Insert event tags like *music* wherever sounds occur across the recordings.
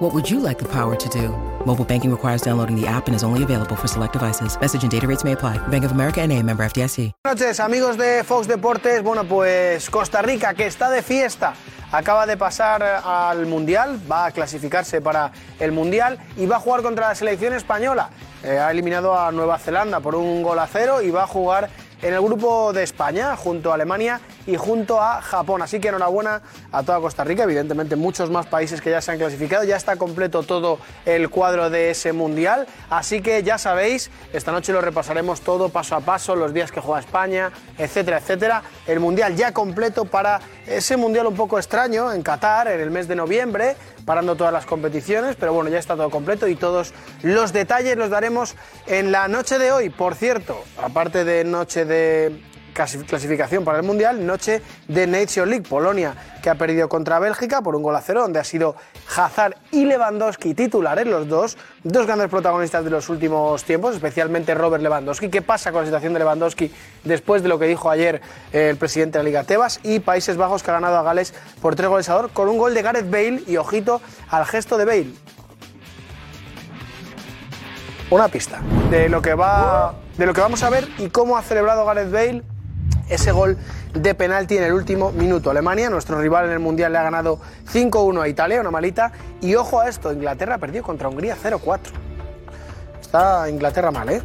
What would you like the power to do? Mobile banking requires downloading the app and is only available for select devices. Message and data rates may apply. Bank of America and a member FDIC. Buenas noches, amigos de Fox Deportes. Bueno, pues Costa Rica, que está de fiesta, acaba de pasar al Mundial, va a clasificarse para el Mundial y va a jugar contra la selección española. Eh, ha eliminado a Nueva Zelanda por un gol a cero y va a jugar en el grupo de España, junto a Alemania y junto a Japón. Así que enhorabuena a toda Costa Rica, evidentemente muchos más países que ya se han clasificado, ya está completo todo el cuadro de ese mundial. Así que ya sabéis, esta noche lo repasaremos todo paso a paso, los días que juega España, etcétera, etcétera. El mundial ya completo para ese mundial un poco extraño en Qatar en el mes de noviembre, parando todas las competiciones, pero bueno, ya está todo completo y todos los detalles los daremos en la noche de hoy. Por cierto, aparte de noche de de clasificación para el Mundial, noche de Nation League, Polonia, que ha perdido contra Bélgica por un gol a cero, donde ha sido Hazard y Lewandowski titulares, los dos, dos grandes protagonistas de los últimos tiempos, especialmente Robert Lewandowski. ¿Qué pasa con la situación de Lewandowski después de lo que dijo ayer eh, el presidente de la Liga Tebas y Países Bajos que ha ganado a Gales por tres goles a dos con un gol de Gareth Bale y ojito al gesto de Bale? Una pista de lo que va de lo que vamos a ver y cómo ha celebrado Gareth Bale ese gol de penalti en el último minuto. Alemania, nuestro rival en el Mundial, le ha ganado 5-1 a Italia, una malita. Y ojo a esto, Inglaterra perdió contra Hungría 0-4. Está Inglaterra mal, ¿eh?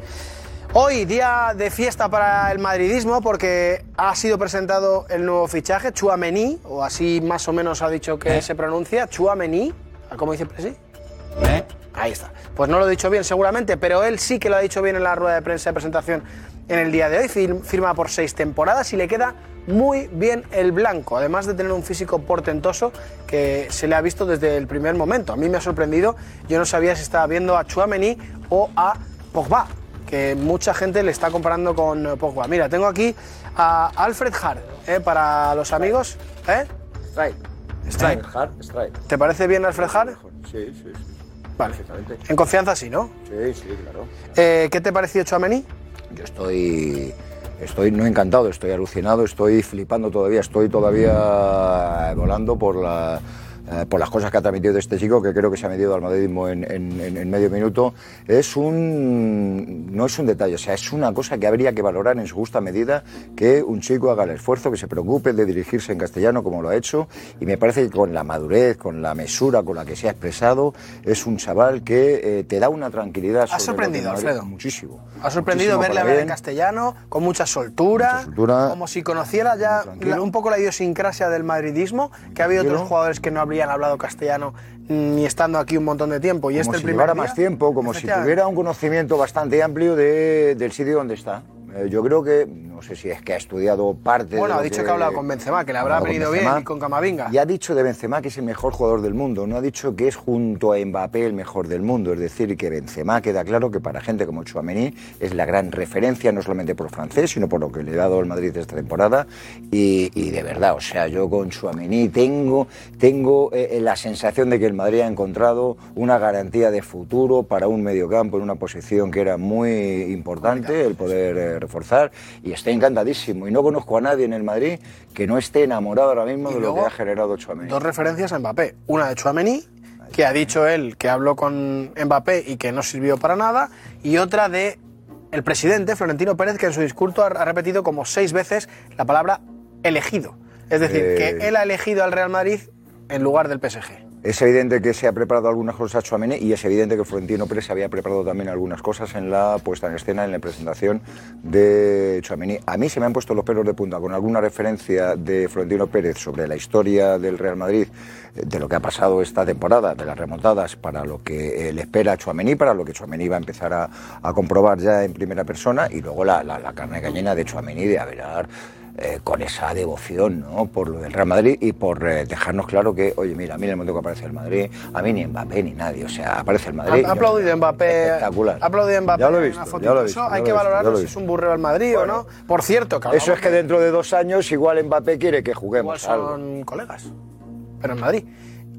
Hoy día de fiesta para el madridismo porque ha sido presentado el nuevo fichaje, Chuamení, o así más o menos ha dicho que se pronuncia, Chuamení, ¿cómo dice Presi? ¿Eh? Ahí está. Pues no lo he dicho bien seguramente, pero él sí que lo ha dicho bien en la rueda de prensa de presentación en el día de hoy. Firma por seis temporadas y le queda muy bien el blanco, además de tener un físico portentoso que se le ha visto desde el primer momento. A mí me ha sorprendido, yo no sabía si estaba viendo a Chuamení o a Pogba, que mucha gente le está comparando con Pogba. Mira, tengo aquí a Alfred Hart, ¿eh? para los amigos. ¿Eh? Strike. Strike. ¿Te parece bien Alfred Hart? Sí, sí, sí. Vale. En confianza sí, ¿no? Sí, sí, claro. Eh, ¿Qué te pareció Chouameni? Yo estoy, estoy no encantado, estoy alucinado, estoy flipando todavía, estoy todavía eh, volando por la eh, por las cosas que ha transmitido este chico, que creo que se ha metido al madridismo en, en, en, medio minuto, es un, no es un detalle, o sea, es una cosa que habría que valorar en su justa medida que un chico haga el esfuerzo, que se preocupe de dirigirse en castellano como lo ha hecho, y me parece que con la madurez, con la mesura con la que se ha expresado, es un chaval que eh, te da una tranquilidad. Ha sorprendido, Alfredo. Muchísimo. Ha sorprendido verle hablar en castellano, con mucha soltura, mucha soltura como si conociera ya la, un poco la idiosincrasia del madridismo, que ha habido otros jugadores que no habrían han hablado castellano ni estando aquí un montón de tiempo. Y como este si el primer día, más tiempo, como si tuviera un conocimiento bastante amplio de, del sitio donde está. Eh, yo creo que, no sé si es que ha estudiado parte Bueno, de ha dicho que, que, ha hablado con Benzema, que le habrá venido bien, y con Camavinga. Y ha dicho de Benzema que es el mejor jugador del mundo, no ha dicho que es junto a Mbappé el mejor del mundo. Es decir, que Benzema queda claro que para gente como Chouameni es la gran referencia, no solamente por francés, sino por lo que le ha dado el Madrid esta temporada. Y, y de verdad, o sea, yo con Chouameni tengo, tengo eh, la sensación de que el Madrid ha encontrado una garantía de futuro para un mediocampo en una posición que era muy importante, el poder... Eh, reforzar y estoy encantadísimo. Y no conozco a nadie en el Madrid que no esté enamorado ahora mismo Y de lo luego, que ha generado Chouameni. Dos referencias a Mbappé. Una de Chouameni, que ha dicho él que habló con Mbappé y que no sirvió para nada. Y otra de el presidente, Florentino Pérez, que en su discurso ha- ha repetido como seis veces la palabra elegido. Es decir, Eh. que él ha elegido al Real Madrid en lugar del PSG. Es evidente que se ha preparado algunas cosas Chouameni y es evidente que Florentino Pérez había preparado también algunas cosas en la puesta en escena, en la presentación de Chouameni. A mí se me han puesto los pelos de punta con alguna referencia de Florentino Pérez sobre la historia del Real Madrid, eh, de lo que ha pasado esta temporada, de las remontadas, para lo que eh, le espera a Chouameni, para lo que Chouameni va a empezar a, a comprobar ya en primera persona y luego la, la, la carne cañena de Chouameni de haber eh, con esa devoción ¿no? por lo del Real Madrid y por eh, dejarnos claro que, oye, mira, a mí en el momento que aparece el Madrid, a mí ni Mbappé ni nadie, o sea, aparece el Madrid. y Ha yo- aplaudido a Mbappé. Espectacular. Ha aplaudido a Mbappé. Ya lo he en visto, una foto. ya lo he Eso visto, ya hay lo que he visto, ya valorarlo lo he si es visto. un burreo al Madrid o no. Por cierto, que Eso hablamos es que dentro de dos años igual Mbappé quiere que Igual juguemos algo. son colegas, pero en Madrid.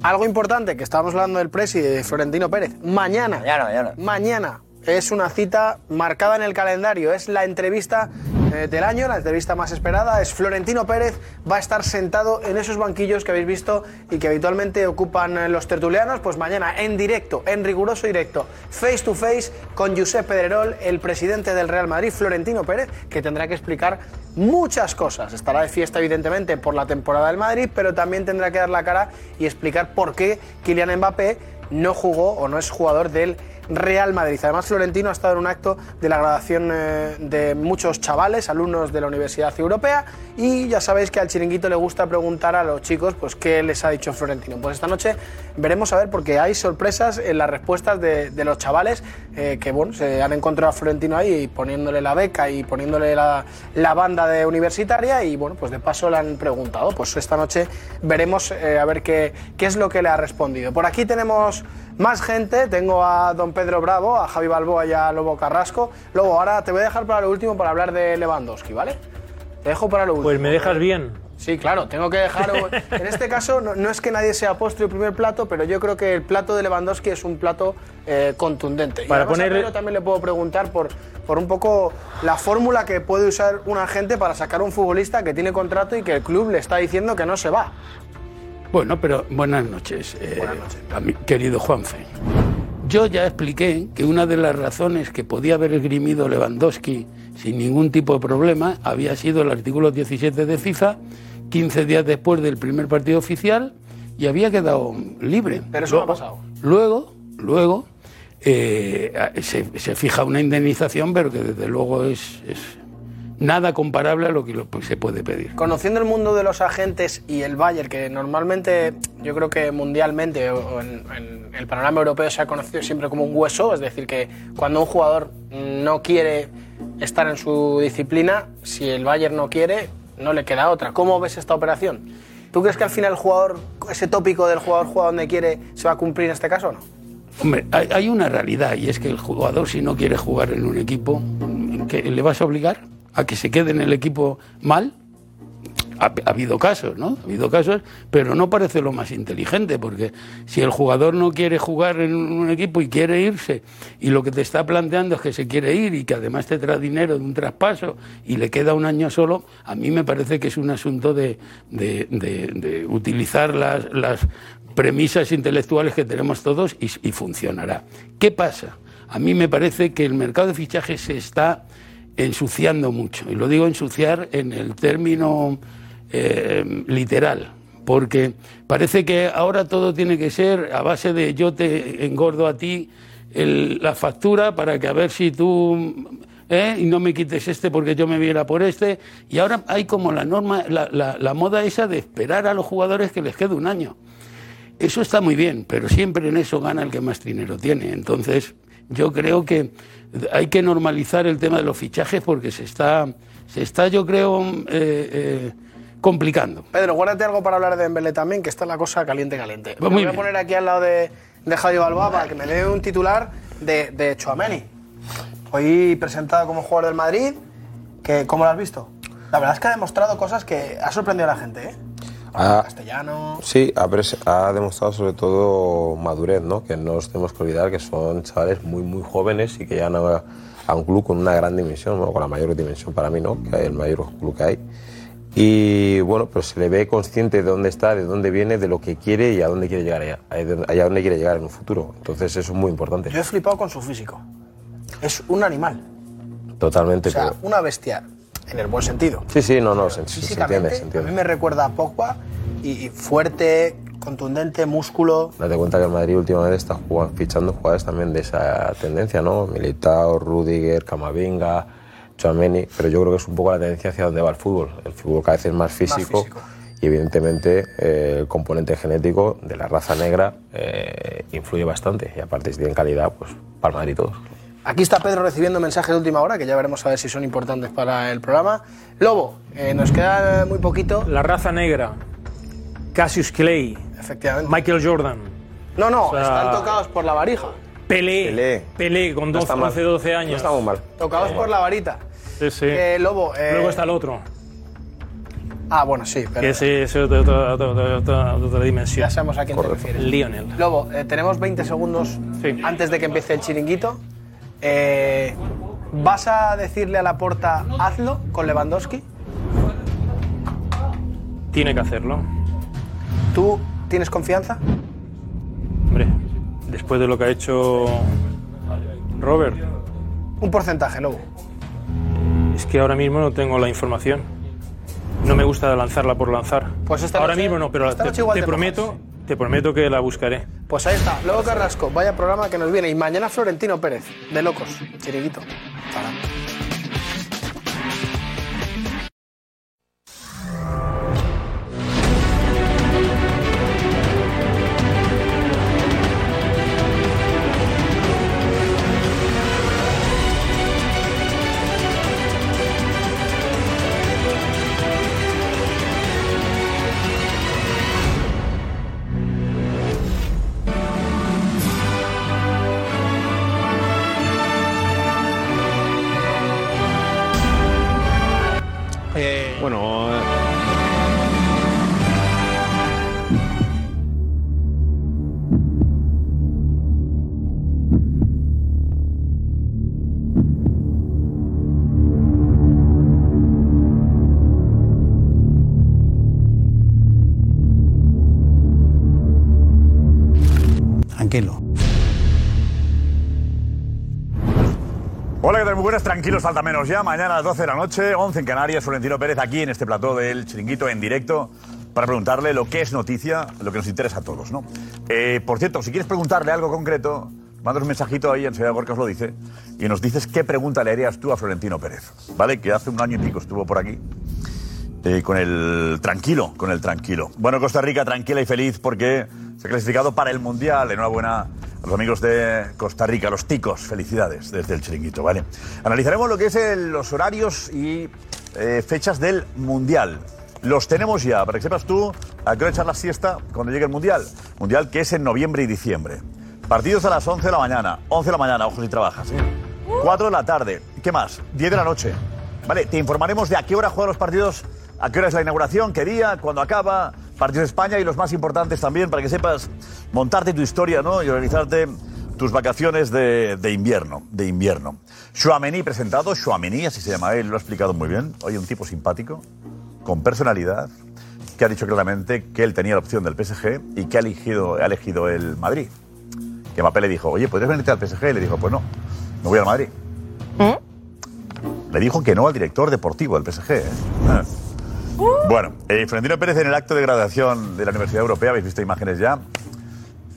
Algo importante, que estábamos hablando del presi de Florentino Pérez. Mañana, Mañana, mañana. mañana es una cita marcada en el calendario. Es la entrevista eh, del año, la entrevista más esperada. Es Florentino Pérez va a estar sentado en esos banquillos que habéis visto y que habitualmente ocupan eh, los tertulianos. Pues mañana en directo, en riguroso directo, face to face con Josep Pedrerol, el presidente del Real Madrid, Florentino Pérez, que tendrá que explicar muchas cosas. Estará de fiesta evidentemente por la temporada del Madrid, pero también tendrá que dar la cara y explicar por qué Kylian Mbappé no jugó o no es jugador del Real Madrid. Además, Florentino ha estado en un acto de la graduación eh, de muchos chavales, alumnos de la Universidad Europea, y ya sabéis que al chiringuito le gusta preguntar a los chicos pues, qué les ha dicho Florentino. Pues esta noche veremos a ver, porque hay sorpresas en las respuestas de, de los chavales eh, que bueno, se han encontrado a Florentino ahí y poniéndole la beca y poniéndole la, la banda de universitaria y bueno, pues de paso le han preguntado. Pues esta noche veremos eh, a ver qué, qué es lo que le ha respondido. Por aquí tenemos más gente, tengo a don Pedro Bravo, a Javi Balboa y a Lobo Carrasco. Lobo, ahora te voy a dejar para lo último para hablar de Lewandowski, ¿vale? Te dejo para lo último. Pues me dejas bien. Sí, claro, tengo que dejar. En este caso, no, no es que nadie sea postre o primer plato, pero yo creo que el plato de Lewandowski es un plato eh, contundente. y Para además a poner- Pedro también le puedo preguntar por, por un poco la fórmula que puede usar un agente para sacar a un futbolista que tiene contrato y que el club le está diciendo que no se va. Bueno, pero buenas noches, eh, a mi querido Juanfe. Yo ya expliqué que una de las razones que podía haber esgrimido Lewandowski sin ningún tipo de problema había sido el artículo 17 de FIFA, 15 días después del primer partido oficial, y había quedado libre. Pero eso no ha pasado. Luego, luego eh, se, se fija una indemnización, pero que desde luego es, es nada comparable a lo que lo- pues, se puede pedir. Conociendo el mundo de los agentes y el Bayern, que normalmente yo creo que mundialmente o- o en, en el panorama europeo se ha conocido siempre como un hueso, es decir, que cuando un jugador no quiere estar en su disciplina, si el Bayern no quiere, no le queda otra. ¿Cómo ves esta operación? ¿Tú crees que al final el jugador, ese tópico del jugador juega donde quiere, se va a cumplir en este caso o no? Hombre, hay, hay una realidad y es que el jugador si no quiere jugar en un equipo, ¿qué, ¿le vas a obligar a que se quede en el equipo mal? Ha, ha habido casos, ¿no? Ha habido casos, pero no parece lo más inteligente, porque si el jugador no quiere jugar en un un equipo y quiere irse, y lo que te está planteando es que se quiere ir y que además te trae dinero de un traspaso y le queda un año solo, a mí me parece que es un asunto de, de- de- de utilizar las, las premisas intelectuales que tenemos todos y, y funcionará. ¿Qué pasa? A mí me parece que el mercado de fichajes se está ensuciando mucho. Y lo digo ensuciar en el término eh, literal, porque parece que ahora todo tiene que ser a base de yo te engordo a ti el- la factura para que a ver si tú... ¿eh? Y no me quites este porque yo me viera por este. Y ahora hay como la norma, la- la- la moda esa de esperar a los jugadores que les quede un año. Eso está muy bien, pero siempre en eso gana el que más dinero tiene. Entonces, yo creo que hay que normalizar el tema de los fichajes porque se está, se está yo creo, eh, eh, complicando. Pedro, guárdate algo para hablar de Dembélé también, que está la cosa caliente, caliente. Pues Me muy voy a bien. poner aquí al lado de, de Javi Balboa para que me dé un titular de, de Tchouaméni. Hoy presentado como jugador del Madrid, que, ¿cómo lo has visto? La verdad es que ha demostrado cosas que ha sorprendido a la gente, ¿eh? Ah. Castellano... Sí, ha, pres- ha demostrado sobre todo madurez, ¿no? que no nos tenemos que olvidar que son chavales muy, muy jóvenes y que llegan a, a un club con una gran dimensión, bueno, con la mayor dimensión para mí, ¿no? que es el mayor club que hay. Y bueno, pues se le ve consciente de dónde está, de dónde viene, de lo que quiere y a dónde quiere llegar, allá, allá dónde quiere llegar en un futuro. Entonces eso es muy importante. Yo he flipado con su físico. Es un animal, Totalmente. o sea, pero- una bestia, en el buen sentido. Sí, sí, no, no, se, se- se Físicamente, entiende, se a mí entiende. me recuerda a Pogba, y- y fuerte, contundente, músculo... Date cuenta que el Madrid últimamente está jugando, fichando jugadores también de esa tendencia, ¿no? Militao, Rudiger, Camavinga, Chouameni, pero yo creo que es un poco la tendencia hacia donde va el fútbol. El fútbol cada vez es más físico, físico. y evidentemente eh, el componente genético de la raza negra eh, influye bastante y aparte si tienen calidad, pues para el Madrid todos. Aquí está Pedro recibiendo mensajes de última hora, que ya veremos a ver si son importantes para el programa. Lobo, eh, nos queda muy poquito. La raza negra. Cassius Clay. Efectivamente. *laughs* Michael Jordan. No, no, O sea, están tocados por la varija. Pelé. Pelé. con No 12, está mal. 11, 12 años. No estamos mal. Tocados por la varita. Sí, sí. Eh, Lobo, eh, Luego está el otro. Ah, bueno, sí, pero Que ese es otra, otra, otra, otra, otra- otra dimensión. ya sabemos a quién te refieres. Lionel. Lobo, eh, tenemos 20 segundos Sí. antes de que empiece el chiringuito. Eh, ¿Vas a decirle a la porta hazlo con Lewandowski? Tiene que hacerlo. ¿Tú tienes confianza? Hombre, después de lo que ha hecho Robert, Un porcentaje, Lobo. es que ahora mismo no tengo la información. No me gusta lanzarla por lanzar. Pues esta ahora noche- mismo no, pero esta te, noche igual te te prometo, te prometo que la buscaré. Pues ahí está, Lobo Carrasco, vaya programa que nos viene. Y mañana Florentino Pérez, de locos, chiringuito. Hasta ahora. Bueno, eh, Tranquilo. Hola, ¿qué tal? Muy buenas, tranquilos, falta menos ya. Mañana a las 12 de la noche, 11 en Canarias, Florentino Pérez aquí en este plató del Chiringuito en directo para preguntarle lo que es noticia, lo que nos interesa a todos, ¿no? Eh, por cierto, si quieres preguntarle algo concreto, mandas un mensajito ahí, enseguida Gorka os lo dice, y nos dices qué pregunta le harías tú a Florentino Pérez, ¿vale? Que hace un año y pico estuvo por aquí. Eh, con el tranquilo, con el tranquilo. Bueno, Costa Rica tranquila y feliz porque se ha clasificado para el Mundial. Enhorabuena a los amigos de Costa Rica, los ticos. Felicidades desde el chiringuito, ¿vale? Analizaremos lo que es el- los horarios y eh, fechas del Mundial. Los tenemos ya, para que sepas tú a qué hora echar la siesta cuando llegue el Mundial. Mundial que es en noviembre y diciembre. Partidos a las 11 de la mañana. 11 de la mañana, ojo si trabajas. ¿eh? 4 de la tarde. ¿Qué más? 10 de la noche. Vale, te informaremos de a qué hora juegan los partidos, a qué hora es la inauguración, qué día, cuándo acaba, partidos de España y los más importantes también, para que sepas montarte tu historia ¿no? y organizarte tus vacaciones de, de invierno. De invierno. Chouameni presentado, Chouameni, así se llama él, lo ha explicado muy bien. Oye, un tipo simpático, con personalidad, que ha dicho claramente que él tenía la opción del PSG y que ha elegido, ha elegido el Madrid. Que Mbappé le dijo, oye, ¿podrías venirte al PSG? Y le dijo, pues no, no voy al Madrid. Le dijo que no al director deportivo del PSG. ¿eh? Bueno, eh, Florentino Pérez en el acto de graduación de la Universidad Europea, habéis visto imágenes ya,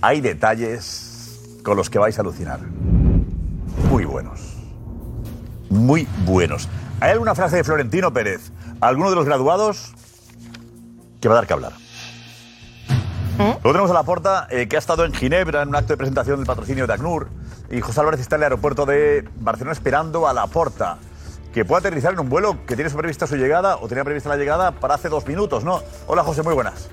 hay detalles con los que vais a alucinar. Muy buenos. Muy buenos. ¿Hay alguna frase de Florentino Pérez, alguno de los graduados, que va a dar que hablar? Luego tenemos a Laporta, eh, que ha estado en Ginebra en un acto de presentación del patrocinio de ACNUR. Y José Álvarez está en el aeropuerto de Barcelona esperando a Laporta, que puede aterrizar en un vuelo que tiene prevista su llegada, o tenía prevista la llegada para hace dos minutos, ¿no? Hola, José, muy buenas.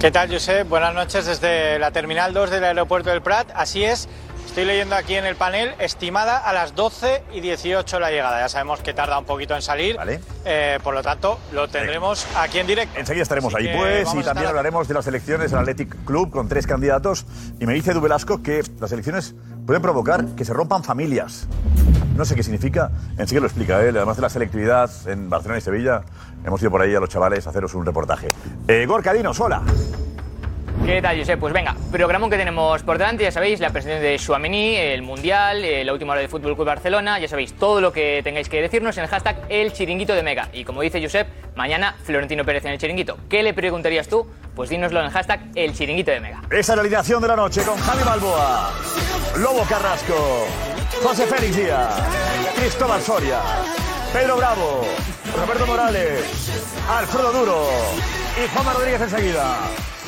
¿Qué tal, Josep? Buenas noches desde la Terminal 2 del Aeropuerto del Prat. Así es, estoy leyendo aquí en el panel, estimada a las 12 y 18 la llegada. Ya sabemos que tarda un poquito en salir, Vale. eh, por lo tanto, lo tendremos aquí en directo. Enseguida estaremos Así ahí, que pues, vamos a y estar también atentos. hablaremos de las elecciones del Athletic Club con tres candidatos. Y me dice Du Velasco que las elecciones pueden provocar que se rompan familias. No sé qué significa, enseguida lo explica. ¿eh? Además de la selectividad en Barcelona y Sevilla, hemos ido por ahí a los chavales a haceros un reportaje. Eh, Gorka, dinos, hola. ¿Qué tal, Josep? Pues venga, programa que tenemos por delante, ya sabéis, la presentación de Suamení, el Mundial, eh, la última hora del Fútbol Club Barcelona, ya sabéis, todo lo que tengáis que decirnos en el hashtag El Chiringuito de Mega. Y como dice Josep, mañana Florentino Pérez en El Chiringuito. ¿Qué le preguntarías tú? Pues dínoslo en el hashtag El Chiringuito de Mega. Esa es la alineación de la noche con Javi Balboa, Lobo Carrasco, José Félix Díaz, Cristóbal Soria, Pedro Bravo, Roberto Morales, Alfredo Duro y Juan Rodríguez enseguida.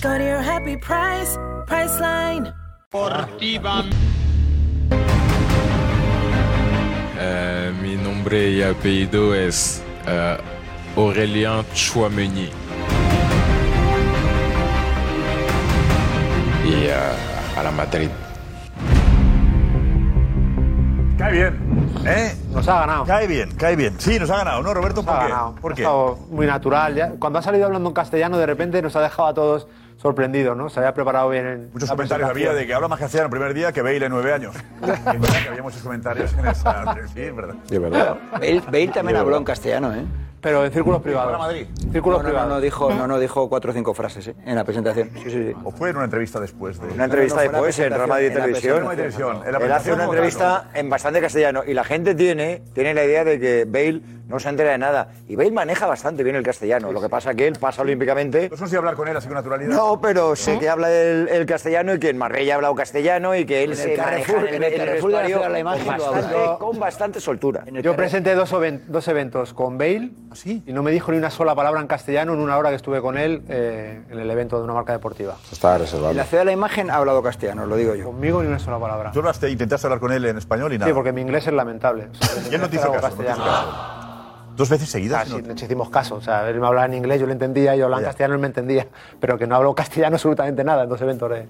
Go to your happy price, Priceline. Eh, mi nombre y apellido es eh, Aurélien Chouameni. Y eh, a la Madrid. Cae bien, ¿eh? Nos ha ganado. Cae bien, cae bien. Sí, nos ha ganado, ¿no, Roberto? ¿Por ha qué? ganado. ¿Por Ha qué? estado muy natural. ya. Cuando ha salido hablando en castellano, de repente nos ha dejado a todos sorprendidos, ¿no? Se había preparado bien. en Muchos la comentarios había presentación. de que habla más castellano el primer día que Bale en nueve *laughs* años. Es verdad que había muchos comentarios en esa. Sí, es verdad. Es verdad. Bale, Bale también Yo- habló en castellano, ¿eh? Pero en círculos privados. Círculos No, no, privados. No, no, dijo, no, no dijo cuatro o cinco frases ¿eh? en la presentación. Sí, sí, sí. ¿O fue en una entrevista después? De... Una entrevista No, no, fue después en la Real Madrid presentación. Televisión. En la presentación. Él En la presentación. Él hace una entrevista en bastante castellano y la gente tiene, tiene la idea de que Bale no se entera de nada. Y Bale maneja bastante bien el castellano. Lo que pasa que él pasa olímpicamente. No sé si hablar con él así con naturalidad. No, pero sé que habla el, el castellano y que en Marbella ha hablado castellano y que él En el se maneja Carrefour- en el Carrefour de la vestuario Ciudad de la Imagen con lo bastante- habla. con bastante soltura. Yo presenté dos, oven- dos eventos con Bale ¿Ah, y no me dijo ni una sola palabra en castellano en una hora que estuve con él eh, en el evento de una marca deportiva. Estaba reservado. En la ciudad de la imagen ha hablado castellano, lo digo yo. Conmigo ni una sola palabra. ¿Tú hablaste, intentaste hablar con él en español y nada? Sí, porque mi inglés es lamentable. Y él no te hizo caso, no te hizo *laughs* ¿Dos veces seguidas? sí, nos hicimos caso. O sea, él me hablaba en inglés, yo le entendía, yo hablaba en castellano, él me entendía. Pero que no habló castellano absolutamente nada en dos eventos de-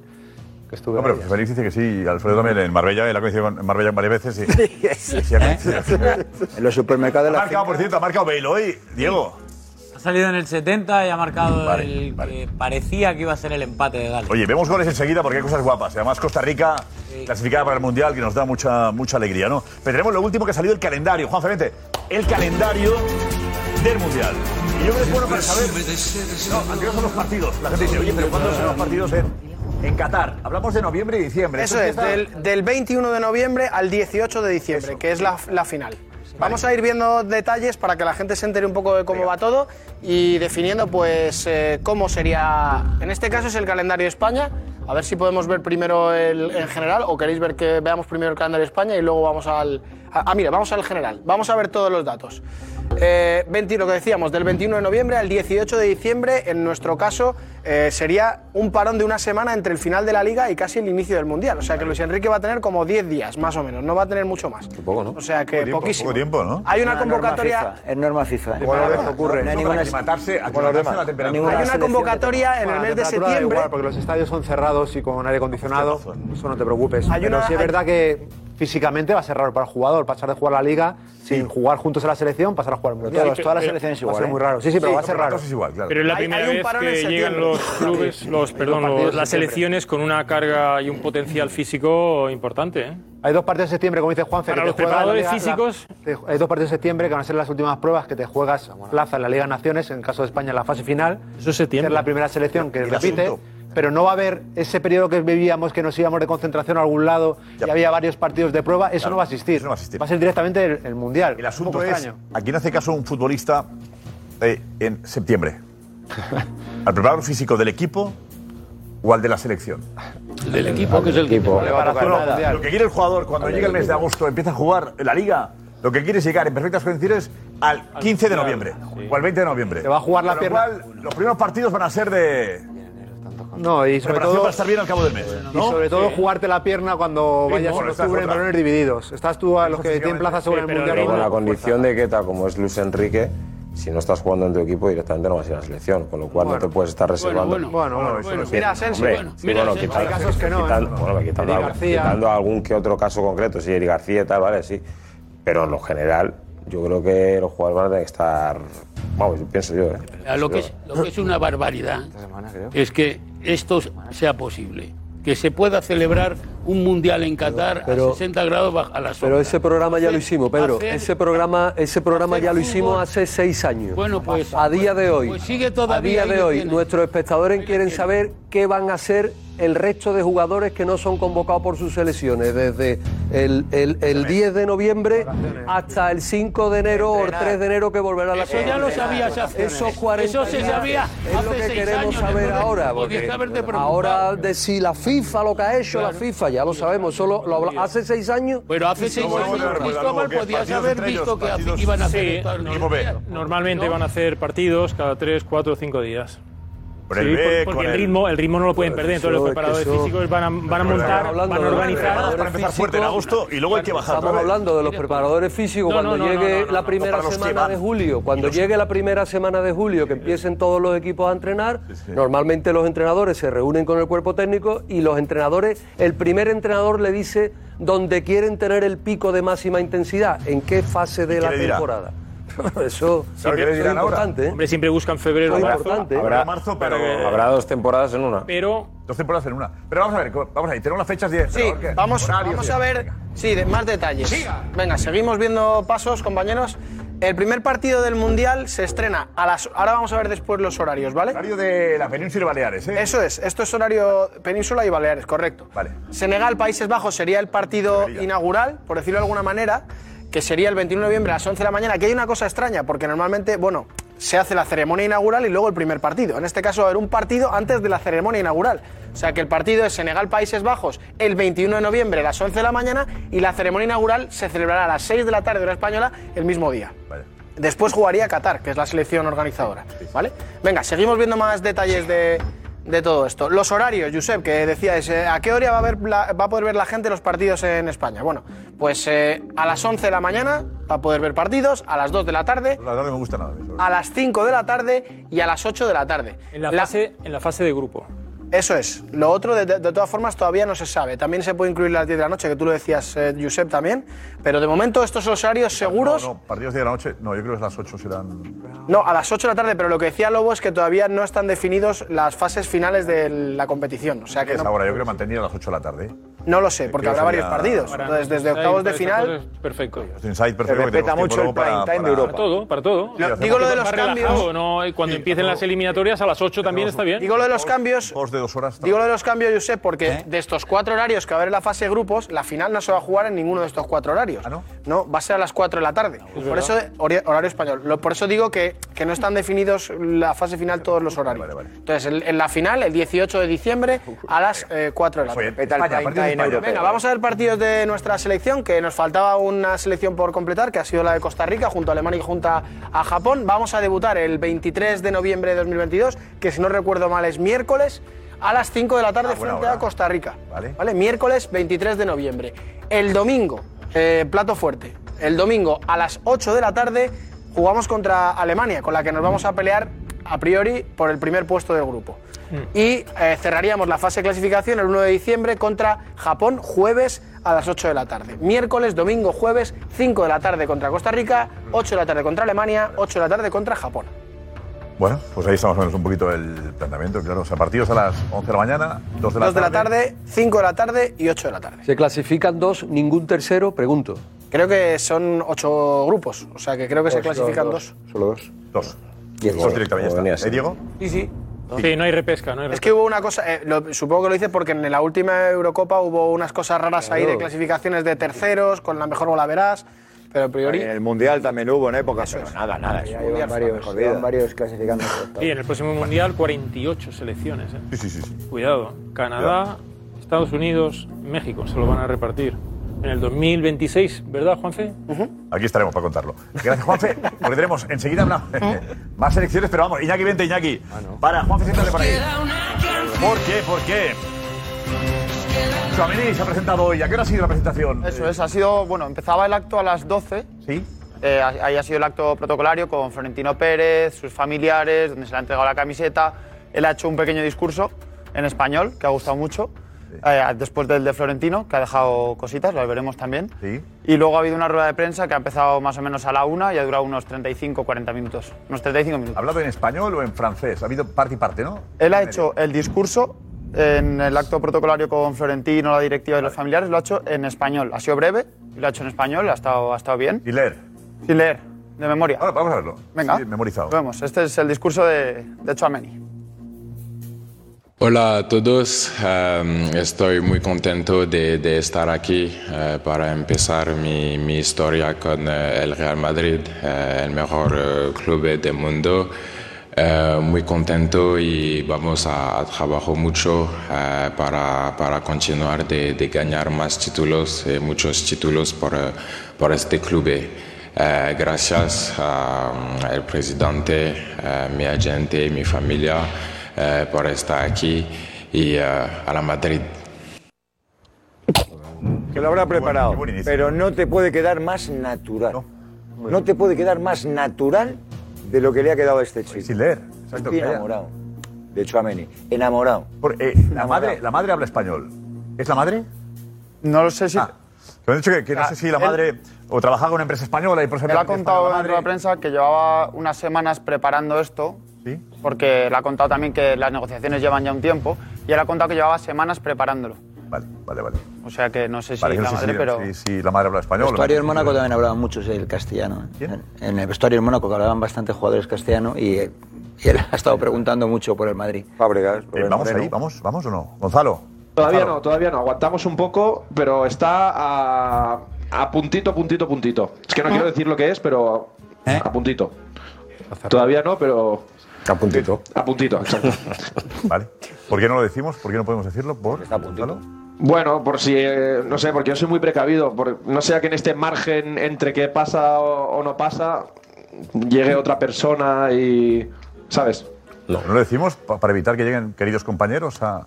que estuve. No, pero ahí. Félix dice que sí, y Alfredo también en Marbella, él ha coincidido con- en Marbella varias veces. Sí, sí, sí, ha coincidido. *laughs* En los supermercados de Ha la marcado, por cierto, ha marcado Bale hoy, Diego. Ha salido en el 70 y ha marcado el que parecía que iba a ser el empate de Gales. Oye, vemos goles enseguida porque hay cosas guapas. Y Además, Costa Rica clasificada para el Mundial, que nos da mucha, mucha alegría, ¿no? Pero tenemos lo último que ha salido el calendario, Juan Ferente. El calendario del Mundial. Y yo creo que es bueno para saber. No, ¿a qué hora son los partidos? La gente dice, oye, pero ¿cuándo son los partidos en, en Qatar? Hablamos de noviembre y diciembre. Eso es, empieza- del, del 21 de noviembre al 18 de diciembre, que es la, la final. Vamos a ir viendo detalles para que la gente se entere un poco de cómo va todo y definiendo pues eh, cómo sería, en este caso es el calendario de España, a ver si podemos ver primero el en general o queréis ver que veamos primero el calendario de España y luego vamos al... Ah, ah, mira, vamos al general, vamos a ver todos los datos. Eh, 20, lo que decíamos, del 21 de noviembre al 18 de diciembre, en nuestro caso, eh, sería un parón de una semana entre el final de la liga y casi el inicio del mundial. O sea que Luis Enrique va a tener como 10 días, más o menos, no va a tener mucho más. Poco, ¿no? O sea que Poco tiempo, poquísimo. poco tiempo, ¿no? Hay una Una norma convocatoria. FIFA, Es norma FIFA. ¿eh? Como los demás, No ocurre. hay no, ninguna- para aclimatarse- Como los demás. aclimatarse a la No hay temperatura. ninguna Hay una selección. convocatoria en el Bueno, mes de temperatura septiembre. igual, porque los estadios son cerrados y con aire acondicionado, eso no te preocupes. Hay Pero una- sí es hay- verdad que físicamente va a ser raro para el jugador pasar de jugar la liga sin jugar juntos a la selección, pasar a jugar al mundial. todas- todas las Sí, Va selecciones a ser igual, muy ¿eh? raro. Sí, sí, pero Sí, va a ser pero raro. todos es igual, claro. Pero es la Hay- primera hay un vez parón en que llegan septiembre. los clubes, los, perdón, partidos los- en las septiembre. selecciones con una carga y un potencial físico importante. ¿eh? Hay dos partidos de septiembre, como dice Juanfe, Para que te los juegas la preparadores Liga- la- te- hay dos partidos de septiembre que van a ser las últimas pruebas que te juegas plaza en la Liga de Naciones, en el caso de España en la fase final. Eso es septiembre. la primera selección que El repite. asunto. Pero no va a haber ese periodo que vivíamos, que nos íbamos de concentración a algún lado y había varios partidos de prueba. Eso no va a existir. no va a asistir. Va a ser directamente el, el Mundial. este El asunto Un poco es, extraño. ¿a quién hace caso un futbolista eh, en *laughs* septiembre? ¿Al preparador físico del equipo o al de la selección? Del equipo, que es el equipo. No, Lo que quiere el jugador cuando llega el mes de agosto, empieza a jugar en la liga, lo que quiere es llegar en perfectas condiciones al 15 de noviembre o al 20 de noviembre. Te va a jugar la Con lo pierna. cual, los primeros partidos van a ser de No, y sobre preparación todo. para estar bien al cabo del mes. Y ¿no? sobre todo Sí. jugarte la pierna cuando Sí, vayas bueno, en esta es octubre en otra. balones divididos. Estás tú a los que tienen plaza según el Mundial. Pero con la Bueno, condición de que, tal como es Luis Enrique, si no estás jugando en tu equipo, directamente no vas a ir a la selección, con lo cual no te puedes estar reservando. bueno, bueno, bueno, eso bueno. sí. Mira, Asensio, Hombre, bueno, sí, mira, bueno, Asensio. quitando- Hay casos que no, ¿eh? quitando- bueno, quitando Eri algo- García. quitando algún que otro caso concreto, sí, Eri García y tal, vale, sí. Pero en lo general, yo creo que los jugadores van a tener que estar. Vamos, yo pienso yo, ¿eh? Mira, Lo que, es, lo que es una barbaridad es que esto sea posible, que se pueda celebrar un mundial en Qatar pero- a 60 grados bajo- a la sombra. Pero ese programa ya lo hicimos, Pedro. hacer- Ese programa, ese programa hacer ya lo fútbol. hicimos hace seis años. Bueno, pues- a día de hoy, pues sigue todavía a ahí día de lo hoy, tienes. nuestros espectadores quieren saber qué van a hacer el resto de jugadores que no son convocados por sus selecciones desde el, el- el 10 de noviembre hasta el 5 de enero o el 3 de enero que volverá la Eso ya lo sabías hace. Esos 40 Eso se días sabía es lo hace que seis queremos años, saber entonces ahora. podías porque haberte preocupado. ahora de si la FIFA lo que ha hecho la FIFA, ya lo sabemos, eso lo, lo habla- hace seis años. Pero hace seis años, Cristóbal, podías haber visto que hace- iban a hacer Sí, esto en los días. Normalmente van a hacer partidos cada 3, 4 o 5 días. Con el B, porque con el el- Pues ritmo, el ritmo no lo pueden perder, entonces los Eso, es que preparadores eso- físicos van a, van a Pero montar, estamos hablando van a de los organizar. preparadores Para empezar fuerte en físicos. agosto y luego hay que bajar Estamos otra vez. hablando de los preparadores físicos No, cuando no, no, no, llegue no, no, la no, primera para los que semana van. de julio. Cuando llegue la primera semana de julio, que empiecen todos los equipos a entrenar, normalmente los entrenadores se reúnen con el cuerpo técnico y los entrenadores, el primer entrenador le dice dónde quieren tener el pico de máxima intensidad, en qué fase de qué la le dirá? *laughs* temporada. Eso eso es importante. ¿eh? Hombre, siempre buscan febrero. Muy marzo. importante, ¿eh? Habrá, marzo, pero habrá dos temporadas en una. Pero dos temporadas en una. Pero vamos a ver, co- vamos a ver, tenemos las fechas 10. Sí, vamos, vamos a ver sí, de- más detalles. Venga, seguimos viendo pasos, compañeros. El primer partido del Mundial se estrena a las... Ahora vamos a ver después los horarios, ¿vale? Horario de la península y Baleares, ¿eh? Eso es, esto es horario península y Baleares, correcto. Vale. Senegal, Países Bajos sería el partido inaugural, por decirlo de alguna manera, que sería el 21 de noviembre a las 11 de la mañana. Aquí hay una cosa extraña, porque normalmente, bueno, se hace la ceremonia inaugural y luego el primer partido. En este caso va a haber un partido antes de la ceremonia inaugural. O sea que el partido es Senegal, Países Bajos, el 21 de noviembre a las 11 de la mañana y la ceremonia inaugural se celebrará a las 6 de la tarde hora española el mismo día. Después jugaría Qatar, que es la selección organizadora. ¿Vale? Venga, seguimos viendo más detalles de, de todo esto. Los horarios, Josep, que decías, eh, ¿a qué hora va a, ver la- va a poder ver la gente los partidos en España? Bueno, pues eh, a las 11 de la mañana va a poder ver partidos, a las 2 de la tarde, La verdad no me gusta nada. a las 5 de la tarde y a las 8 de la tarde. en la, fase, en la fase de grupo. Eso es. Lo otro, de, de- de todas formas, todavía no se sabe. También se puede incluir las 10 de la noche, que tú lo decías, eh, Josep, también. Pero de momento estos son los horarios seguros. No, partidos 10 de la noche, no, yo creo que las 8 serán. No, a las 8 de la tarde, pero lo que decía Lobo es que todavía no están definidos las fases finales de la competición. O sea que es no, ahora? Yo creo que mantenido a las 8 de la tarde. ¿eh? no lo sé, porque Creo habrá que varios sería- partidos. Entonces, desde octavos de final. Perfecto. Este insight perfecto que tenemos tiempo luego para- para- Para todo, para todo. Lo- digo lo de los Va relajado, cambios. ¿no? Y Cuando empiecen las eliminatorias a las 8 también está bien. Digo lo de los cambios. Dos de dos horas. Digo lo de los cambios, Josep, porque de estos cuatro horarios que va a haber en la fase de grupos, la final no se va a jugar en ninguno de estos cuatro horarios. no? va a ser a las 4 de la tarde. por verdad. eso, hori- horario español. Lo- por eso digo que, que no están definidos la fase final todos los horarios. Entonces, en, en la final, el 18 de diciembre, a las eh, 4 de la tarde. Oye, peta el España, Pues prime time partido de España. europeo. Venga, vamos a ver partidos de nuestra selección, que nos faltaba una selección por completar, que ha sido la de Costa Rica, junto a Alemania y junto a Japón. Vamos a debutar el 23 de noviembre de 2022, que si no recuerdo mal es miércoles, a las 5 de la Ah, tarde buena frente hora. a Costa Rica. Vale. Miércoles 23 de noviembre. El domingo, eh, plato fuerte, el domingo a las 8 de la tarde jugamos contra Alemania, con la que nos vamos a pelear a priori por el primer puesto del grupo. Y eh, cerraríamos la fase de clasificación el 1 de diciembre contra Japón, jueves a las 8 de la tarde. Miércoles, domingo, jueves, 5 de la tarde contra Costa Rica, 8 de la tarde contra Alemania, 8 de la tarde contra Japón. Bueno, pues ahí estamos menos un poquito el planteamiento, claro. O sea, partidos a las 11 de la mañana, 2 de la 2 de tarde. la tarde, 5 de la tarde y 8 de la tarde. Se clasifican dos, ningún tercero, pregunto. Creo que son 8 grupos, o sea que creo que se Dos, clasifican dos, 2. Solo dos. Dos. Y el Dos directamente ya está. ¿Eh, Diego? Sí, sí. Sí, no hay repesca, no hay Es que hubo una cosa, eh, lo- supongo que lo dices porque en la última Eurocopa hubo unas cosas raras ahí de Claro. clasificaciones de terceros, con la mejor bola verás, pero a priori... En el Mundial también hubo en época, pero nada, nada. eso fue la mejor vida. varios clasificando. Sí, en el próximo mundial 48 selecciones. ¿eh? Sí, sí, sí. Cuidado. Canadá, Estados Unidos, México se lo van a repartir. En el 2026, ¿verdad, Juanfe? Aquí estaremos para contarlo. Gracias, Juanfe, porque tenemos enseguida una- ¿Eh? *laughs* más elecciones, pero vamos, Iñaki, vente, Iñaki. Para, Juanfe, siéntate para ahí. ¿Por qué? ¿Por qué? Suamini se ha presentado hoy. ¿A qué hora ha sido la presentación? Eso es, ha sido, bueno, empezaba el acto a las 12. Sí. Eh, ha- ahí ha sido el acto protocolario con Florentino Pérez, sus familiares, donde se le ha entregado la camiseta. Él ha hecho un pequeño discurso en español que ha gustado mucho. eh, después del de Florentino, que ha dejado cositas, lo veremos también. Sí. Y luego ha habido una rueda de prensa que ha empezado más o menos a la una y ha durado unos 35-40 minutos. Unos 35 minutos. ¿Ha hablado en español o en francés? Ha habido parte y parte, ¿no? Él ha hecho el discurso en el acto protocolario con Florentino, la directiva y los familiares, lo ha hecho en español. Ha sido breve, lo ha hecho en español, ha estado, ha estado bien. Sin leer. Sin leer, de memoria. vamos a verlo. Venga. Sí, memorizado. Vemos, este es el discurso de, de Chouameni. Hola a todos, Eh, estoy muy contento de, de estar aquí eh, para empezar mi, mi historia con eh, el Real Madrid, eh, el mejor eh, club del mundo. Eh, muy contento y vamos a, a trabajar mucho eh, para, para continuar de, de ganar más títulos, eh, muchos títulos por, eh, por este club. Eh, gracias al presidente, eh, mi agente, mi familia eh, por estar aquí y eh, a la Madrid. Que lo habrá preparado. buen inicio. pero no te puede quedar más natural. No, te puede quedar más natural de lo que le ha quedado a este chico. Sin leer. Exacto, enamorado. De Chouameni. Enamorado. Eh, la, madre, la madre habla español. ¿Es la madre? No lo sé si. me han dicho que, que no Ah, sé si la él- madre o trabajaba en una empresa española y por eso Él ha empresa contado española, dentro de la prensa que llevaba unas semanas preparando esto, porque él ha contado también que las negociaciones llevan ya un tiempo, y él ha contado que llevaba semanas preparándolo. Vale, vale, vale. O sea que no sé si Vale, que la no sé madre, si- pero... si- si la madre habla En el español. vestuario en ¿no? Mónaco también hablaban muchos el castellano. ¿eh? En en el vestuario en Mónaco que hablaban bastantes jugadores castellano y, eh, y él *laughs* ha estado preguntando mucho por el Madrid. Eh, vamos ahí, vamos, vamos o no. Gonzalo. Todavía no, todavía no. Aguantamos un poco, pero está a, a puntito, puntito, puntito. Es Ah. que no quiero decir lo que es, pero ¿Eh? a puntito. Todavía no, pero. A puntito. A puntito, exacto. *laughs* Vale. ¿Por qué no lo decimos? ¿Por qué no podemos decirlo? ¿Por? Está apuntado. Bueno, por si, eh, no sé, porque yo soy muy precavido, por, no sea que en este margen entre que pasa o, o no pasa, llegue otra persona y... ¿Sabes? No. ¿No lo decimos pa- para evitar que lleguen queridos compañeros a.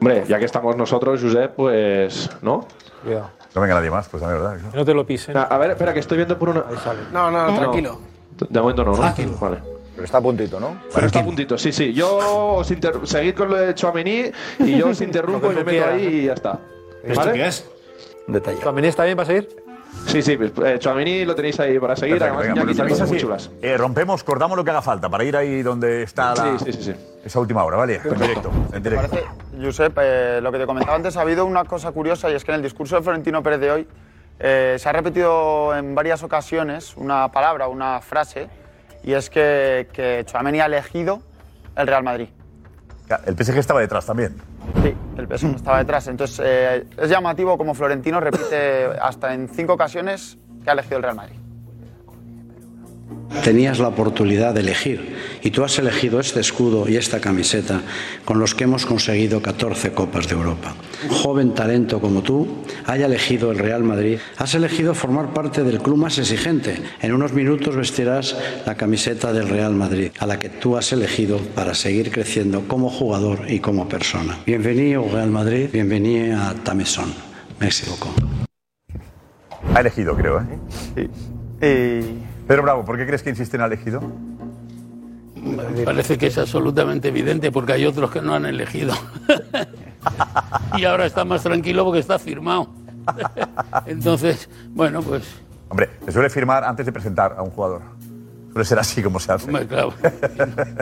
Hombre, ya que estamos nosotros, Josep, pues... ¿No? No venga nadie más, pues también, ¿verdad? No te lo pisen. A, a ver, espera, que estoy viendo por una... No, no, no, tranquilo. De momento no, ¿no? Vale. Ah, Pero está a puntito, ¿no? Pero está a puntito, sí, sí. Yo os inter- seguid con lo de Chouameni y *laughs* yo os interrumpo y me meto ahí y ya está. ¿Esto qué es? Detalle. ¿Chouameni está bien para seguir? Sí, sí. pues, Eh, Chouameni lo tenéis ahí para seguir. Perfecto, Además, venga, Iñaki pues está hacéis cosas así. muy chulas. Eh, rompemos, cortamos lo que haga falta para ir ahí donde está la, Sí, esa última hora, ¿vale? En directo. En ¿Te directo. parece, Josep, eh, lo que te comentaba antes, ha habido una cosa curiosa y es que en el discurso de Florentino Pérez de hoy eh, se ha repetido en varias ocasiones una palabra, una frase, y es que, que Tchouaméni ha elegido el Real Madrid. Ya, El PSG estaba detrás también. Sí, el PSG estaba detrás. Entonces, eh, es llamativo como Florentino repite hasta en cinco ocasiones que ha elegido el Real Madrid. Tenías la oportunidad de elegir y tú has elegido este escudo y esta camiseta con los que hemos conseguido 14 Copas de Europa. Un joven talento como tú haya elegido el Real Madrid, has elegido formar parte del club más exigente. En unos minutos vestirás la camiseta del Real Madrid, a la que tú has elegido para seguir creciendo como jugador y como persona. Bienvenido Real Madrid, bienvenido a Tamesón, México. Ha elegido, creo, ¿eh? Pedro Bravo, ¿por qué crees que insiste en ha elegido? Me parece que es absolutamente evidente porque hay otros que no han elegido. *laughs* y ahora está más tranquilo porque está *laughs* firmado. Entonces, bueno, pues Hombre, se suele firmar antes de presentar a un jugador. Suele ser así como se hace. Eh, Hombre, claro.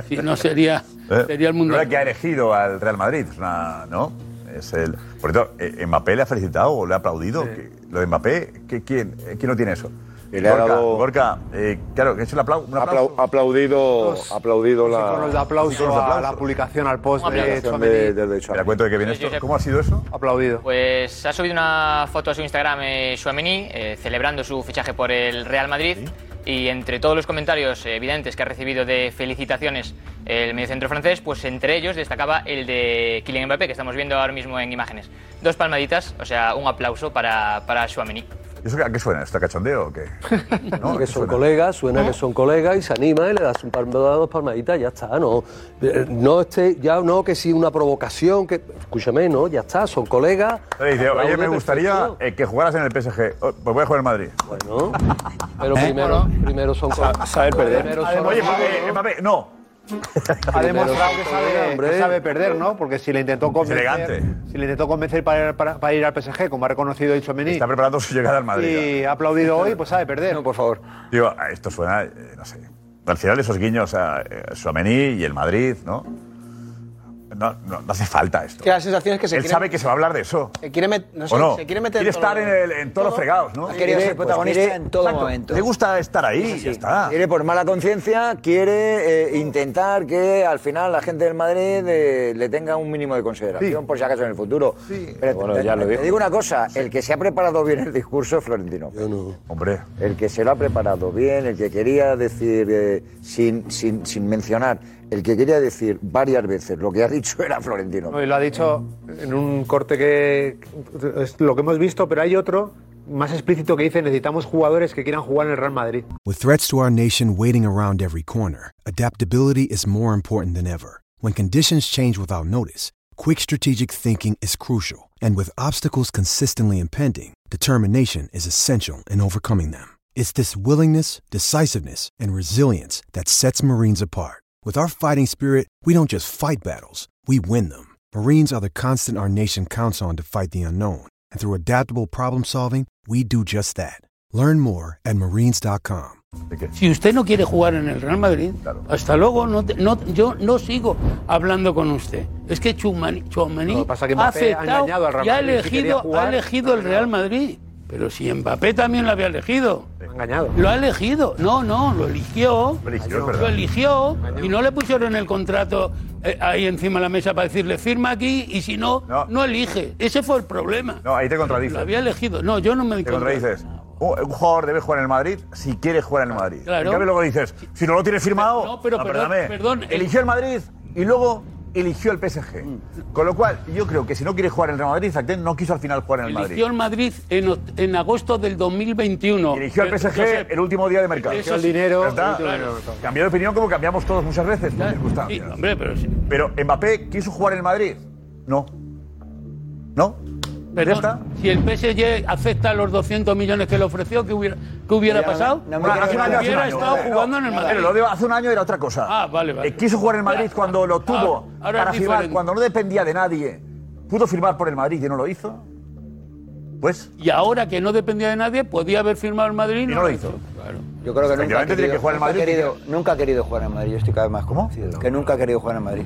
Si no *laughs* sería, sería el mundo. que ha elegido al Real Madrid, es una- ¿no? Es el, por cierto, eh, Mbappé le ha felicitado o le ha aplaudido. que- lo de Mbappé, que- ¿quién, eh, quién no tiene eso? Que le ha Gorka, dado- Gorka, eh, claro, que es el aplau- un aplauso. Aplau- aplaudido, aplaudido Con el la. de Sí, con los aplauso a aplausos. la publicación, al post de Aplausos. Chouameni. De- de- de Te la cuento de que viene esto. ¿Cómo ha sido eso? Aplaudido. Pues ha subido una foto a su Instagram eh, Tchouaméni, eh, celebrando su fichaje por el Real Madrid. Y entre todos los comentarios eh, evidentes que ha recibido de felicitaciones el mediocentro francés, pues entre ellos destacaba el de Kylian Mbappé, que estamos viendo ahora mismo en imágenes. Dos palmaditas, o sea, un aplauso para, para Tchouaméni. ¿Y eso qué- ¿A qué suena? ¿Está cachondeo o qué? que son colegas, suena Ah. que son colegas y se anima y le das un par, dos palmaditas, ya está, no. Eh, No esté, ya no, que si una provocación, que. Escúchame, no, ya está, son colegas. Le dice, oye, aplaude, me gustaría perfecto. eh, que jugaras en el PSG. Oh, pues voy a jugar en Madrid. Bueno, Pero primero, primero son colegas. saber perder. Primero Oye, son Mbappé, Mbappé, no. Ha demostrado que sabe, hombre. que sabe perder, ¿no? Porque si le intentó convencer, elegante. si le intentó convencer para, ir- para- para ir al PSG, como ha reconocido el Chouameni, Está preparando su llegada al Madrid. ¿eh? y ha aplaudido hoy, pues sabe perder. por favor. Digo, ah, esto suena, eh, no sé. Al final esos guiños a eh, Tchouaméni y el Madrid, ¿no? No, no, no hace falta esto. Que la sensación es que se Él quiere- sabe que se va a hablar de eso. Se quiere, met- no sé, ¿O no? se quiere meter Quiere en todo estar lo- en, el- en todos los fregados, ¿no? Ha querido pues, ser protagonista en todo momento. Le gusta estar ahí, Es así. ya está. Quiere por mala conciencia, quiere eh, intentar que al final la gente del Madrid eh, le tenga un mínimo de consideración, Sí. por si acaso en el futuro. Pero Bueno, te, ya te- lo te dijo. digo una cosa, el que se ha preparado bien el discurso es Florentino. Hombre. El que se lo ha preparado bien, el que quería decir, eh, sin, sin, sin mencionar, el que quería decir varias veces lo que ha dicho era Florentino. No, y lo ha dicho en un corte que es lo que hemos visto, pero hay otro más explícito que dice necesitamos jugadores que quieran jugar en el Real Madrid. With threats to our nation waiting around every corner, adaptability is more important than ever. When conditions change without notice, quick strategic thinking is crucial, and with obstacles consistently impending, determination is essential in overcoming them. It's this willingness, decisiveness, and resilience that sets Marines apart. With our fighting spirit, we don't just fight battles, we win them. Marines are the constant our nation counts on to fight the unknown, and through adaptable problem solving, we do just that. Learn more at marines.com. Si usted no quiere jugar en el Real Madrid, hasta luego, no te- no- yo no sigo hablando con usted. Es que Chumani, Lo que pasa es que ha Mbappé ha aceptado engañado al Real y ha Madrid. Si quería elegido, jugar, ha elegido el Real Madrid. Pero si Mbappé también lo había elegido. Engañado. Lo ha elegido. No, no, lo eligió. Lo eligió, es verdad. eligió y no le pusieron el contrato eh, ahí encima de la mesa para decirle firma aquí y si no, no, elige. Ese fue el problema. No, ahí te contradices. Lo había elegido. No, yo no me Te contradigo. contradices. Un un "Oh, jugador debe jugar en el Madrid si quiere jugar en el Madrid. Claro. En cambio, luego dices, si no lo tienes firmado, No, pero ah, perdón, perdóname, perdón, el- eligió el Madrid y luego eligió el PSG. Mm. Con lo cual, yo creo que si no quiere jugar en el Real Madrid, Zacten no quiso al final jugar en el Madrid. Eligió el Madrid en, oct- en agosto del 2021. Eligió al PSG Josep, el último día de mercado. Eligió el dinero, Ya está. el último día de mercado. Cambió de opinión como cambiamos todos muchas veces por circunstancias. pero, Mbappé quiso jugar en el Madrid. No. ¿No? perdón, si el PSG acepta los 200 millones que le ofreció, ¿qué hubiera, qué hubiera Mira, pasado? no me Bueno, quiero- hace un año, hace un hubiera año. estado No, jugando en el no, Madrid. pero lo de hace un año era otra cosa. Ah, vale, vale. Eh, quiso jugar en el Madrid cuando lo tuvo ahora- ahora para es firmar, diferente. cuando no dependía de nadie. Pudo firmar por el Madrid y no lo hizo. Pues. Y ahora que no dependía de nadie, podía haber firmado el Madrid y no, lo hizo. Yo creo que nunca ha Efectivamente, tiene que querido, jugar en nunca ha Madrid. querido- nunca ha querido jugar en Madrid. Yo estoy cada vez más convencido. Que nunca ha querido jugar en Madrid.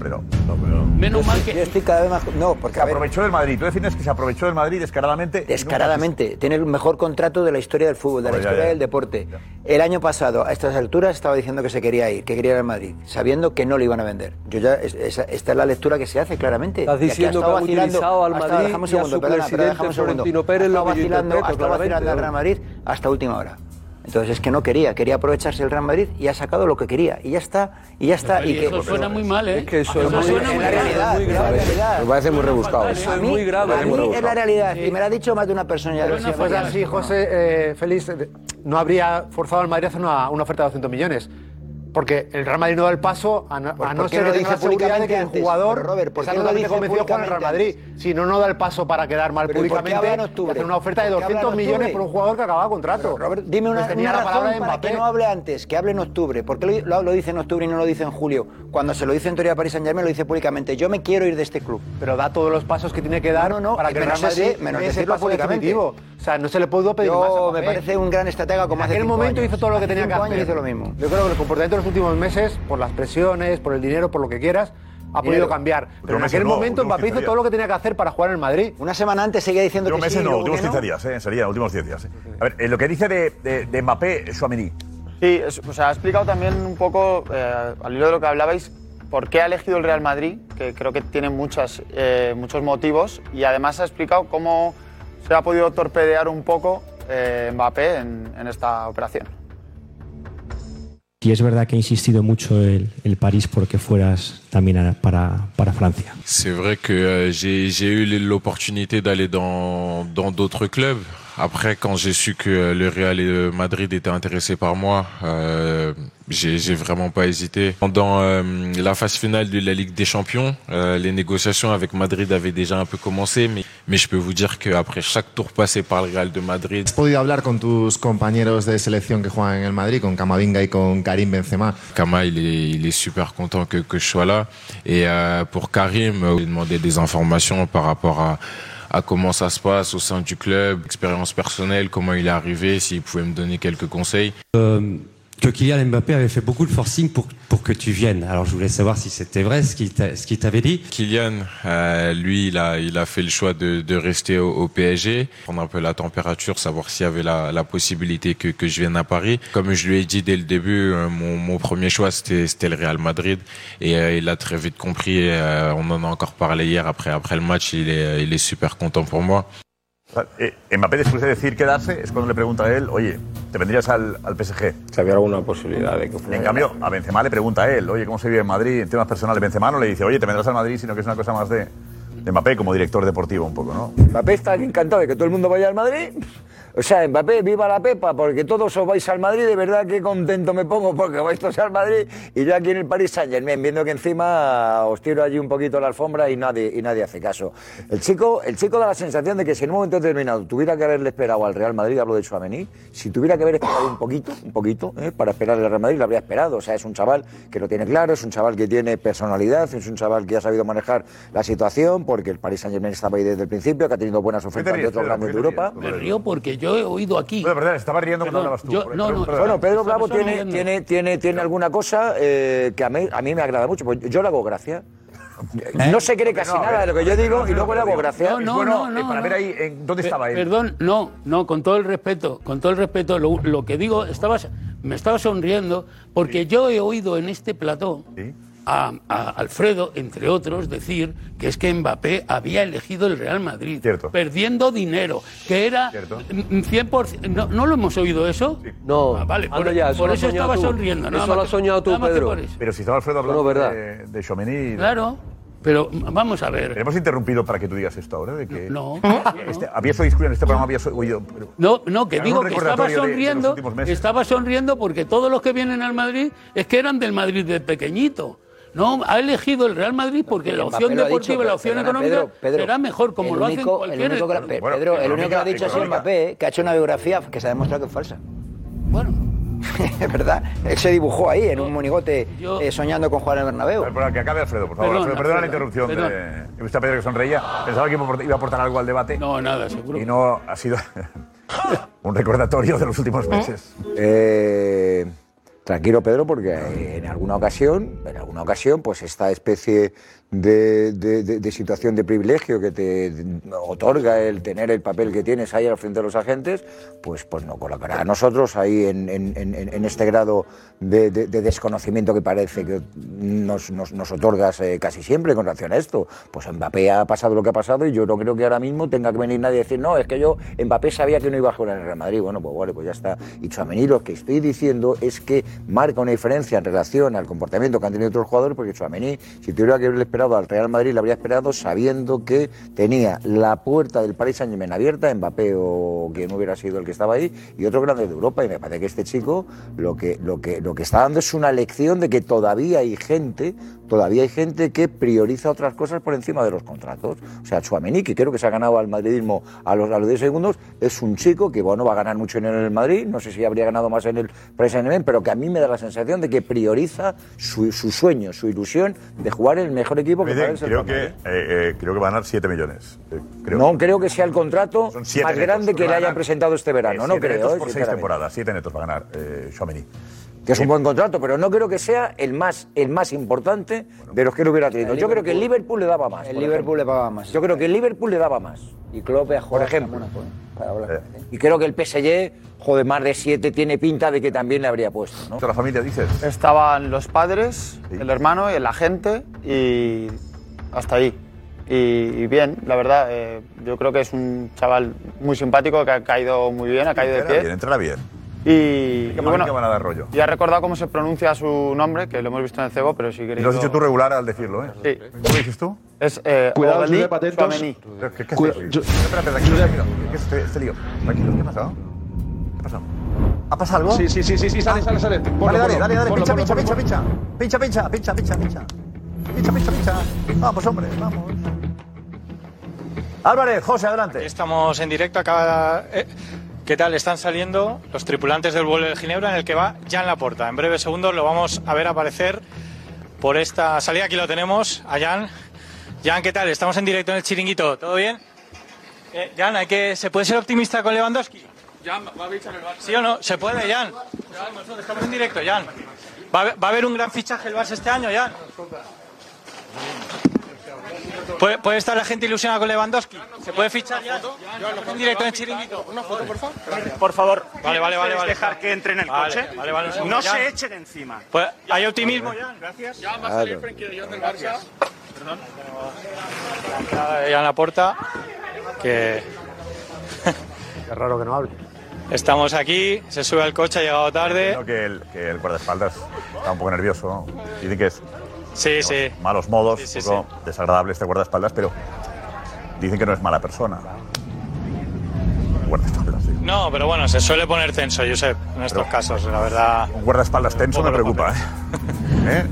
Menos mal que. Yo estoy cada vez más. No, porque. Se aprovechó del Madrid. Tú defiendes que se aprovechó del Madrid descaradamente. Descaradamente. Tiene el mejor contrato de la historia del fútbol, de la Hombre, pues, Oh, ya, historia ya. del deporte. El año pasado, a estas alturas, estaba diciendo que se quería ir, que quería ir al Madrid, sabiendo que no lo iban a vender. Yo ya, es- esa- esta es la lectura que se hace claramente. Y Estás aquí ha diciendo estado que han vacilando- utilizado al ha estado- Madrid dejamos un y a segundo, su perdona, pero presidente dejamos un segundo. Florentino Pérez, Ha lo estado que yo vacilando, interpreto ha estado claramente, vacilando al Real ¿no? Madrid hasta última hora. Entonces es que no quería, quería aprovecharse el Real Madrid y ha sacado lo que quería. Y ya está, y ya está. Y Y eso suena muy mal, ¿eh? es muy- suena es muy la mal. realidad, es la realidad. Me parece muy rebuscado. A mí- A mí es la realidad. Y me la ha dicho más de una persona. ya lo Pues sé, pues mañana. así, José, eh, Félix, eh, no habría forzado al Madrid a hacer una, una oferta de 200 millones. Porque el Real Madrid no da el paso a, no- a no Pues, por qué ser no que lo tenga dice la seguridad de públicamente que el antes? jugador Pero, Robert, ¿por está qué no lo totalmente dice convencido con el Real Madrid. públicamente Si no, no da el paso para quedar mal Pero ¿y por qué públicamente habla en y octubre? hacer una oferta de ¿Por qué habla en 200 millones octubre? por un jugador que acababa contrato. Robert, dime una, Pues tenía una la palabra razón de para Mbappé. que no hable antes, que hable en octubre. ¿Por qué lo, lo- lo dice en octubre y no lo dice en julio? Cuando se lo dice en teoría a Paris Saint Germain, lo dice públicamente. Yo me quiero ir de este club. Pero da todos los pasos que tiene que dar no, no, eh, para que el Real menos ese- Madrid menos dé ese decirlo paso públicamente. definitivo. O sea, no se le pudo pedir Yo- más. a me Mbappé. parece un gran estratega como en hace aquel cinco momento años. hizo todo lo que Hace tenía que cinco hacer. años hizo lo mismo. Yo creo que el comportamiento de los últimos meses, por las presiones, por el dinero, por lo que quieras, ha podido Dinero. cambiar. Pero Pero en Messi aquel no, momento últimos Mbappé 15 hizo todo días. lo que tenía que hacer para jugar en el Madrid. Una semana antes seguía diciendo Yo que meses sí, no, luego últimos que no. 15 días, eh, sería, últimos 10 días. eh. A ver, eh, lo que dice de, de, de Mbappé, Suamení. Sí, es- o sea, ha explicado también un poco, eh, al hilo de lo que hablabais, por qué ha elegido el Real Madrid, que creo que tiene muchas, eh, muchos motivos, y además ha explicado cómo se ha podido torpedear un poco eh, Mbappé en- en esta operación. Y es verdad que ha insistido mucho el, el París porque fueras también a- para, para Francia. C'est vrai que euh, j'ai j'ai eu l'opportunité d'aller dans dans d'autres clubs. Après, quand j'ai su que euh, le Real et, euh, Madrid étaient intéressés par moi, euh, j'ai j'ai vraiment pas hésité. Pendant euh, la phase finale de la Ligue des Champions, euh, les négociations avec Madrid avaient déjà un peu commencé, mais mais je peux vous dire qu'après chaque tour passé par le Real de Madrid, ¿Has podido hablar con tus compañeros de selección que juegan en el Madrid, con Camavinga y con Karim Benzema? Kama, il est, il est super content que, que je sois là. Et euh, pour Karim, euh, il demandait des informations par rapport à, à comment ça se passe au sein du club, expérience personnelle, comment il est arrivé, s'il pouvait me donner quelques conseils. Eh, que Kylian Mbappé avait fait beaucoup de forcing pour, pour que tu viennes. Alors je voulais savoir si c'était vrai ce qu'il t'a- ce qu'il t'avait dit. Kylian, euh, lui, il a, il a fait le choix de, de rester au, au PSG, prendre un peu la température, savoir s'il y avait la, la possibilité que, que je vienne à Paris. Comme je lui ai dit dès le début, euh, mon, mon premier choix, c'était c'était le Real Madrid. Et euh, il a très vite compris, euh, on en a encore parlé hier après, après le match, il est, il est super content pour moi. Eh, Mbappé, después de decir quedarse, es cuando le pregunta a él, oye, ¿te vendrías al, al PSG? Si había alguna posibilidad de que fuera. En cambio, a Benzema le pregunta a él, oye, ¿cómo se vive en Madrid? En temas personales, Benzema no le dice, oye, te vendrás al Madrid, sino que es una cosa más de, de Mbappé como director deportivo un poco, ¿no? Mbappé está encantado de que todo el mundo vaya al Madrid. O sea, Mbappé, viva la Pepa, porque todos os vais al Madrid, de verdad que contento me pongo porque vais todos al Madrid y yo aquí en el Paris Saint Germain, viendo que encima os tiro allí un poquito la alfombra y nadie, y nadie hace caso. El chico, el chico da la sensación de que si en un momento determinado tuviera que haberle esperado al Real Madrid, hablo de Suamení, si tuviera que haber esperado un poquito, un poquito, ¿eh? para esperar al Real Madrid, lo habría esperado. O sea, es un chaval que lo tiene claro, es un chaval que tiene personalidad, es un chaval que ha sabido manejar la situación, porque el Paris Saint Germain estaba ahí desde el principio, que ha tenido buenas ofertas de ríes, otros Pedro? grandes ¿Qué de te Europa. Me río porque yo he oído aquí. Bueno, perdón, estaba riendo cuando hablabas tú. no, no, Bueno, Pedro Bravo Estamos tiene, oyendo. tiene, tiene, tiene alguna cosa eh, que a mí, a mí me agrada mucho, pues yo le hago gracia. ¿Eh? No se cree casi No, a nada ver, de lo que yo digo y no, luego le hago gracia. No, no, bueno, no, eh, no, para no. ver ahí en dónde Pe- estaba él. Perdón, no, no, con todo el respeto, con todo el respeto, lo, lo que digo, estabas, me estaba sonriendo porque yo he oído en este plató a, a Alfredo, entre otros, decir que es que Mbappé había elegido el Real Madrid, perdiendo dinero, que era mm, mm, 100%, ¿no, ¿no lo hemos oído eso? No, Ah, vale, por, anda ya, por lo has eso soñado estaba tú. sonriendo. nada Eso más lo que- has soñado tú, nada más que Pedro. por eso. Pero si estaba Alfredo hablando No, verdad. de, de Tchouaméni- Claro, pero vamos a ver. Hemos interrumpido para que tú digas esto ahora, de que... No. Este- habías oído en este programa, habías oído... pero- No, no, que Algún digo que estaba recordatorio de- de los sonriendo, últimos meses. estaba sonriendo porque todos los que vienen al Madrid es que eran del Madrid de pequeñito. No, ha elegido el Real Madrid porque la Mbappé opción lo ha dicho, deportiva y la pero- opción perdona, económica Pedro, Pedro, será mejor, como el lo único- hacen cualquier... el único, que- Pe- Pedro, el único que ha dicho ha sido Mbappé, que ha hecho una biografía que se ha demostrado que es falsa. *laughs* Bueno. es verdad. Él se dibujó ahí, en un monigote, eh, soñando con jugar en el Bernabéu. Pero que acabe Alfredo, por favor. Perdón, Alfredo, perdona la Alfredo, interrupción. perdón. de- He visto a Pedro que sonreía. Pensaba que iba a aportar- iba a aportar algo al debate. No, nada, seguro. Y no ha sido *laughs* un recordatorio de los últimos meses. Eh, Tranquilo, Pedro, porque en alguna ocasión, en alguna ocasión, pues esta especie de, de- de- de situación de privilegio que te otorga el tener el papel que tienes ahí al frente de los agentes, pues, pues nos colocará a nosotros ahí en, en- en- en este grado de, de- de desconocimiento que parece que nos, nos- nos otorgas eh, casi siempre con relación a esto. Pues Mbappé ha pasado lo que ha pasado y yo no creo que ahora mismo tenga que venir nadie a decir, no, es que yo, Mbappé sabía que no iba a jugar en el Real Madrid. Bueno, pues vale, pues ya está. Y Chouameni lo que estoy diciendo es que marca una diferencia en relación al comportamiento que han tenido otros jugadores, porque Chouameni, si tuviera que haberle esperado al Real Madrid, le habría esperado sabiendo que tenía la puerta del Paris Saint-Germain abierta, Mbappé o quien hubiera sido el que estaba ahí, y otro grande de Europa. Y me parece que este chico lo que, lo que, lo que está dando es una lección de que todavía hay gente, todavía hay gente que prioriza otras cosas por encima de los contratos. O sea, Chuamení, que creo que se ha ganado al madridismo a los, a los 10 segundos, es un chico que, bueno, va a ganar mucho dinero en el Madrid, no sé si habría ganado más en el Paris Saint-Germain, pero que a mí me da la sensación de que prioriza su, su sueño, su ilusión de jugar en el mejor equipo que Biden, parece el creo, Real que, Madrid. eh, eh, creo que va a ganar 7 millones. Eh, creo. No, creo que sea el contrato más siete netos. grande que le Van a- hayan presentado este verano, Eh, no siete creo. netos eh, por 6 sinceramente. temporadas. 7 netos va a ganar eh, Tchouaméni. que es un buen contrato, pero no creo que sea el más, el más importante de los que lo hubiera tenido. El Yo creo que el Liverpool le daba más. El por Liverpool le pagaba más. ejemplo. Yo creo que el Liverpool le daba más. Y Klopp ha jugado ejemplo. Eh. Y creo que el PSG, joder, más de 7 tiene pinta de que también le habría puesto, ¿no? ¿Toda la familia dices? Estaban los padres, el hermano y el agente y hasta ahí. Y, y bien, la verdad, eh, yo creo que es un chaval muy simpático que ha caído muy bien, ha caído de Entrará pie. bien, entrará bien. Y, y Que bueno, bueno, van a dar rollo. ya he recordado cómo se pronuncia su nombre, que lo hemos visto en el cebo, pero si Y queréis... lo has dicho lo- tú regular al decirlo, ¿eh? Sí. ¿Cómo dices tú? Es eh, Cuidado, Ovaldi yo de patentos- Tchouaméni. Pero, ¿Qué, qué Cuida- haces? yo- Espera, espera, tranquilo, tranquilo. ¿Qué es este, este lío? Tranquilo, ¿qué ha pasado? ¿Qué ha pasado? ¿Ha pasado algo? Ah. Sí, sí, sí, sí, sí, sale, sale, sale. Ponlo, Vale, dale, ponlo, dale, dale, ponlo, pincha, ponlo, pincha, ponlo, pincha, pincha. Pincha, pincha, pincha, pincha, pincha. Pincha, pincha, pincha. Vamos, hombre, vamos. Álvarez, José, adelante. estamos en directo, acaba... eh, ¿Qué tal? Están saliendo los tripulantes del vuelo de Ginebra en el que va Jan Laporta. En breves segundos lo vamos a ver aparecer por esta salida. Aquí lo tenemos, a Jan. Jan, ¿qué tal? Estamos en directo en el chiringuito. ¿Todo bien? Eh, Jan, hay que... ¿se puede ser optimista con Lewandowski? Jan, va a fichar el Barça. ¿Sí o no? ¿Se puede, Jan? Estamos en directo, Jan. ¿Va a, haber- va a haber un gran fichaje el Barça este año, Jan? ¿Puede, puede estar la gente ilusionada con Lewandowski? ¿Se puede fichar, Jan? En directo, en chiringuito. Una foto, por favor. Por favor, Vale, vale, vale, vale. dejar que entre en el Vale, coche. vale, vale, un segundo, no ya. se echen encima. Pues hay optimismo, Jan. Gracias. va a salir Claro. del Barça. Perdón. Jan Laporta, que... Qué raro que no hable. Estamos aquí, se sube al coche, ha llegado tarde. Creo que el, que el guardaespaldas está un poco nervioso. ¿no? Dicen que es Sí, sí. malos modos, Sí, sí, un poco desagradable este guardaespaldas, pero dicen que no es mala persona. Guardaespaldas, sí. No, pero bueno, se suele poner tenso, Josep, en estos casos, la verdad. Un guardaespaldas tenso me preocupa. ¿eh? ¿Eh?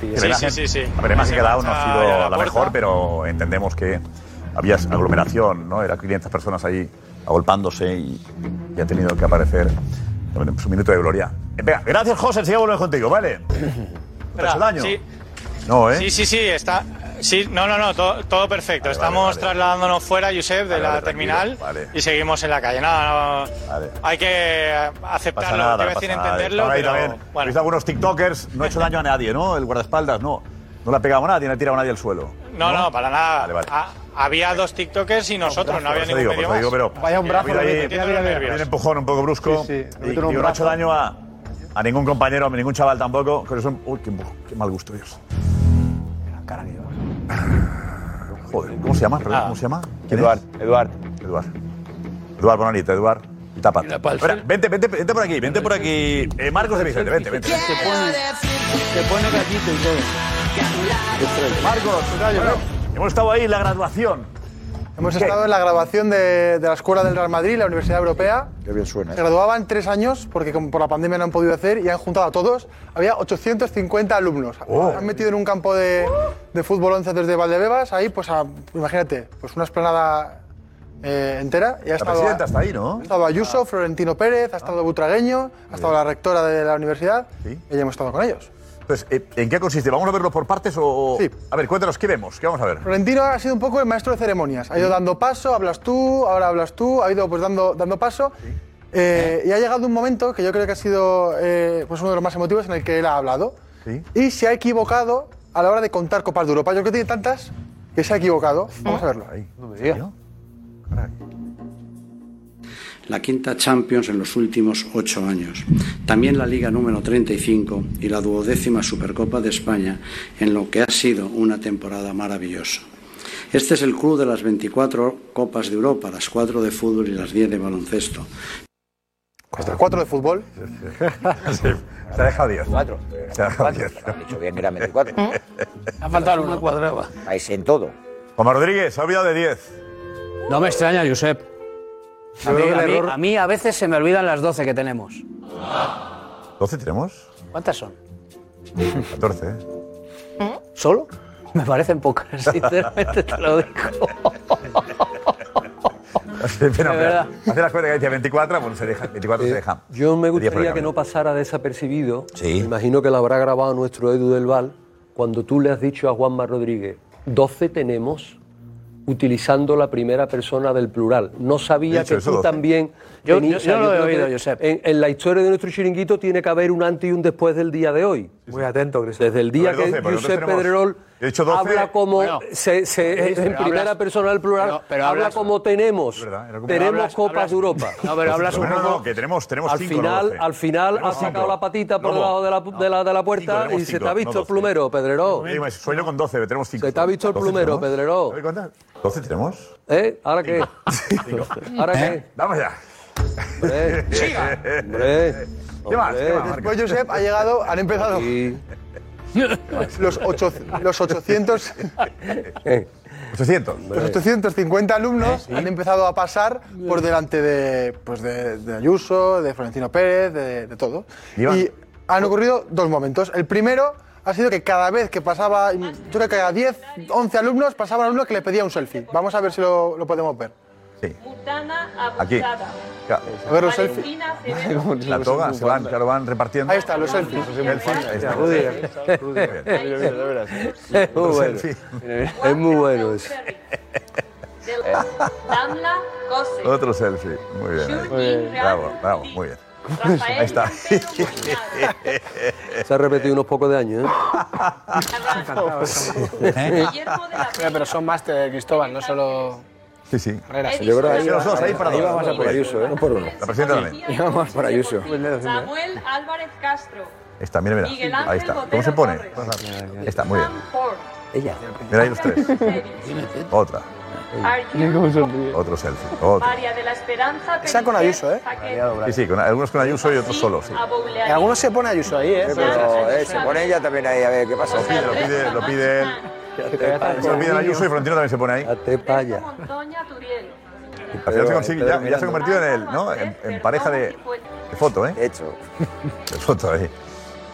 Sí, Que verás- sí, sí, sí. Veremos que Dao no Marcha ha ya a sido la la, puerta. mejor, pero entendemos que había aglomeración, ¿no? Era 500 personas ahí agolpándose y, y ha tenido que aparecer bueno, su minuto de gloria. Eh, Venga, gracias, José. Enseguida volvemos *clears throat* contigo, ¿vale? ¿Te ha hecho daño? Sí, No, ¿eh? sí, sí, sí, está. Sí, no, no, no, todo, todo perfecto. Estamos trasladándonos fuera, Josep, de Vale, la vale, tranquilo, terminal vale. y seguimos en la calle. No, no, Vale. hay que Pasa aceptarlo, nada, te iba a pasa decir nada. entenderlo, Estaba ahí pero también. He visto algunos TikTokers, no ha hecho daño a nadie, ¿no? El guardaespaldas, no. No le ha pegado a nadie, no ha tirado a nadie al suelo. no, no, para nada. Vale, vale. Ah, había dos TikTokers y nosotros, no, Por había eso ningún digo, por medio eso digo, más. pero ha habido ahí- ha habido un empujón un poco brusco. Sí, sí, Y, meten un y no ha brazo. hecho daño a, a ningún compañero, a ningún chaval tampoco. Pero son, uy, qué, empu- qué mal gusto, Dios. La cara que lleva. Joder, ¿cómo se llama? Perdón, ¿Cómo se llama? Eduard. Eduard. Eduard. Eduard, bonanita, Eduard. Y tápate. Espera, vente, vente, vente por aquí, vente por aquí. Eh, Marcos de Vicente, vente, vente. Se pone gallito y todo. Marcos, bueno, hemos estado ahí en la graduación. Hemos estado en la grabación de, de la Escuela del Real Madrid, la Universidad Europea. Qué bien suena. Eh, Se graduaban tres años, porque como por la pandemia no han podido hacer, y han juntado a todos. Había 850 alumnos. Oh. Han metido en un campo de, de fútbol 11 desde Valdebebas, ahí pues a- imagínate, pues una esplanada eh, entera. Y ha La estado presidenta está ahí, ¿no? Ha estado Ayuso, Florentino Pérez, ha estado Butragueño, ha estado la rectora de la universidad, y hemos estado con ellos. Pues, eh, ¿en qué consiste? ¿Vamos a verlo por partes o...? Sí. A ver, cuéntanos, ¿qué vemos? ¿Qué vamos *laughs* a ver? Florentino ha sido un poco el maestro de ceremonias. Ha ido dando paso, hablas tú, ahora hablas tú, ha ido pues dando, dando paso. Eh, y ha llegado un momento que yo creo que ha sido eh, pues uno de los más emotivos en el que él ha hablado. Y se ha equivocado a la hora de contar Copas de Europa. Yo creo que tiene tantas que se ha equivocado. Vamos a verlo. No me la quinta Champions en los últimos ocho años, también la Liga número 35 y la duodécima Supercopa de España en lo que ha sido una temporada maravillosa. Este es el club de las 24 Copas de Europa, las 4 de fútbol y las 10 de baloncesto. Cuatro de fútbol. Se ha dejado Dios. Cuatro. Se ha dejado Dios. Han dicho bien que eran 24. ¿Eh? Ha faltado una cuadraba. Ahí sí en todo. Omar Rodríguez, se ha olvidado de 10. No me extraña, Josep. A Yo mí, creo que a el mí- error- a mí a veces se me olvidan las 12 que tenemos. ¿12 tenemos? ¿Cuántas son? 14, ¿eh? ¿Solo? Me parecen pocas, sinceramente te lo digo. *laughs* Sí, pero, De pero, verdad. hace las cuentas que decía 24, bueno, se deja, 24 se deja. Yo me Diez por el gustaría que camino. no pasara desapercibido. Sí. Me imagino que lo habrá grabado nuestro Edu del Val cuando tú le has dicho a Juanma Rodríguez, 12 tenemos utilizando la primera persona del plural. No He sabía dicho que eso, tú 12. también Yo- tenías- yo- yo lo he creo que oído, Josep. En, en la historia de nuestro chiringuito tiene que haber un antes y un después del día de hoy. Muy atento, Desde el día A ver, 12, que porque Josep nosotros tenemos- Pedrerol He dicho 12. habla como Bueno. se- se- Sí, en pero primera hablas- persona del plural, Pero- pero habla hablas- como tenemos. como- tenemos Pero hablas- Copas hablas- de Europa. No, pero hablas un Pues No, no, poco- no, que tenemos- tenemos al cinco, no final, doce. al final Tenemos has sacado cinco. la patita por Lobo. debajo de la, de la, de la puerta Cinco, tenemos y se cinco, te ha no visto el doce. plumero, Pedreró. Digo, Sueño con 12, tenemos 5. Se te ha visto el plumero, Pedreró. ¿12 tenemos? ¿Eh? ¿Ahora qué? *laughs* ¿Ahora qué? ¿Eh? Vamos *laughs* ya. Siga. Hombre. ¿Qué más? ¿Qué más? Después Josep ha llegado, han empezado los, ocho- los 800 800. Los 850 alumnos Eh, han empezado a pasar por delante de, pues de, de Ayuso, de Florentino Pérez, de, de todo. Iván. Y han ocurrido dos momentos. El primero ha sido que cada vez que pasaba, yo creo que cada 10, 11 alumnos, pasaba un alumno que le pedía un selfie. Vamos a ver si lo, lo podemos ver. Mutana Aquí. abusada. A ver los selfies. Valentina Acevedo. La toga, se van, claro, van repartiendo. Ahí está, los selfies. Ahí está. Es muy bueno. Es muy bueno eso. Damla Cose. *laughs* Otro selfie. Muy bien. ahí. Muy bien. Bravo, bravo, muy bien. Rafael Ahí está. *laughs* Se ha repetido unos pocos de años, ¿eh? *laughs* ¿Eh? Mira, Pero son máster, Cristóbal, no solo Sí, sí. carreras. Yo creo ahí- Los dos, ahí para Ahí dos. ¿eh? vamos a por Ayuso. Uno por uno. La presidenta también. Ahí vamos por Ayuso. Samuel Álvarez Castro. Está, mira, mira. Miguel Ahí Ángel está. ¿Cómo Botero se pone? Torres. Está, muy bien. Ford. Ella. Mira ahí los tres. Otra. Otro selfie. Otro. María de la Esperanza. Esa con Pellicer Ayuso, ¿eh? Jaque. Sí, sí, con, algunos con Ayuso y otros solos. sí. Y algunos se pone Ayuso ahí, ¿eh? Sí, pero, eh, se pone ella también ahí, a ver qué Lo pide, lo pide, lo pide él. Se lo piden Ayuso y Florentino también se pone ahí. Montoña Turiel. Al final se consigue, ya, ya se ha convertido en él, ¿no? En, en pareja de, de foto, ¿eh? De hecho. De foto ahí.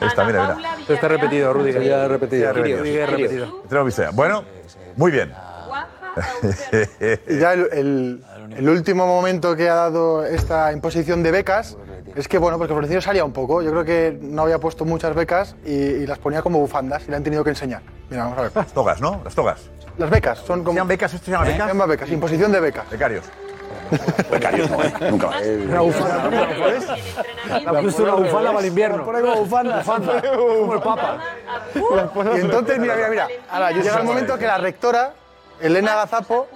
Esta, mira, mira. Esto está repetido, Rudy. Ya ha repetido. Ya repetido. Rudy, ya repetido. Este lo viste. Bueno, muy bien. *laughs* Y ya el, el- el último momento que ha dado esta imposición de becas es que, bueno, porque Florentino salía un poco. Yo creo que no había puesto muchas becas y, y las ponía como bufandas y le han tenido que enseñar. Mira, vamos a ver. Las togas, ¿no? Las togas. Las becas, son como... ¿Se becas? ¿Esto se llama becas? Se llama becas, imposición de becas. Becarios. Becarios no, ¿eh? Nunca más. Una bufanda. Le ha puesto una bufanda para el invierno. Por ahí una bufanda. Bufanda. Como el Papa. Y entonces, mira, mira, mira. Ahora, yo Llega soy el momento Madrid. que la rectora, Elena Gazapo,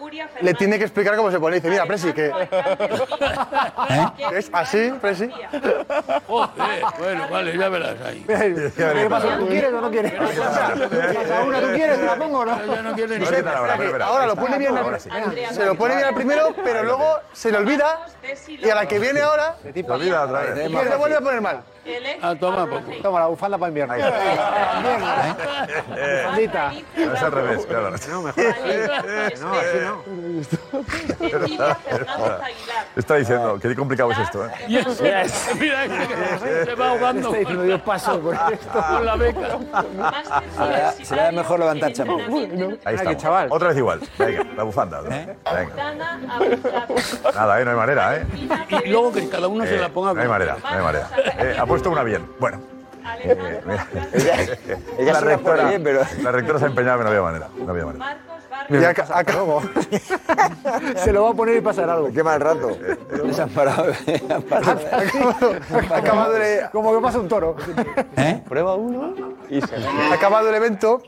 le tiene que explicar cómo se pone. Dice, mira, Presi, que... que Es así, Presi. Joder, bueno, vale, ya verás *laughs* ahí. ¿Qué pasa? ¿Tú quieres o no quieres? ¿Una tú quieres? ¿Te la pongo o no? No quiere ni Espera, espera, ahora, que espera. ahora lo pone bien Ahora al, sí. se lo pone bien al primero, pero luego se le olvida y a la que viene ahora Este Te olvida otra vez. y se vuelve a poner mal. Ah, toma poco. Toma la bufanda para invierno. *laughs* Bufandita. Eh, Es al *laughs* revés, claro. No, *laughs* Está diciendo, qué complicado es esto, ¿eh? Y eso, mira, se va ahogando. Está diciendo, Dios paso con esto. Con la beca. Se le da mejor levantar chapo. Ahí Ay, está. qué chaval. Otra vez igual. Venga, la bufanda. otra vez. Venga. Nada, ¿eh? no hay manera, ¿eh? Y luego que cada uno se Eh, la ponga. No hay manera, no hay manera. Eh, ha puesto una bien. Bueno. Eh, mira. *laughs* ella la se la pone rectora, bien, pero- la rectora se ha empeñado, pero no había manera. No había manera. Y acá, acabó. *laughs* Se lo va a poner y pasar algo. Qué mal *laughs* rato. Desamparado. Acabado de- Como que pasa un toro. ¿Eh? Prueba uno y se Ha acabado el evento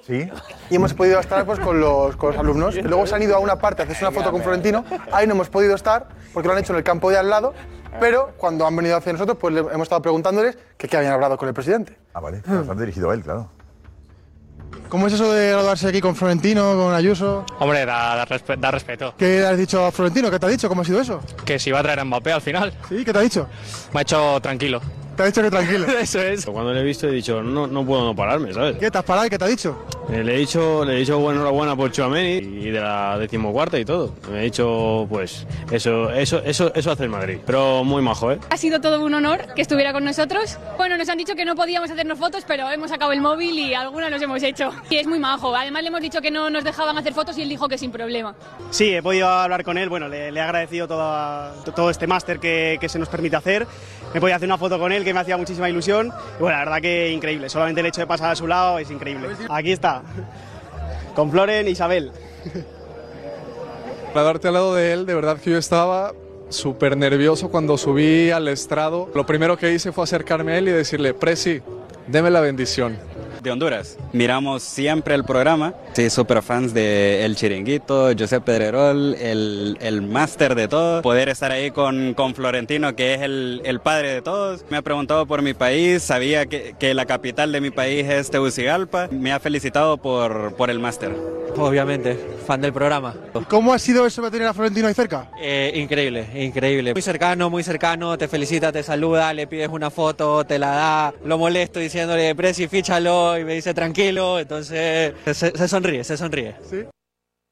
y hemos podido estar pues, con, los, con los alumnos. Luego se han ido a una parte a hacerse una foto con Florentino. Ahí no hemos podido estar porque lo han hecho en el campo de al lado. Pero cuando han venido hacia nosotros, pues le hemos estado preguntándoles que qué habían hablado con el presidente. Ah, vale. Nos han dirigido a él, claro. ¿Cómo es eso de graduarse aquí con Florentino, con Ayuso? Hombre, da, da respe- da respeto. ¿Qué le has dicho a Florentino? ¿Qué te ha dicho? ¿Cómo ha sido eso? Que si va a traer a Mbappé al final. ¿Sí? ¿Qué te ha dicho? Me ha hecho tranquilo. Te ha dicho que tranquilo. *laughs* Eso es. Cuando le he visto he dicho, no, no puedo no pararme, ¿sabes? ¿Qué te has parado y qué te ha dicho? Eh, le he dicho, le he dicho bueno, enhorabuena por Chuameni y de la decimocuarta y todo. Me he dicho, pues, eso, eso, eso, eso hace el Madrid. Pero muy majo, ¿eh? Ha sido todo un honor que estuviera con nosotros. Bueno, nos han dicho que no podíamos hacernos fotos, pero hemos sacado el móvil y algunas nos hemos hecho. Y es muy majo. Además le hemos dicho que no nos dejaban hacer fotos y él dijo que sin problema. Sí, he podido hablar con él. Bueno, le, le he agradecido toda- todo este máster que, que se nos permite hacer. Me podía hacer una foto con él que me hacía muchísima ilusión. Y bueno, la verdad que increíble. Solamente el hecho de pasar a su lado es increíble. Aquí está, con Floren e Isabel. Para darte al lado de él, de verdad que yo estaba súper nervioso cuando subí al estrado. Lo primero que hice fue acercarme a él y decirle, Presi, deme la bendición. de Honduras. Miramos siempre el programa. Sí, súper fans de El Chiringuito, Josep Pedrerol, el, el máster de todo. Poder estar ahí con, con Florentino, que es el, el padre de todos. Me ha preguntado por mi país, sabía que, que la capital de mi país es Tegucigalpa. Me ha felicitado por, por el máster. Obviamente, fan del programa. ¿Cómo ha sido eso de tener a Florentino ahí cerca? Eh, increíble, increíble. Muy cercano, muy cercano, te felicita, te saluda, le pides una foto, te la da, lo molesto diciéndole, Preci, fíchalo, y me dice tranquilo, entonces se, se sonríe, se sonríe.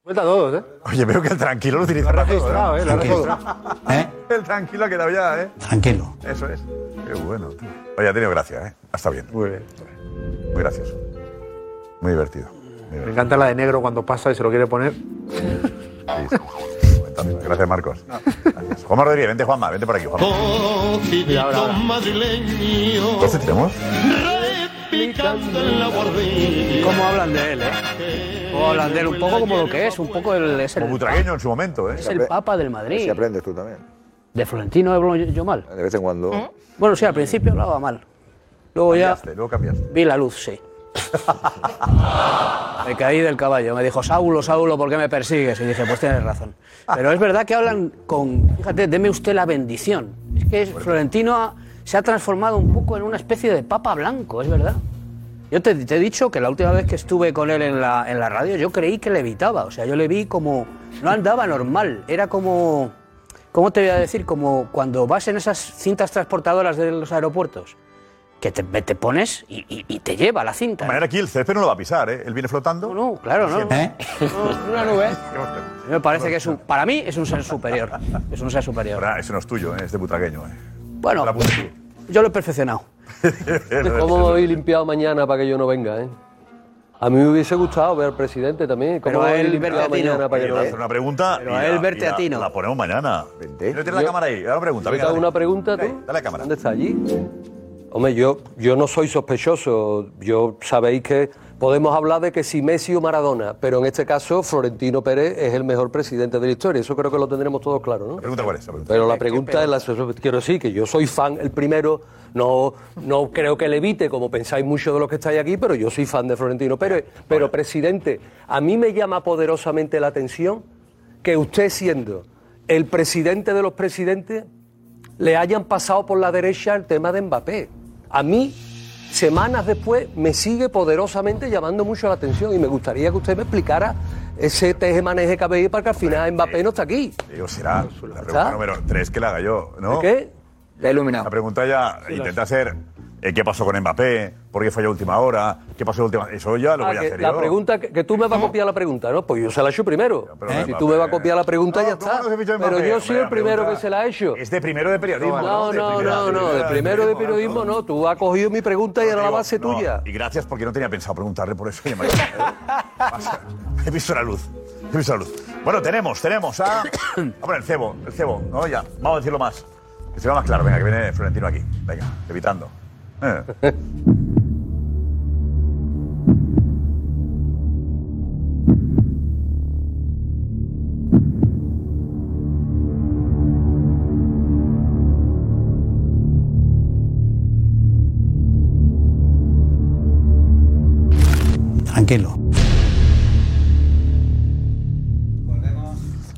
Vuelta a todos, ¿eh? Oye, veo que el tranquilo lo utiliza para todo, registrado, ¿eh? Lo ha El tranquilo que había, ¿eh? Tranquilo. Eso es. Qué bueno. tío. Oye, ha tenido gracia, ¿eh? Está bien. Muy bien. Muy gracioso. Muy divertido. Me encanta la de negro cuando pasa y se lo quiere poner. Gracias, Marcos. Gracias. Juanma Rodríguez, vente, Juanma. Vente por aquí, Juanma. Ocidito Pues este madrileño. ¿Entonces tenemos? picando en la bordilla. ¿Cómo hablan de él, eh? ¿Cómo hablan de él? Un poco como lo que es, un poco el... Es el Como butragueño en su momento, ¿eh? Es el papa del Madrid. Si aprendes tú también. De Florentino hablo yo yo mal. De vez en cuando. Bueno, sí, al principio hablaba mal. Luego ya Cambiaste, luego cambiaste. vi la luz, sí. me caí del caballo. Me dijo, Saulo, Saulo, ¿por qué me persigues? Y dije, pues tienes razón. Pero es verdad que hablan con... Fíjate, deme usted la bendición. Es que es- Florentino ha- se ha transformado un poco en una especie de papa blanco, es verdad. Yo te, te he dicho que la última vez que estuve con él en la, en la radio, yo creí que le evitaba. O sea, yo le vi como... No andaba normal. Era como... ¿Cómo te voy a decir? Como cuando vas en esas cintas transportadoras de los aeropuertos, que te, te pones y, y- y te lleva la cinta. De manera que el césped no lo va a pisar, ¿eh? Él viene flotando. No, claro, no. Una nube. ¿eh? Me parece que es un, para mí es un ser superior. Es un ser superior. Ese no es tuyo, ¿eh? es de butragueño. ¿eh? Bueno, yo lo he perfeccionado. *laughs* ¿Cómo me habéis limpiado mañana para que yo no venga, eh? A mí me hubiese gustado ver al presidente también. ¿Cómo Pero a me habéis él limpiado verte a ti no. mañana para que Oye, voy yo no a hacer una pregunta. Pero y a la- él verte y a la- ti no. La ponemos mañana. Vente. No tiene la Yo- cámara ahí. Ahora pregunta. Yo te Venga, hago dale. una pregunta, tú. Dale cámara. ¿Dónde está allí? Hombre, yo, yo no soy sospechoso. Yo sabéis que podemos hablar de que si Messi o Maradona, pero en este caso Florentino Pérez es el mejor presidente de la historia. Eso creo que lo tendremos todos claro, ¿no? pregunta cuál es? La pregunta. Pero la pregunta es la quiero decir que yo soy fan el primero, no no creo que le evite como pensáis muchos de los que estáis aquí, pero yo soy fan de Florentino Pérez, pero presidente, a mí me llama poderosamente la atención que usted siendo el presidente de los presidentes le hayan pasado por la derecha el tema de Mbappé. A mí semanas después me sigue poderosamente llamando mucho la atención y me gustaría que usted me explicara ese teje maneje que habéis para que al final Mbappé no está aquí. Digo, será la pregunta número 3 que la haga yo, ¿no? ¿Qué? La iluminado. La pregunta ya intenta ser eh, ¿qué pasó con Mbappé? ¿Por qué falló a última hora? ¿Qué pasó a última Eso ya lo Ah, voy a que hacer la yo. pregunta que, que tú me vas a copiar la pregunta, ¿no? Pues yo se la he hecho primero. no Si Mbappé. tú me vas a copiar la pregunta ya está. Pero Mbappé? yo Hombre, soy el la primero pregunta que se la he hecho. Es de primero de periodismo. No, no, no, no. De primero de periodismo no. Tú has cogido mi pregunta y era la Digo, base no, tuya. Y gracias porque no tenía pensado preguntarle por eso. y me- ¿eh? *laughs* Pasa. He visto la luz. He visto la luz. Bueno, tenemos, tenemos *coughs* a. Hombre, el cebo, el cebo. No, ya. Vamos a decirlo más. Que se vea más claro. Venga, que viene Florentino aquí. Venga, evitando. Eh. Tranquilo.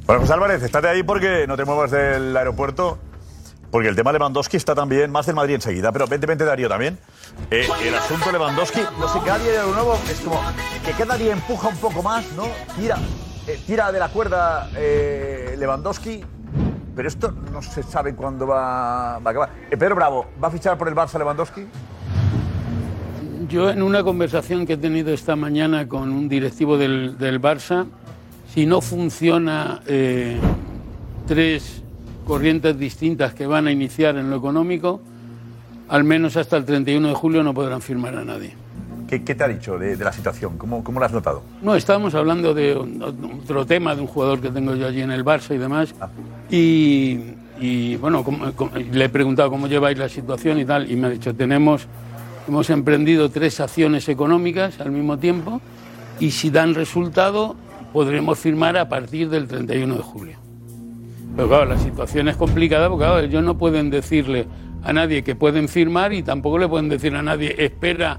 Bueno, José Álvarez, estate ahí porque no te muevas del aeropuerto. Porque el tema Lewandowski está también, más del Madrid enseguida, pero vente, vente Darío también. Eh, el asunto Lewandowski, no sé, cada día de nuevo es como que cada día empuja un poco más, ¿no? Tira, eh, tira de la cuerda eh, Lewandowski, pero esto no se sabe cuándo va, va a acabar. Eh, Pedro Bravo, ¿va a fichar por el Barça Lewandowski? Yo en una conversación que he tenido esta mañana con un directivo del, del Barça, si no funciona eh, tres corrientes distintas que van a iniciar en lo económico, al menos hasta el 31 de julio no podrán firmar a nadie. ¿Qué, qué te ha dicho de, de la situación? ¿Cómo, ¿Cómo la has notado? No, estábamos hablando de un- otro tema, de un jugador que tengo yo allí en el Barça y demás. Y, y, bueno, como- como- le he preguntado cómo lleváis la situación y tal, y me ha dicho, tenemos, hemos emprendido tres acciones económicas al mismo tiempo, y si dan resultado, podremos firmar a partir del 31 de julio. Pero claro, la situación es complicada porque claro, ellos no pueden decirle a nadie que pueden firmar y tampoco le pueden decir a nadie, espera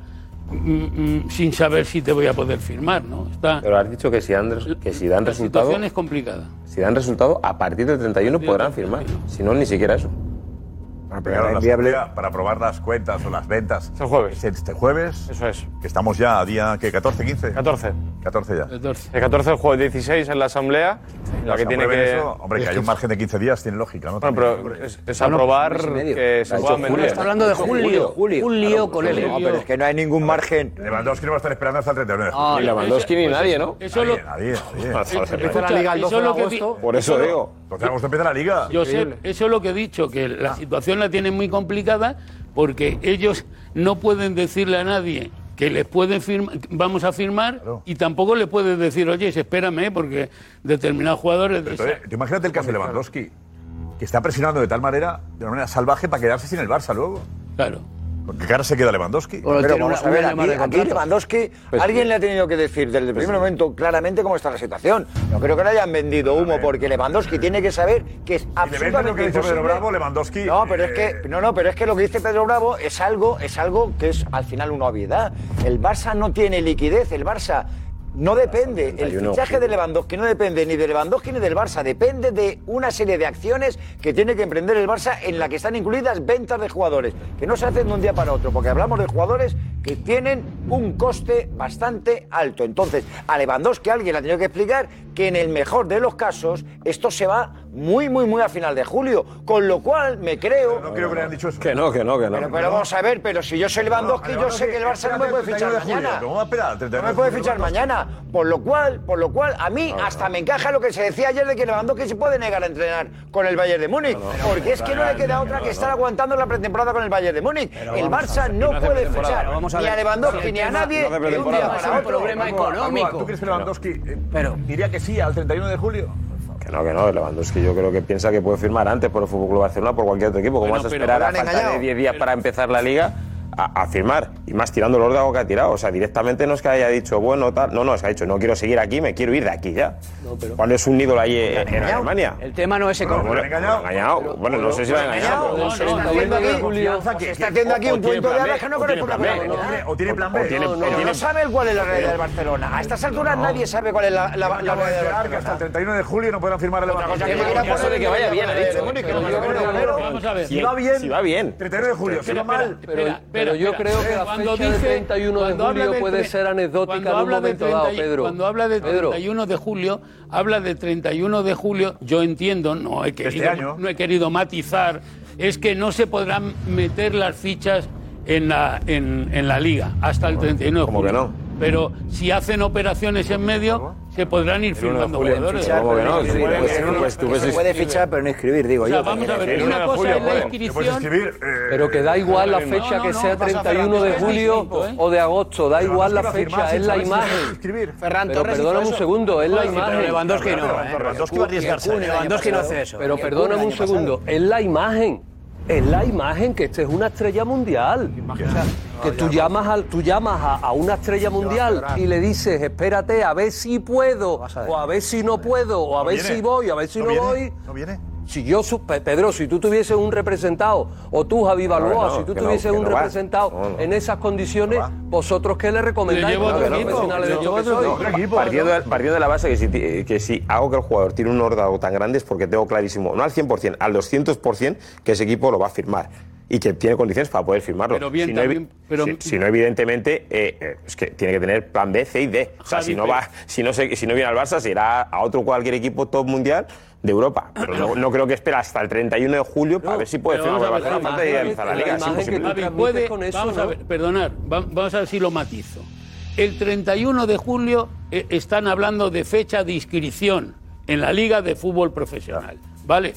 mm, mm, sin saber si te voy a poder firmar, ¿no? Está, Pero has dicho que si dan, res- que si dan la resultado, situación es complicada. si dan resultado, a partir del 31 podrán firmar. Si no, ni siquiera eso. Claro, la asamblea para aprobar las cuentas o las ventas. Es el jueves. este jueves. Eso es. Que estamos ya a día, ¿qué? ¿14, 15? 14. 14 ya. El 14 del jueves, 16 en la asamblea. La Si que tiene aprueben que. eso, *laughs* hombre, que hay un margen de 15 días, tiene lógica, ¿no? Bueno, pero es, es aprobar que se puedan vender. No, pero es que no hay ningún margen. Lewandowski no va a estar esperando hasta el 39. Ah, Ni Lewandowski ni nadie, ¿no? Eso nadie, nadie, nadie. Empieza la liga el eso 12 de lo que vi- agosto. Por eso eso lo- digo. 12 de agosto empieza pues, la liga. Yo sé, eso es lo que he dicho, que Ah. la situación la tienen muy complicada porque ellos no pueden decirle a nadie que les pueden firmar, vamos a firmar y tampoco le pueden decir, oye, espérame, porque determinados jugadores... de Entonces, esa- tú imagínate el caso de Lewandowski, que está presionando de tal manera, de una manera salvaje, para quedarse sin el Barça luego. Claro. ¿Con qué cara se queda Lewandowski? Pero vamos a ver, aquí, aquí Lewandowski, Pues alguien le ha tenido que decir desde el primer momento claramente cómo está la situación. No creo que le hayan vendido humo, porque Lewandowski tiene que saber que es absolutamente lo que dice Pedro imposible- Bravo, Lewandowski... eh, No, pero es que no, no, pero es que lo que dice Pedro Bravo es algo, es algo que es al final una obviedad. El Barça no tiene liquidez, el Barça no depende, el 31, fichaje de Lewandowski no depende ni de Lewandowski ni del Barça, depende de una serie de acciones que tiene que emprender el Barça en la que están incluidas ventas de jugadores, que no se hacen de un día para otro, porque hablamos de jugadores que tienen un coste bastante alto. Entonces, a Lewandowski alguien le ha tenido que explicar que en el mejor de los casos esto se va muy, muy, muy a final de julio, con lo cual me creo... No creo que le han dicho eso. Que no, que no, que no. Pero, pero vamos a ver, pero si yo soy Lewandowski, yo sé que el Barça no me puede fichar mañana. ¿Cómo va a esperar? No me puede fichar mañana. Por lo cual, por lo cual, a mí hasta me encaja lo que se decía ayer de que Lewandowski se puede negar a entrenar con el Bayern de Múnich. Porque es que no le queda otra que estar aguantando la pretemporada con el Bayern de Múnich. El vamos Barça no no hace puede pretemporada, fichar pero vamos a ni a ver. Lewandowski El ni a tema- nadie no hace de un día pretemporada. para Es un otro. problema Arrua, Arrua, económico. ¿Tú crees que Lewandowski eh, diría que sí al 31 de julio? Que no, que no, Lewandowski yo creo que piensa que puede firmar antes por el Fútbol Club Barcelona por cualquier otro equipo. ¿Cómo Bueno, vas a pero esperar lo a han falta engañado. de 10 días para empezar la liga a, a firmar? Y más tirando el órgano que ha tirado. O sea, directamente no es que haya dicho, bueno, tal. No, no, es que ha dicho, no quiero seguir aquí, me quiero ir de aquí ya. ¿Cuál es un ídolo ahí en, en Alemania? El tema no es Bueno, económico. lo han engañado. Bueno, no sé si lo han engañado. No, no, Se está haciendo aquí- Se está haciendo aquí un punto de alas que no corresponde a la realidad. O tiene plan B. No, no, no, no sabe cuál es la realidad del Barcelona. A estas alturas nadie sabe cuál es la, la, la Acabo de realidad del esperar que hasta el 31 de julio no puedan firmar el Lewandowski. cosa que quiera poner el Bayern de Múnich, que lo quiera poner el Vamos a ver. Si va bien, Si va bien. 31 de julio, si va mal... Pero, pero yo espera. creo que la Cuando fecha del dice- 31 de cuando habla julio del puede tre- ser cuando anecdótica en un habla de momento 30 dado, y- Pedro. Cuando habla de Pedro. 31 de julio, habla de 31 de julio, yo entiendo, no he querido, este año. no he querido matizar, es que no se podrán meter las fichas en la, en, en la liga hasta el 31 de ¿cómo que julio. no? Pero si hacen operaciones en medio, se podrán ir firmando jugadores. ¿Cómo que no? Sí, pues, pues tú Se ves- puede fichar, pero no escribir, digo O sea, yo. vamos a ver, Sí, una no, cosa Julio, es la bueno. inscripción. Pero que da igual la fecha eh, No, que no, sea no, pasa 31 Ferran de Torres julio distinto, ¿eh? o de agosto, da igual la Lewandowski va a fecha, firmar es sin la saber si se va a imagen. Pero perdóname un segundo, es la imagen. Lewandowski va a arriesgarse. Pero perdóname un segundo, es la imagen. Es la imagen que este es una estrella mundial. O sea, que tú llamas, al, tú llamas a, a una estrella mundial llorar. y le dices, espérate, a ver si puedo, o a ver si no puedo, o a ver viene. si voy, a ver si ¿No no, viene? voy. ¿No viene? Si yo, su- Pe- Pedro, si tú tuvieses un representado, o tú, Javi Balboa, no, si tú que no, tuvieses que un no va. representado No, no. en esas condiciones, ¿vosotros qué le recomendáis? llevo Porque otro los equipo, profesionales le de llevo esto que otro sois. equipo. Partiendo, de, partiendo de la base que si, ti- eh, que si hago que el jugador tire un ordado tan grande es porque tengo clarísimo, no al 100%, al 200% que ese equipo lo va a firmar y que tiene condiciones para poder firmarlo. Pero bien, si, no, evi- también- pero- si- si no, evidentemente, eh, eh, es que tiene que tener plan B, C y D. O sea, Javi, si no, pero- va, si, no se- si no viene al Barça, se irá a otro cualquier equipo top mundial de Europa. Pero no, no creo que espera hasta el 31 de julio para ver si puede Pero firmar con el vamos a ver, Barcelona antes de realizar la la liga. Es imagen que imposible. Javi, puede- vamos a ver, perdonar, va- vamos a ver si lo matizo. El 31 de julio eh, están hablando de fecha de inscripción en la Liga de Fútbol Profesional, ¿vale?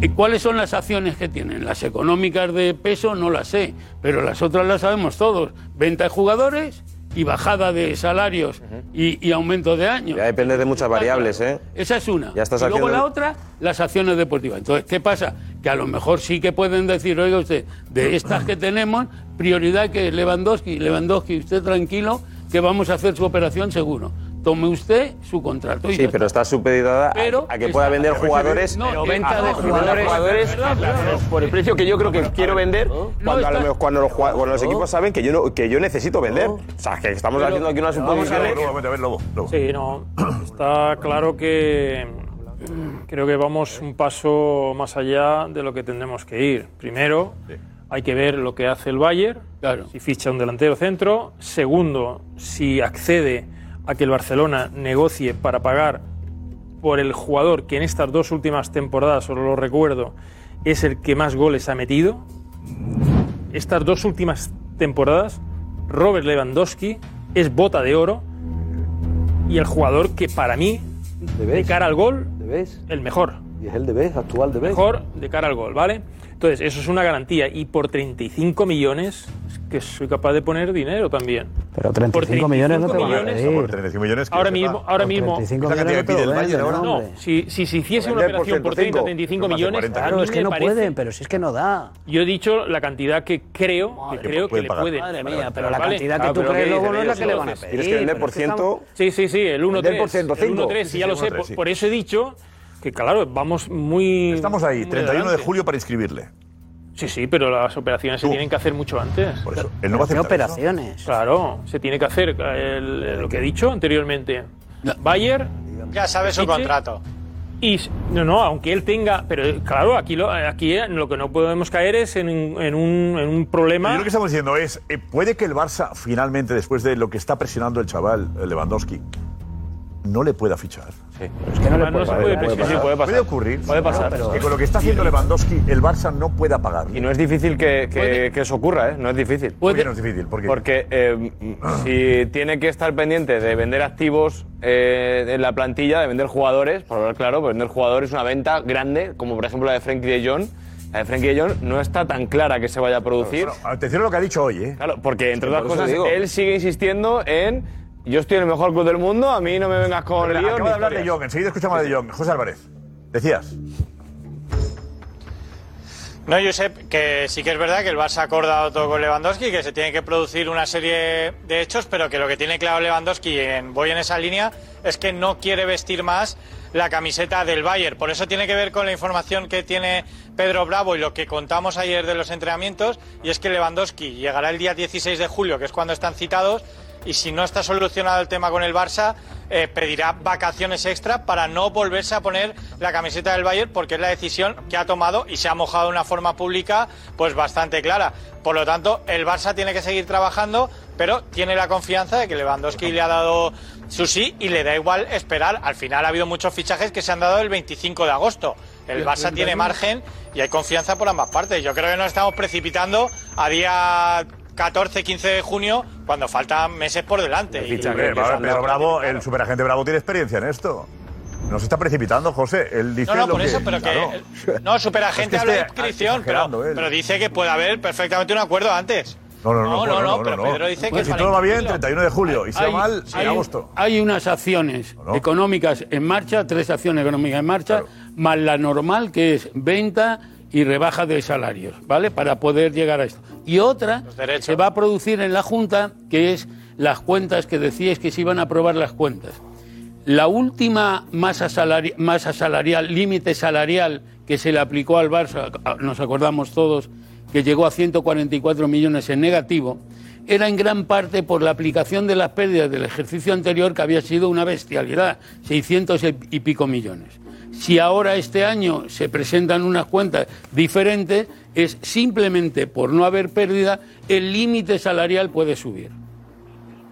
¿Y ¿Cuáles son las acciones que tienen? Las económicas de peso no las sé, pero las otras las sabemos todos. Venta de jugadores y bajada de salarios y, y aumento de años. Ya depende de muchas variables, ¿eh? Esa es una. Ya estás y luego haciendo- la otra, las acciones deportivas. Entonces, ¿qué pasa? Que a lo mejor sí que pueden decir, oiga usted, de estas que tenemos, prioridad que Lewandowski, Lewandowski, usted tranquilo, que vamos a hacer su operación seguro. Tome usted su contrato. y Sí, ya pero está supeditada a- Pero a que está- pueda vender pero- jugadores. no, a- pero venta a- de a- jugadores. Perdón, perdón. por el precio que yo creo que quiero vender. Cuando, a lo mejor- cuando los, jugad- cuando los equipos saben que yo, no- que yo necesito vender. O sea, que estamos Pero- haciendo aquí una pero vamos a suposición. ver. Lobo, a ver, lobo, Sí, no. Está claro que creo que vamos un paso más allá de lo que tendremos que ir. Primero, hay que ver lo que hace el Bayern, si ficha un delantero centro. Segundo, si accede a que el Barcelona negocie para pagar por el jugador que en estas dos últimas temporadas, solo lo recuerdo, es el que más goles ha metido. Estas dos últimas temporadas, Robert Lewandowski es bota de oro y el jugador que para mí, de cara al gol, el mejor. Y es el de vez, actual de vez. Mejor de cara al gol, ¿vale? Entonces, eso es una garantía. Y por 35 millones, es que soy capaz de poner dinero también. Pero 35 millones no te van a pedir. 35 millones. que Ahora lo sepa. mismo, ahora Por mismo. 35 Esa cantidad millones que pide no el Bayern venden, ahora. No, si, si se hiciese una Vender por operación por 30, 105, 35 son más de millones. a 40. mí Claro, es que me no parece- pueden, pero si es que no da. Yo he dicho la cantidad que creo que, creo que pueden le pagar. pueden. Madre mía, pero la cantidad que tú pero crees ¿qué luego dicen no es la ellos que le van a entonces? pedir, Tienes que vender pero por es que ciento- Sí, sí, sí, el 1-3. Vender por ciento, El cinco. 1-3, Sí, sí, ya lo sí, sé. 1-3, sí. Por eso he dicho que, claro, vamos muy. Estamos ahí, 31 de julio para inscribirle. Sí, sí, pero las operaciones se tienen que hacer mucho antes. Por eso, él no va a ¿Pero qué aceptar eso. Claro, se tiene que hacer eh, el- eh, lo que he dicho anteriormente. Bayer. Ya sabe su Pichiche, contrato. Y s- no, no, aunque él tenga, pero eh, claro, aquí lo, aquí eh, lo que no podemos caer es en, un- en un, en un problema. Yo lo que estamos diciendo es, eh, ¿puede que el Barça finalmente, después de lo que está presionando el chaval eh, Lewandowski, no le pueda fichar? Sí, es que no le puede pagar. Puede pasar. puede pasar. Puede ocurrir. Puede pasar. No, pero Pero- que con lo que está haciendo Lewandowski, el Barça no pueda pagar. Y no es difícil que, que- que eso ocurra, ¿eh? No es difícil. ¿Por qué no es difícil? ¿Por qué? Porque *clears throat* eh, si tiene que estar pendiente de vender activos eh, en la plantilla, de vender jugadores, por hablar claro, pues vender jugadores es una venta grande, como por ejemplo la de Frenkie de Jong. La de Frenkie de Jong no está tan clara que se vaya a producir. eh, Bueno, atención a lo que ha dicho hoy, ¿eh? Claro, porque entre Sí, otras por eso cosas, digo. él sigue insistiendo en yo estoy en el mejor club del mundo, a mí no me vengas con Espera, líos acaba ni de hablar historias". de Jong, enseguida escuchamos a de Jong. José Álvarez, decías. No, Josep, que sí que es verdad que el Barça ha acordado todo con Lewandowski, que se tiene que producir una serie de hechos, pero que lo que tiene claro Lewandowski, en, voy en esa línea, es que no quiere vestir más la camiseta del Bayern. Por eso tiene que ver con la información que tiene Pedro Bravo y lo que contamos ayer de los entrenamientos, y es que Lewandowski llegará el día 16 de julio, que es cuando están citados, y si no está solucionado el tema con el Barça, eh, pedirá vacaciones extra para no volverse a poner la camiseta del Bayern, porque es la decisión que ha tomado y se ha mojado de una forma pública pues bastante clara. Por lo tanto, el Barça tiene que seguir trabajando, pero tiene la confianza de que Lewandowski le ha dado su sí y le da igual esperar. Al final ha habido muchos fichajes que se han dado el 25 de agosto. El Barça tiene margen y hay confianza por ambas partes. Yo creo que nos estamos precipitando a día 14, 15 de junio, cuando faltan meses por delante. Y- Hombre, va a ver, Pedro Bravo, el superagente Bravo tiene experiencia en esto. No se está precipitando, José. Él dice No, no, lo por que, eso, pero que. claro. No, superagente Es que habla de este- inscripción, está pero, exagerando él. pero dice que puede haber perfectamente un acuerdo antes. No, no, No, no, no, no, pero Pedro dice que Bueno, Si para todo va bien, incluirlo. 31 de julio. Y si va Hay- mal, en hay- agosto. Hay unas acciones económicas en marcha, tres acciones económicas en marcha, más la normal que es venta y rebaja de salarios, ¿vale? Para poder llegar a esto. Y otra que se va a producir en la Junta, que es las cuentas que decíais que se iban a aprobar las cuentas. La última masa, salari- masa salarial, límite salarial que se le aplicó al Barça, a- nos acordamos todos, que llegó a 144 millones en negativo, era en gran parte por la aplicación de las pérdidas del ejercicio anterior, que había sido una bestialidad, 600 y- y pico millones. Si ahora este año se presentan unas cuentas diferentes, es simplemente por no haber pérdida, el límite salarial puede subir.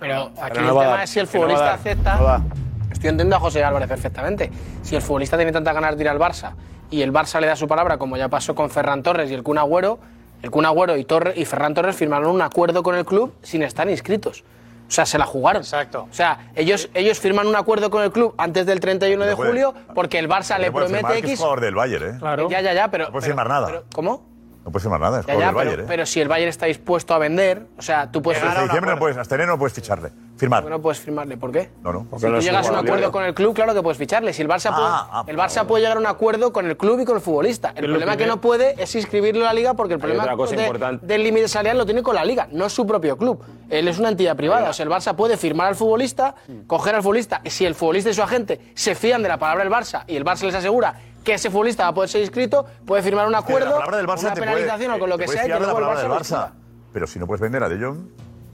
Pero aquí Pero no va a el tema dar. es si el Que no va a futbolista dar. acepta. Estoy entendiendo a José Álvarez perfectamente. Si el futbolista tiene tantas ganas de ir al Barça y el Barça le da su palabra, como ya pasó con Ferran Torres y el Kun Agüero, el Kun Agüero y, Torre- y Ferran Torres firmaron un acuerdo con el club sin estar inscritos. O sea, se la jugaron. Exacto. O sea, ellos, ellos firman un acuerdo con el club antes del 31 de No puede. julio porque el Barça le No puede firmar, promete que es X. jugador del Bayern, ¿eh? Ya, ya, ya, pero. No pero- puede firmar nada. pero- ¿Cómo? No puede firmar nada, es Ya, jugador ya, del pero, Bayern, ¿eh? pero si el Bayern está dispuesto a vender, o sea, tú puedes Hasta firmar un diciembre no puedes, hasta enero no puedes ficharle. Firmar. No puedes firmarle, ¿por qué? No, no. Si tú llegas a un acuerdo con el club, claro que puedes ficharle. Si el Barça, puede, ah, el Barça puede llegar a un acuerdo con el club y con el futbolista. El Pero problema lo que primero- no puede es inscribirlo a la liga porque el problema otra cosa de- importante. del límite salarial lo tiene con la liga, no su propio club. Él es una entidad privada. O sea, el Barça puede firmar al futbolista, Mm. coger al futbolista. Si el futbolista y su agente se fían de la palabra del Barça y el Barça les asegura que ese futbolista va a poder ser inscrito, puede firmar un Pero acuerdo, la palabra del Barça una te puede- penalización o con lo te que puedes sea, y fiar que de la luego el palabra Barça del lo Barça. Pero si no puedes vender a De Jong.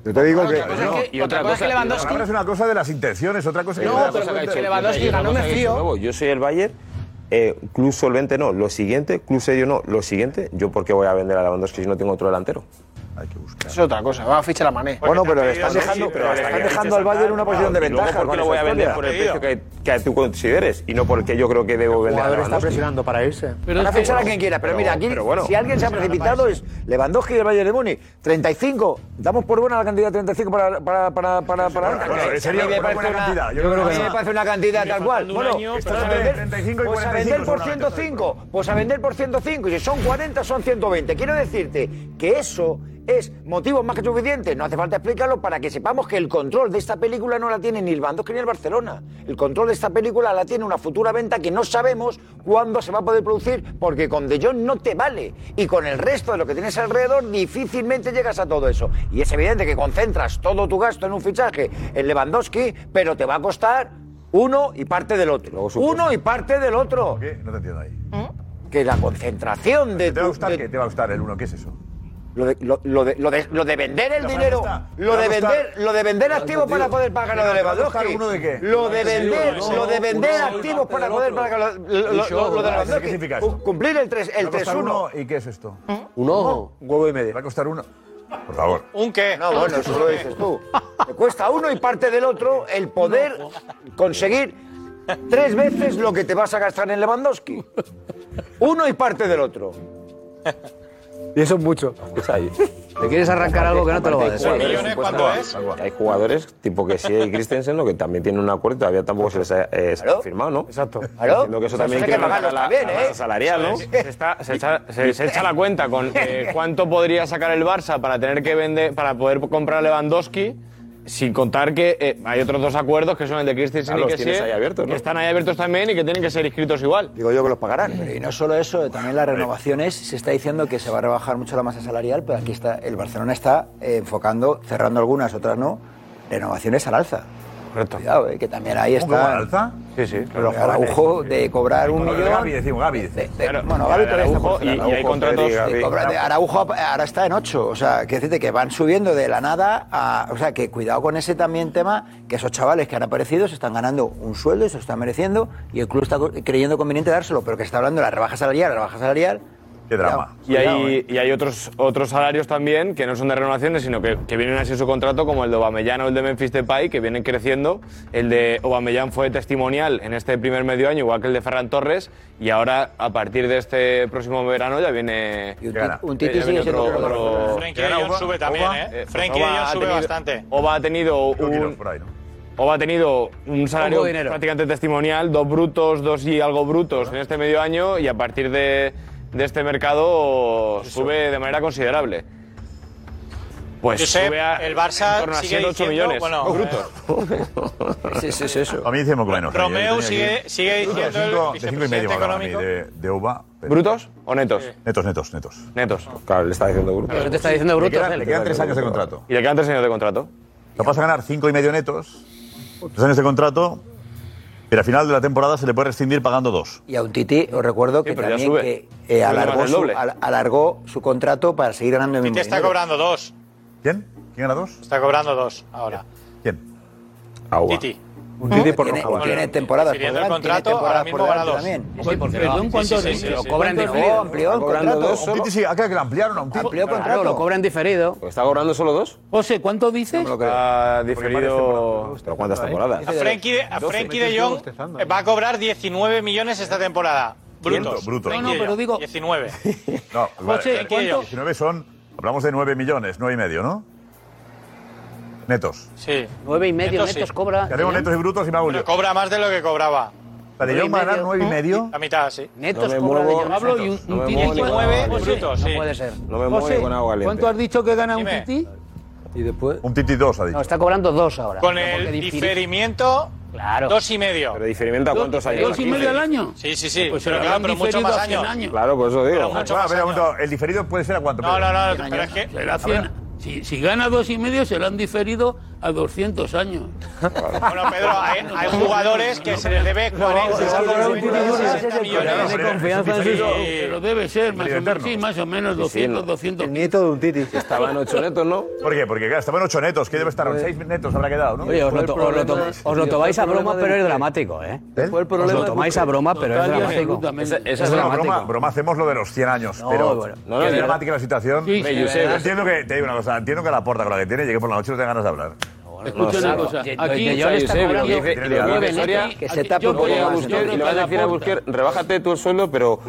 Yo te digo que. y otra otra cosa es cosa- que Lewandowski- La palabra es una cosa de las intenciones, otra cosa que. No, otra pero cosa que te- Lewandowski ganó, me Eso fío. nuevo. Yo soy el Bayern, eh, club solvente no, lo siguiente, club serio no, lo siguiente, yo por qué voy a vender a Lewandowski si no tengo otro delantero. Es otra cosa, va a fichar a Mané. Bueno, pero le están dejando- pero están dejando al Bayern una posición de ventaja ¿Por con qué esa historia. Te digo. que tú consideres y no porque yo creo que debo El vender a jugador está Lewandowski. presionando para irse. Pero Van a fichar a quien quiera, pero, Pero- mira, aquí pero bueno. si alguien se ha precipitado es Lewandowski y el Bayern de Múnich. 35, damos por buena la cantidad 35 para... para, para, para, para bueno, sería A mí me una parece buena cantidad, yo creo a mí que me no. parece una cantidad Y tal cual. faltando un Bueno, año, pues pero a entre vender, 35 y pues a 45 vender por seguramente 105, pues a vender por 105, y si son 40 son 120. Quiero decirte que eso es motivo más que suficiente, no hace falta explicarlo para que sepamos que el control de esta película no la tiene ni el Lewandowski ni el Barcelona. El control de esta película la tiene una futura venta que no sabemos cuándo se va a poder producir porque con De Jong no te vale y con el resto de lo que tienes alrededor difícilmente llegas a todo eso. Y es evidente que concentras todo tu gasto en un fichaje en Lewandowski, pero te va a costar uno y parte del otro. Uno y parte del otro. ¿Qué? No te entiendo ahí. Que la concentración de... ¿Te va a gustar qué? ¿Te va a gustar el uno? ¿Qué es eso? Lo de, lo, lo de, lo de, lo de vender el Te va a dinero, gustar, te lo va de a vender, gustar. lo de vender Te va a activos para gustar. poder pagar lo de ¿Te va a gustar Lewandowski. uno de qué? Lo de Sí, vender, uno, lo de uno, vender uno, activos para poder pagar lo, lo- Y lo- yo, lo de ¿qué Lewandowski. significa esto? Cumplir el 3 ¿Va el a costar 3-1. uno ¿Y qué es esto? Un ojo. Un huevo y medio. ¿Va a costar uno? Por favor. ¿Un qué? No, bueno, eso lo dices tú. Te cuesta uno y parte del otro el poder conseguir tres veces lo que te vas a gastar en Lewandowski. Uno y parte del otro. Y eso es mucho. Te quieres arrancar algo que no te lo va a Aparte, decir. hay jugadores, supuestamente, pues Hay jugadores tipo que sí y Christensen, lo que también tienen un acuerdo y todavía tampoco se les ha eh, se ha firmado, ¿no? Exacto. Entiendo que eso también ¿eh? hay quiere bajar la, ¿eh? la masa salarial, ¿no? Se, está- se echa, se- se echa la cuenta con *laughs* eh, cuánto podría sacar el Barça para tener que vender, para poder comprar a Lewandowski, sin contar que eh, hay otros dos acuerdos que son el de Christensen Ah, y los que tienes ahí abiertos, ¿no? que están ahí abiertos también y que tienen que ser inscritos igual. Digo yo que los pagarán. ¿eh? Y no solo eso, también las renovaciones. Se está diciendo que se va a rebajar mucho la masa salarial, pero aquí está, el Barcelona está eh, enfocando, cerrando algunas, otras no, renovaciones al alza. Correcto. Cuidado, eh, que también ahí ¿Cómo que está. al alza? Sí, sí. Pero Araujo de cobrar un Como lo de millón. Gavi, decimos Gavi. de- bueno, Gaby todavía está por cerrar, Araujo, Pedri, Gavi. De cobrar- de Araujo ahora está en 8. O sea, que decirte que van subiendo de la nada a. O sea, que cuidado con ese también tema, que esos chavales que han aparecido se están ganando un sueldo, se lo están mereciendo, y el club está co- creyendo conveniente dárselo, pero que está hablando de la rebaja salarial, la rebaja salarial. Qué drama. eh. Y hay, y hay otros, otros salarios también que no son de renovaciones, sino que, que vienen así en su contrato, como el de Aubameyang o el de Memphis Depay, que vienen creciendo. El de Aubameyang fue testimonial en este primer medio año, igual que el de Ferran Torres, y ahora, a partir de este próximo verano, ya viene... un ya Titi viene sigue siendo otro- otro Oh. otro- Frenkie de Jong sube también, Oba, ¿eh? pues Frenkie de Oba Jong ha sube tenido- bastante. Oba ha tenido un... Oba ha tenido un salario Poco dinero. prácticamente testimonial, dos brutos, dos y algo brutos en este medio año y a partir de, de este mercado sube de manera considerable. Pues Josep, sube a- el en Barça torno a sigue 7, 8 diciendo, millones bueno, eh, brutos. Sí, sí, sí, eso. A mí decimos menos. Romeo Yo tenía sigue- aquí- sigue Yo diciendo de el cinco- De cinco y vicepresidente medio, me hablaba a mí, económico. de, de uva. ¿Brutos o netos? Netos, netos, netos. Netos. Claro, le está diciendo brutos. Pero te está diciendo brutos, Le quedan- él. le quedan tres años de contrato. Y le quedan tres años de contrato. Lo vas a ganar cinco y medio netos, tres años de contrato, pero al final de la temporada se le puede rescindir pagando dos. Y a un Titi, os recuerdo que Sí, pero ya también sube. que, Sube eh, más alargó, del su, doble. al- alargó su contrato para seguir ganando el mismo Titi está dinero. cobrando dos. ¿Quién? ¿Quién gana dos? Está cobrando dos ahora. Titi. Un Titi por tiene, tiene temporadas por Refiriendo el delante, tiene contrato, ahora temporadas mismo por gana delante dos. también. Sí, sí, porque no. Sí, sí, sí, sí. diferido. Amplió el contrato. Un Titi sí, acá que lo ampliaron a Ah, un Titi. Amplió contrato. Lo cobran diferido. ¿Está cobrando solo dos? José, ¿cuánto dices? Ah, diferido. ¿Pero cuántas temporadas? A Frenkie de, a Frenkie de Jong va a cobrar 19 millones esta temporada. Brutos. Brutos, brutos. Frenkie No, no, de pero Jong, 19. No, José, vale, vale. ¿cuánto? 19 son, hablamos de 9 millones, 9 y medio, ¿no? Netos. Sí. Nueve y medio Netos netos, sí. cobra. Que hacemos netos y brutos y me hago Pero yo. cobra más de lo que cobraba. Vale, yo ganar ¿Eh? 9 y medio. La mitad, sí. Netos No me cobra muevo, de Jones. Pablo, y un- no un me Titi muevo ni con agua 19 caliente. brutos, sí. No me mueve con agua caliente. ¿Cuánto has dicho que gana un Dime. Titi? ¿Y después? Un Titi dos, ha dicho. No, está cobrando dos ahora. Con Pero porque el difiri- diferimiento, dos y medio. ¿Pero diferimiento a cuántos años? año? Sí, sí, sí. Pues se pero claro, lo habrán pero mucho diferido más a cien años. años. Claro, por eso digo. Pero mucho más espera, un momento, ¿El diferido puede ser a cuánto? Ah, No, no, no, Pedro? pero es que. Será cien- Si, si gana dos y medio, se lo han diferido a 200 años. Bueno, Pedro, hay, hay jugadores que se les debe 40, Ese es el 50, 60 problema millones. de confianza en Sí. sí. Pero debe ser más o menos, sí, más o menos 200, 200. El nieto de un Titi. Estaban ocho netos, ¿no? ¿Por qué? Porque claro, estaban 8 netos, que debe estar 6 netos habrá quedado, ¿no? Oye, os lo Fue el to- os lo problema- to- os lo tomáis a broma, pero es dramático, ¿eh? Fue el Os lo tomáis a broma, pero es dramático. Esa es una broma, broma, hacemos lo de los 100 años, No, pero bueno. qué No, no, es dramática la situación. Sí, sí, Yo es verdad. entiendo que, te digo una cosa, entiendo que la porta con la que tiene llegue por la noche y no tenga ganas de hablar. Escucha una cosa. Aquí Y dice- y le dice Soria, yo voy a Busquets y le vas a decir a Busquets, rebájate tú el sueldo, pero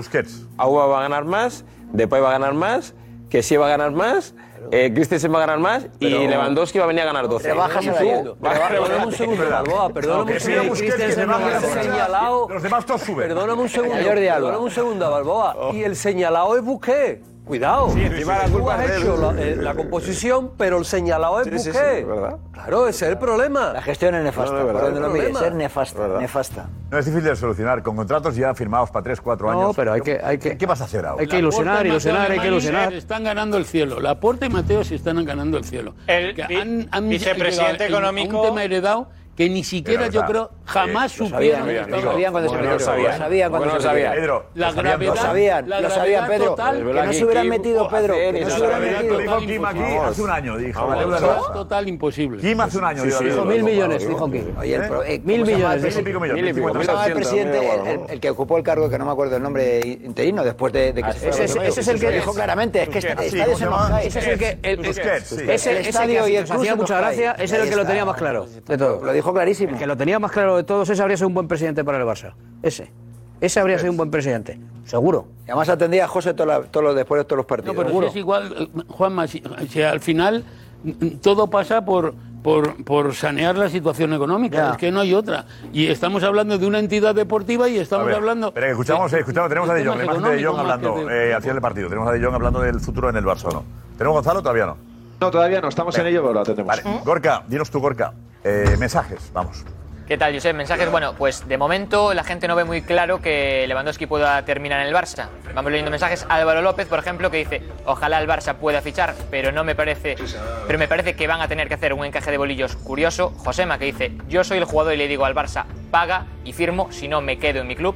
Agua va a ganar más, Depay va a ganar más, que sí va a ganar más, eh, Christensen va a ganar más y Pero- Lewandowski va a venir a ganar 12. Rebajas Y el tú sueldo. vas a- Perdóname un segundo, Balboa, perdóname No, que un siga segundo, Busquets, que Christensen le va a no ganar me ha el sueldo. señalado. Los demás todos suben. Perdóname un segundo. Jordi Alba. Perdóname un segundo, Balboa. Y el señalado es Busqué. Cuidado. Sí, encima la Tú culpa has es de él. hecho la, eh, la composición, pero el señalado es Sí, sí, Busqué. sí, ¿verdad? Claro, ese es el problema. La gestión es nefasta. por donde lo mires, problema. es nefasta, nefasta. No es difícil de solucionar, con contratos ya firmados para 3, 4 años. No, pero hay que, hay que... ¿Qué vas a hacer ahora? La Porta y Mateo Alemany se Están ganando el cielo. La Porta y Mateo se están ganando el cielo. El Que vi- han- han vicepresidente llegado a- a económico- Un tema heredado que ni siquiera Pero yo verdad. creo jamás Sí, lo supieron. sabían, que lo estaba- sabían cuando se Bueno, metieron. lo sabían. Lo sabían cuando Bueno, se lo metieron. sabían. Pedro, la lo sabían, gravedad, lo sabían, la lo sabían, gravedad Pedro. total, Que no se hubieran metido, Pedro, que no se hubieran metido. Dijo Kim aquí hace un año, dijo. Vamos, la deuda eso del es Barça. total imposible. Kim hace un año Sí, dijo sí, la deuda mil del Barça, millones, dijo dijo Kim. Oye, el mil pro- eh, ¿cómo se llama el millones. presidente? Mil y pico millones, ¿Cómo se llama el 300, presidente, mira, el, el que ocupó el cargo, que no me acuerdo el nombre interino, después de, de que Ah, se ese- fuera ese- Bernabéu? ese es el que- dijo claramente, es que está, Busquets, sí, está ¿cómo se llama? desenmascarado. Ese es el que- el- el- Busquets, sí. ese- ese que estadio y el nos hacía cruce mucha nos gracia, cae. ese era el Ahí que lo está. tenía más claro de todo. Lo dijo clarísimo. El que lo tenía más claro de todos, ese habría sido un buen presidente para el Barça. Ese. Ese habría sido un buen presidente. Seguro. Y además atendía a José todos los- todos los- después de todos los partidos. No, pero si es igual, eh, Juanma, si, si al final mm, todo pasa por, por, por sanear la situación económica, Ya. es que no hay otra. Y estamos hablando de una entidad deportiva y A estamos ver, hablando... Pero escuchamos, eh, escuchamos, tenemos a De Jong, la imagen de De Jong hablando eh, al final del partido. Tenemos a De Jong hablando del futuro en el Barça, ¿o ¿no? ¿Tenemos a Gonzalo todavía no? No, todavía no, estamos en ello, pero lo atendemos. Vale, Gorka, dinos tú, Gorka. Eh, mensajes, vamos. ¿Qué tal, Josep? Mensajes. Bueno, pues de momento la gente no ve muy claro que Lewandowski pueda terminar en el Barça. Vamos leyendo mensajes. Álvaro López, por ejemplo, que dice: Ojalá el Barça pueda fichar, pero no me parece. Pero me parece que van a tener que hacer un encaje de bolillos curioso. Josema, que dice: Yo soy el jugador y le digo al Barça: paga y firmo, si no me quedo en mi club.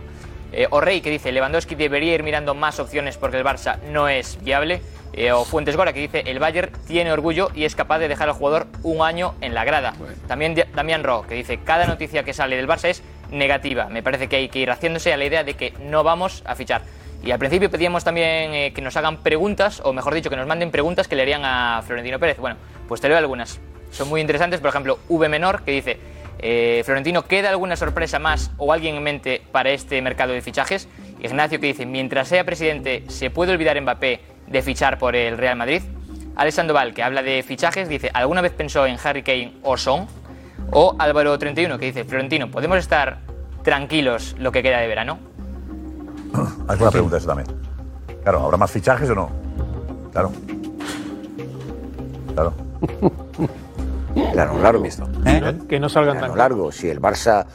Eh, Orrey, que dice: Lewandowski debería ir mirando más opciones porque el Barça no es viable. Eh, o Fuentes Gora, que dice: El Bayern tiene orgullo y es capaz de dejar al jugador un año en la grada. También Di- Damián Ro, que dice: Cada noticia que sale del Barça es negativa. Me parece que hay que ir haciéndose a la idea de que no vamos a fichar. Y al principio pedíamos también eh, que nos hagan preguntas, o mejor dicho, que nos manden preguntas que le harían a Florentino Pérez. Bueno, pues te leo algunas. Son muy interesantes, por ejemplo, V Menor, que dice: eh, Florentino, ¿queda alguna sorpresa más o alguien en mente para este mercado de fichajes? Ignacio que dice, mientras sea presidente, ¿se puede olvidar Mbappé de fichar por el Real Madrid? Alex Sandoval, que habla de fichajes, dice, ¿alguna vez pensó en Harry Kane o Son? O Álvaro31, que dice, Florentino, ¿podemos estar tranquilos lo que queda de verano? Haz una pregunta eso también. Claro, ¿habrá más fichajes o no? Claro. *laughs* Claro. Claro, largo. ¿Eh? Que no salgan tan largo. Si el Barça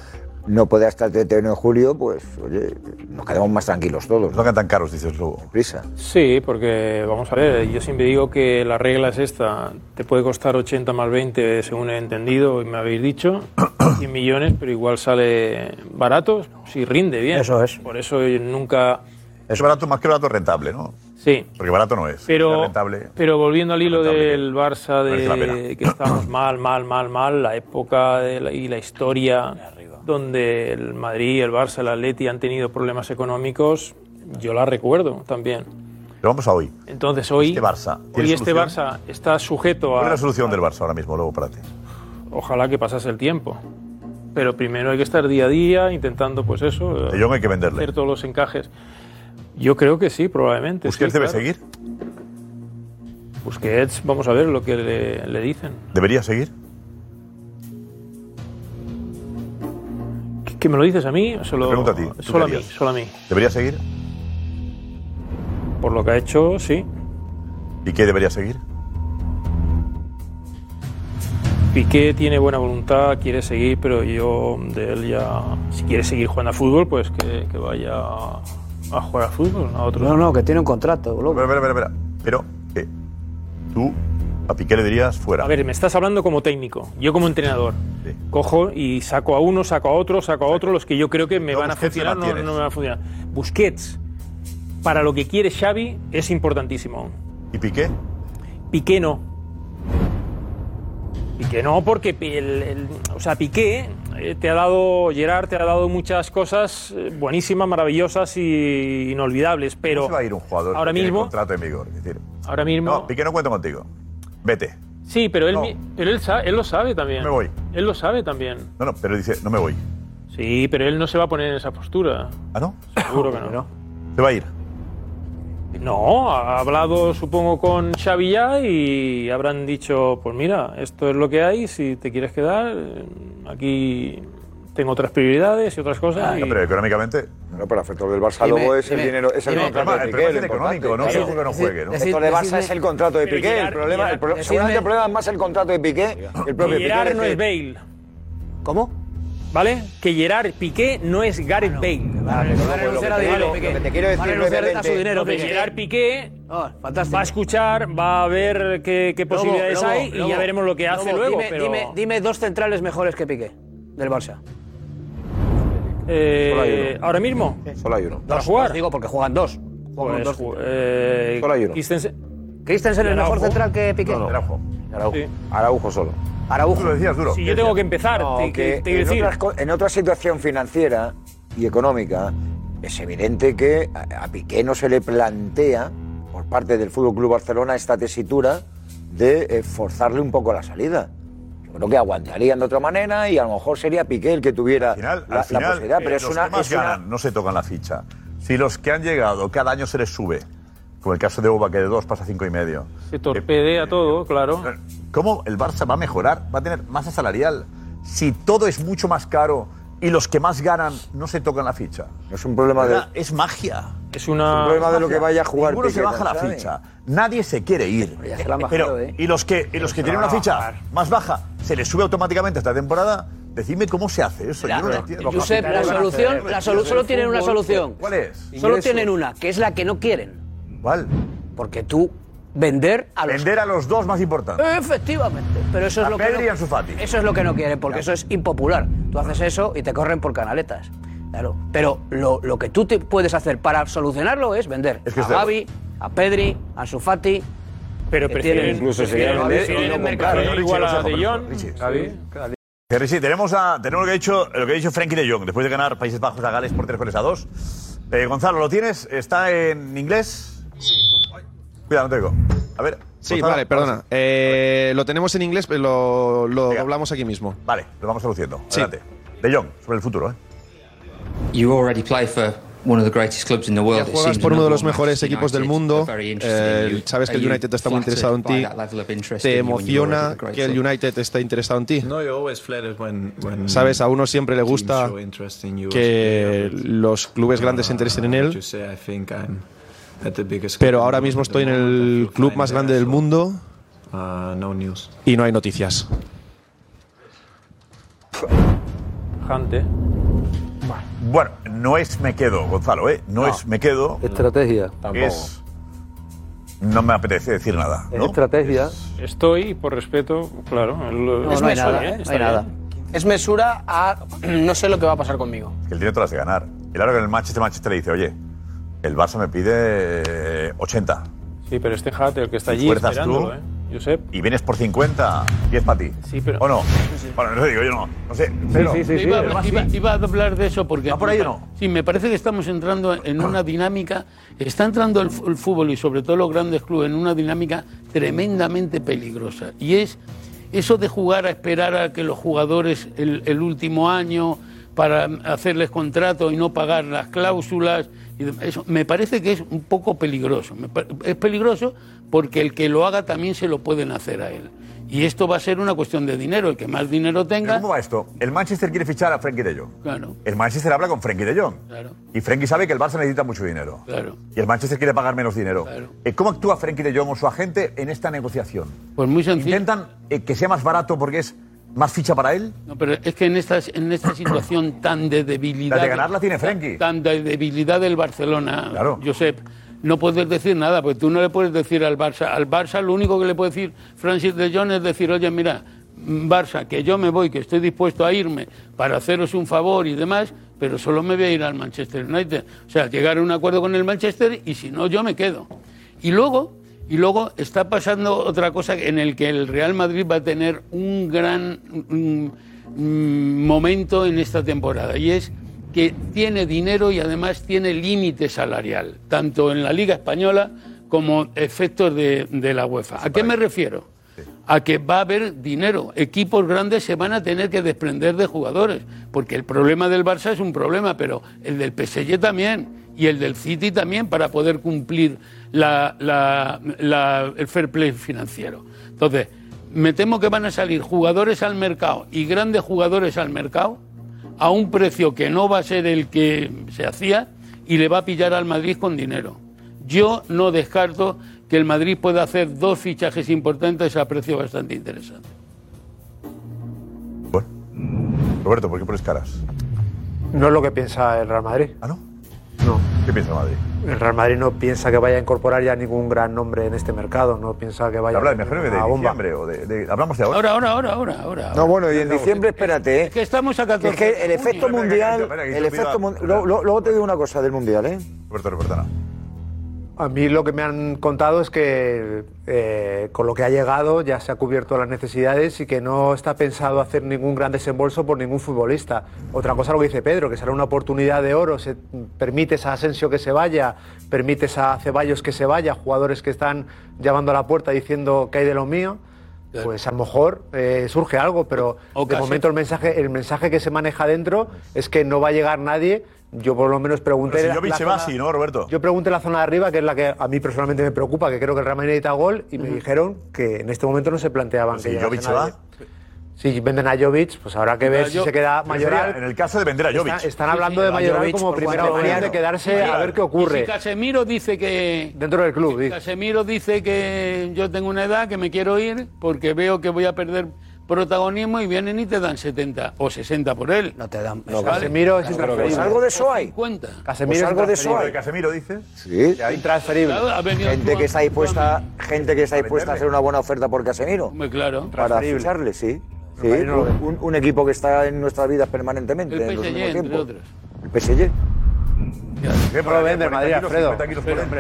no puede hasta el 31 de julio, pues oye, nos quedamos más tranquilos todos. No quedan tan caros, dices tú. Prisa. Sí, porque vamos a ver, yo siempre digo que la regla es esta, te puede costar 80 más 20 según he entendido y me habéis dicho, 100 millones, pero igual sale barato si rinde bien. Eso es. Por eso yo nunca... Es barato más que barato rentable, ¿no? Sí. Porque barato no es. Pero- Es rentable. Pero volviendo al hilo del Barça, merece la de pena. que estamos mal, mal, mal, mal, la época de la- y la historia donde el Madrid, el Barça, el Atleti han tenido problemas económicos, yo la recuerdo también. Pero vamos a hoy. Entonces hoy Este Barça. hoy ¿tiene este solución? Barça está sujeto ¿Cuál es a la solución del Barça ahora mismo, luego para ti? ojalá que pasase el tiempo. Pero primero hay que estar día a día intentando pues eso, De Jong hay que venderle. hacer todos los encajes. Yo creo que sí, probablemente. ¿Busquets sí, debe claro. seguir? Busquets, vamos a ver lo que le, le dicen. ¿Debería seguir? ¿Que- ¿Que me lo dices a mí? o Solo, pregunto a ti, Ah, ¿tú Solo a qué mí, harías? solo a mí. ¿Debería seguir? Por lo que ha hecho, sí. ¿Y qué debería seguir? Piqué tiene buena voluntad, quiere seguir, pero yo de él ya... Si quiere seguir jugando a fútbol, pues que, que vaya a jugar a fútbol, a otro No, no, que tiene un contrato. loco. Espera, espera, espera. Pero, eh, tú a Piqué le dirías fuera. A ver, me estás hablando como técnico, yo como entrenador. Cojo y saco a uno, saco a otro, saco a otro, los que yo creo que me Luego van a Busquets le funcionar, no, mantienes. no me van a funcionar. Busquets, para lo que quiere Xavi, es importantísimo. ¿Y Piqué? Piqué no. Piqué no, porque pi- el- el- o sea, Piqué eh, te ha dado, Gerard, te ha dado muchas cosas eh, buenísimas, maravillosas y inolvidables, pero ¿Cómo se va a ir un jugador ahora que tiene mismo- contrato en vigor? Es decir, ahora mismo no, Piqué no cuento contigo. Vete. Sí, pero él, mi- pero él, sa- él lo sabe también. Me voy. Él lo sabe también. No, no, pero dice, no me voy. Sí, pero él no se va a poner en esa postura. ¿Ah, no? Seguro *laughs* que no. Se va a ir. No, ha hablado supongo con Xavi ya y habrán dicho, pues mira, esto es lo que hay, si te quieres quedar, eh, aquí tengo otras prioridades y otras cosas. y- Ah, No, pero económicamente. No, para afectar del Barça Dime, luego es el dime, dinero, es el dime. contrato Además, de el Piqué, problema es lo económico, importante. no juego que no Decir- juegue, ¿no? decir- Esto de Barça decidme- es el contrato de Pero Piqué, el Gerard- problema, el pro- Gerard- seguramente el decidme- problema es más el contrato de Piqué que el propio Gerard Piqué. no es Bale. ¿Cómo? ¿Vale? Que Gerard Piqué no es Gareth Bale. Gerard Piqué Ah, va a escuchar, va a ver qué, qué Lobo, posibilidades Lobo, hay y Lobo, ya veremos lo que hace Lobo, luego. Dime, pero, dime- dime dos centrales mejores que Piqué del Barça. eh, Solo hay uno. ahora mismo, Solo hay uno. ¿para jugar? Digo porque juegan dos. Juegan Pues, dos. ju- eh, Solo hay uno. Christensen. ¿Christensen es mejor central que Piqué? Araujo. Araujo. Araujo solo. Araujo. Tú lo decías, duro. Sí, yo tengo que empezar, No, te- que te- te en, decir. otras co- en otra situación financiera y económica, es evidente que a, a Piqué no se le plantea, por parte del Fútbol Club Barcelona, esta tesitura de eh, forzarle un poco la salida. Yo creo que aguantarían de otra manera y a lo mejor sería Piqué el que tuviera la, Al la final, posibilidad. eh, Pero es los una. que más es una- ganan no se tocan la ficha. Si los que han llegado cada año se les sube, como el caso de Oba, que de dos pasa a cinco y medio, Eh, Se torpedea todo, claro. ¿cómo el Barça va a mejorar? ¿Va a tener masa salarial? Si todo es mucho más caro y los que más ganan no se tocan la ficha. No es un problema de- Es magia. Es una. Es problema de lo que vaya a jugar Ninguno se Piqué, baja la ¿sabes? ficha. Nadie se quiere ir. ya se la han bajado, Pero, ¿eh? Y los que, y los que se la tienen van una a ficha más baja, ¿se les sube automáticamente esta temporada? Decidme cómo se hace eso. Yo no lo entiendo. Josep, la solución, la solu- solo tienen una solución. ¿Cuál es? Solo tienen una, que es la que no quieren. ¿Cuál? Porque tú vender a los Vender a los dos más importantes. Efectivamente, Eh, pero eso es A lo Pedri que y no, a Ansu Fati. eso es lo que no quieren porque eso es impopular. Tú haces eso y te corren por canaletas. Claro, pero lo, lo que tú te puedes hacer para solucionarlo es vender Es que a estoy de Gavi, a Pedri, a Ansu Fati. Pero que prefieren- tienen- incluso sería prefieren vender vender en y el no comprar. mercado. Richie, Igual no se a va De por Jong, eso. Richie, Gavi. Que Richie, tenemos, a, tenemos lo, que ha dicho, lo que ha dicho Frenkie de Jong después de ganar Países Bajos a Gales por 3 goles a 2. Eh, Gonzalo, ¿lo tienes? ¿Está en inglés? Sí. Cuidado, no te digo. A ver. Sí, Gonzalo, vale, perdona. Eh, lo tenemos en inglés, pero lo, lo doblamos aquí mismo. Vale, lo vamos traduciendo. Adelante. De Jong, sobre el futuro, ¿eh? You already play for one of the greatest clubs in the Ya world. it juegas seems, por and uno de los everyone at mejores equipos del United mundo. are very interested in you. eh, sabes que Are el you United está muy flattered interesado en by ti. that level of interest Te in you when you were already emociona a great que el club? United está interesado en ti. Sabes, Sabes, a uno siempre le gusta que los clubes grandes se interesen uh, en él. Pero ahora mismo estoy en el club más grande del mundo Uh, y no hay noticias. Jante. Bueno, no es me quedo, Gonzalo, ¿eh? No, No. es me quedo. Estrategia. Es. No me apetece decir nada. Es Estrategia. Estoy, por respeto, claro. el- Es el- mesura, ¿eh? Está Está bien. bien. Es mesura a no sé lo que va a pasar conmigo. Es Que el dinero te lo has de ganar. Y claro que en el Manchester, Manchester le dice, oye, el Barça me pide eh, 80. Sí, pero este Jate, el que está Y allí fuerzas esperándolo, tú. ¿eh? Josep. Y vienes por 50, 10 para ti. Sí, pero. ¿O no? Bueno, no te digo, yo no. No sé. pero- Iba, pero más- iba- iba a hablar de eso porque. ¿Va Ah, por ahí o no? Sí, me parece que estamos entrando en *clears throat* una dinámica. Está entrando el, f- el fútbol y sobre todo los grandes clubes en una dinámica tremendamente peligrosa. Y es eso de jugar a esperar a que los jugadores el, el último año para hacerles contrato y no pagar las cláusulas. y dem- eso me parece que es un poco peligroso. Me pa- Es peligroso porque el que lo haga también se lo pueden hacer a él. Y esto va a ser una cuestión de dinero. El que más dinero tenga. ¿Cómo va esto? El Manchester quiere fichar a Frenkie de Jong. Claro. El Manchester habla con Frenkie de Jong. Claro. Y Frenkie sabe que el Barça necesita mucho dinero. Claro. Y el Manchester quiere pagar menos dinero. Eh, ¿Cómo actúa Frenkie de Jong o su agente en esta negociación? Pues muy sencillo. ¿Intentan eh, que sea más barato porque es más ficha para él? No, pero es que en esta, en *coughs* esta situación tan de debilidad. La de ganar la tiene Frenkie. Tan de debilidad del Barcelona, Josep. No puedes decir nada, porque tú no le puedes decir al Barça. Al Barça lo único que le puede decir Francis de Jong es decir, oye, mira, mm, Barça, que yo me voy, que estoy dispuesto a irme para haceros un favor y demás, pero solo me voy a ir al Manchester United. O sea, llegar a un acuerdo con el Manchester y si no, yo me quedo. Y luego, y luego está pasando otra cosa en el que el Real Madrid va a tener un gran mm, mm, momento en esta temporada y es que tiene dinero y además tiene límite salarial, tanto en la Liga Española como efectos de, de la UEFA. ¿A qué me refiero? a que va a haber dinero. Equipos grandes se van a tener que desprender de jugadores, porque el problema del Barça es un problema, pero el del PSG también y el del City también para poder cumplir la- la- la- el fair play financiero. Entonces, me temo que van a salir jugadores al mercado y grandes jugadores al mercado a un precio que no va a ser el que se hacía y le va a pillar al Madrid con dinero. Yo no descarto que el Madrid pueda hacer dos fichajes importantes a precio bastante interesante. Roberto, ¿por qué pones caras? No es lo que piensa el Real Madrid. ¿Ah, no? No. ¿Qué piensa Madrid? El Real Madrid no piensa que vaya a incorporar ya ningún gran nombre en este mercado. No piensa que vaya Habla a de mejor de una bomba. diciembre o de, de- Hablamos de ahora. Ahora, ahora, ahora, ahora, ahora. No, bueno, y en diciembre, espérate. ¿eh? que estamos a Es que el efecto mundial. espera, que yo El pido a- efecto mun- lo- lo- Luego te digo una cosa del mundial, ¿eh? Roberto, Roberto, A mí lo que me han contado es que eh, con lo que ha llegado ya se ha cubierto las necesidades y que no está pensado hacer ningún gran desembolso por ningún futbolista. Otra cosa lo que dice Pedro, que será una oportunidad de oro, se, permites a Asensio que se vaya, permites a Ceballos que se vaya, jugadores que están llamando a la puerta diciendo que hay de lo mío. Pues a lo mejor eh, surge algo, pero de casi. momento el mensaje, el mensaje que se maneja dentro es que no va a llegar nadie. Yo por lo menos pregunté... Pero si la- Jovic la se va zona- así, ¿no, Roberto? yo pregunté la zona de arriba, que es la que a mí personalmente me preocupa, que creo que el Real Madrid necesita gol, y me dijeron que en este momento no se planteaban Si que Jovic llegase se va. nadie. Si venden a Jovic, pues habrá que ver si se queda Mayoral. En el caso de vender a Jovic. Está- están hablando de Mayoral como primera opción de quedarse a ver qué Y si ocurre. Casemiro dice que. Dentro del club, si Casemiro dice que yo tengo una edad, que me quiero ir, porque veo que voy a perder protagonismo y vienen y te dan 70 o 60 por él. No te dan. No, Casemiro es intransferible. Algo de eso hay. 50. Casemiro Pues algo de eso ¿De hay. Casemiro dices? Sí. Intransferible. Claro, ha venido Gente que está dispuesta, gente que está dispuesta a hacer una buena oferta por Casemiro. Muy claro. Para Transferible. ficharle, sí. Sí, Madrid no lo ve. un, un equipo que está en nuestras vidas permanentemente El en los PSG, últimos entre tiempos. otros. El PSG. ¿Qué lo vende Madrid, Alfredo.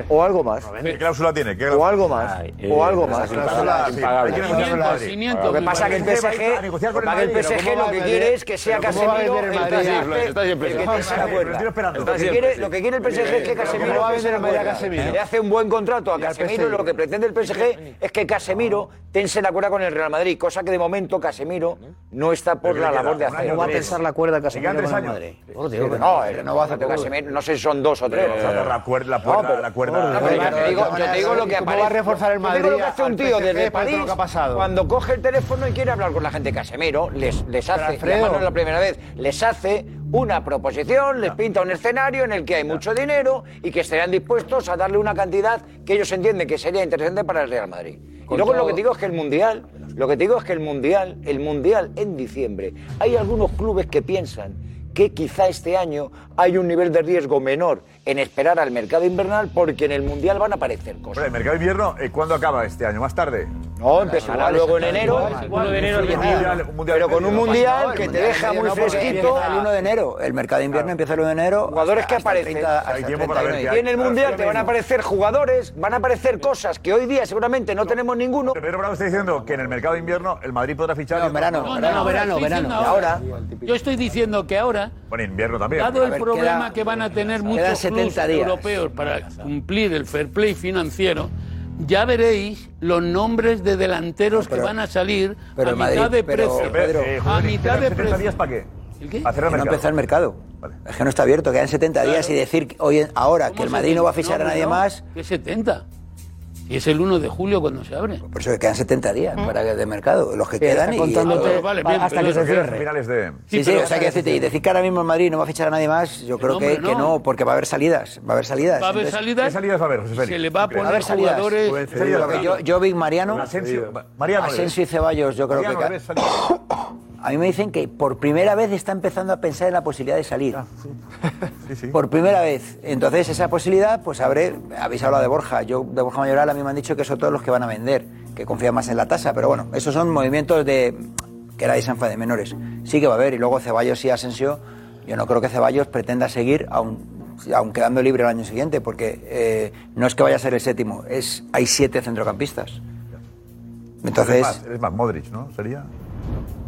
O algo más. ¿Qué cláusula tiene? ¿Qué O algo más. o algo más. Lo que pasa que el PSG, lo que pasa que el PSG lo que quiere es que sea Casemiro el que se- el que pase la puerta. Lo que quiere- Lo que quiere el PSG es que Casemiro pues va a pase vender la el Madrid a cuerda. Casemiro? Le hace un buen contrato a Y al Casemiro y PSG. lo que pretende el PSG es que Casemiro tense la cuerda con el Real Madrid, cosa que de momento Casemiro no está por Pero la que le labor de queda un hacer. año, No va a tres. tensar la cuerda Casemiro Quedan tres con el años. Madrid. No, tío, que no, no. el renovazo de Casemiro, no sé si son dos o tres. Pero cerrar la cuerda, la puerta, la cuerda. No, pero yo te digo- yo te digo lo que ¿Cómo aparece. va a reforzar el Yo te digo lo Madrid que hace un al tío PSG para desde todo París lo que ha pasado? cuando coge el teléfono y quiere hablar con la gente de Casemiro, les, les hace, y Alfredo. además no es la primera vez, les hace una proposición, les pinta un escenario en el que hay mucho dinero y que estarán dispuestos a darle una cantidad que ellos entienden que sería interesante para el Real Madrid. Y Con luego lo todo- que te digo es que el Mundial, lo que te digo es que el Mundial, el Mundial en diciembre, hay algunos clubes que piensan que quizá este año hay un nivel de riesgo menor en esperar al mercado invernal porque en el Mundial van a aparecer cosas. Pero el mercado de invierno, eh, ¿cuándo acaba este año? ¿Más tarde? No, empezará luego en enero. Pero con un mundial que te deja muy fresquito. El 1 de enero. El mercado de invierno empieza el 1 de enero. Jugadores que hasta el aparecen. 30, hasta el 31 de Y en el diciembre. mundial te van a aparecer jugadores, Pues van a aparecer cosas que hoy día seguramente no tenemos ninguno. Pedro Bravo está diciendo que en el mercado de invierno el Madrid podrá fichar. No, No, no, no, estoy diciendo ahora. Yo estoy diciendo que ahora, Bueno, invierno también. dado el problema que van a tener muchos clubes 70 días. europeos para cumplir el fair play financiero, ya veréis los nombres de delanteros que van a salir pero a en Madrid, mitad de pero, precio. Pedro, a Juli, mitad de ¿pero precio. 70 días para qué? ¿El qué? Que no empieza el mercado. Es que no está abierto, quedan 70 días y decir que hoy, ahora que el Madrid no va a fichar a nadie más. ¿Qué 70? Y es el 1 de julio cuando se abre. Por eso que quedan 70 días para que- de mercado. Los que Sí, quedan está y. contándote Ah, vale, bien, hasta pero que eso se queda cierre. Finales de. Sí, sí, o sea, que decirte- y decir que ahora mismo el Madrid no va a fichar a nadie más, yo creo que, hombre, que no. no. porque va a haber salidas. Va a haber salidas. Va a haber Entonces- salidas. Se le va a poner Va a haber salidas. jugadores. Yo creo que yo- Jovic, Mariano, Asensio- Mariano, Asensio y Ceballos, yo creo Mariano, que. le ves A mí me dicen que por primera vez está empezando a pensar en la posibilidad de salir. *laughs* Por primera vez. Entonces, esa posibilidad, pues habré. Habéis hablado de Borja. Yo, de Borja Mayoral, a mí me han dicho que son todos los que van a vender, que confían más en la tasa. Pero bueno, esos son movimientos de. que era de Sanfa de menores. Sí que va a haber. Y luego Ceballos y Asensio. Yo no creo que Ceballos pretenda seguir, aun, aun quedando libre el año siguiente, porque eh, no es que vaya a ser el séptimo. Es, hay siete centrocampistas. Es Entonces. más, eres más Modric, ¿no? Sería.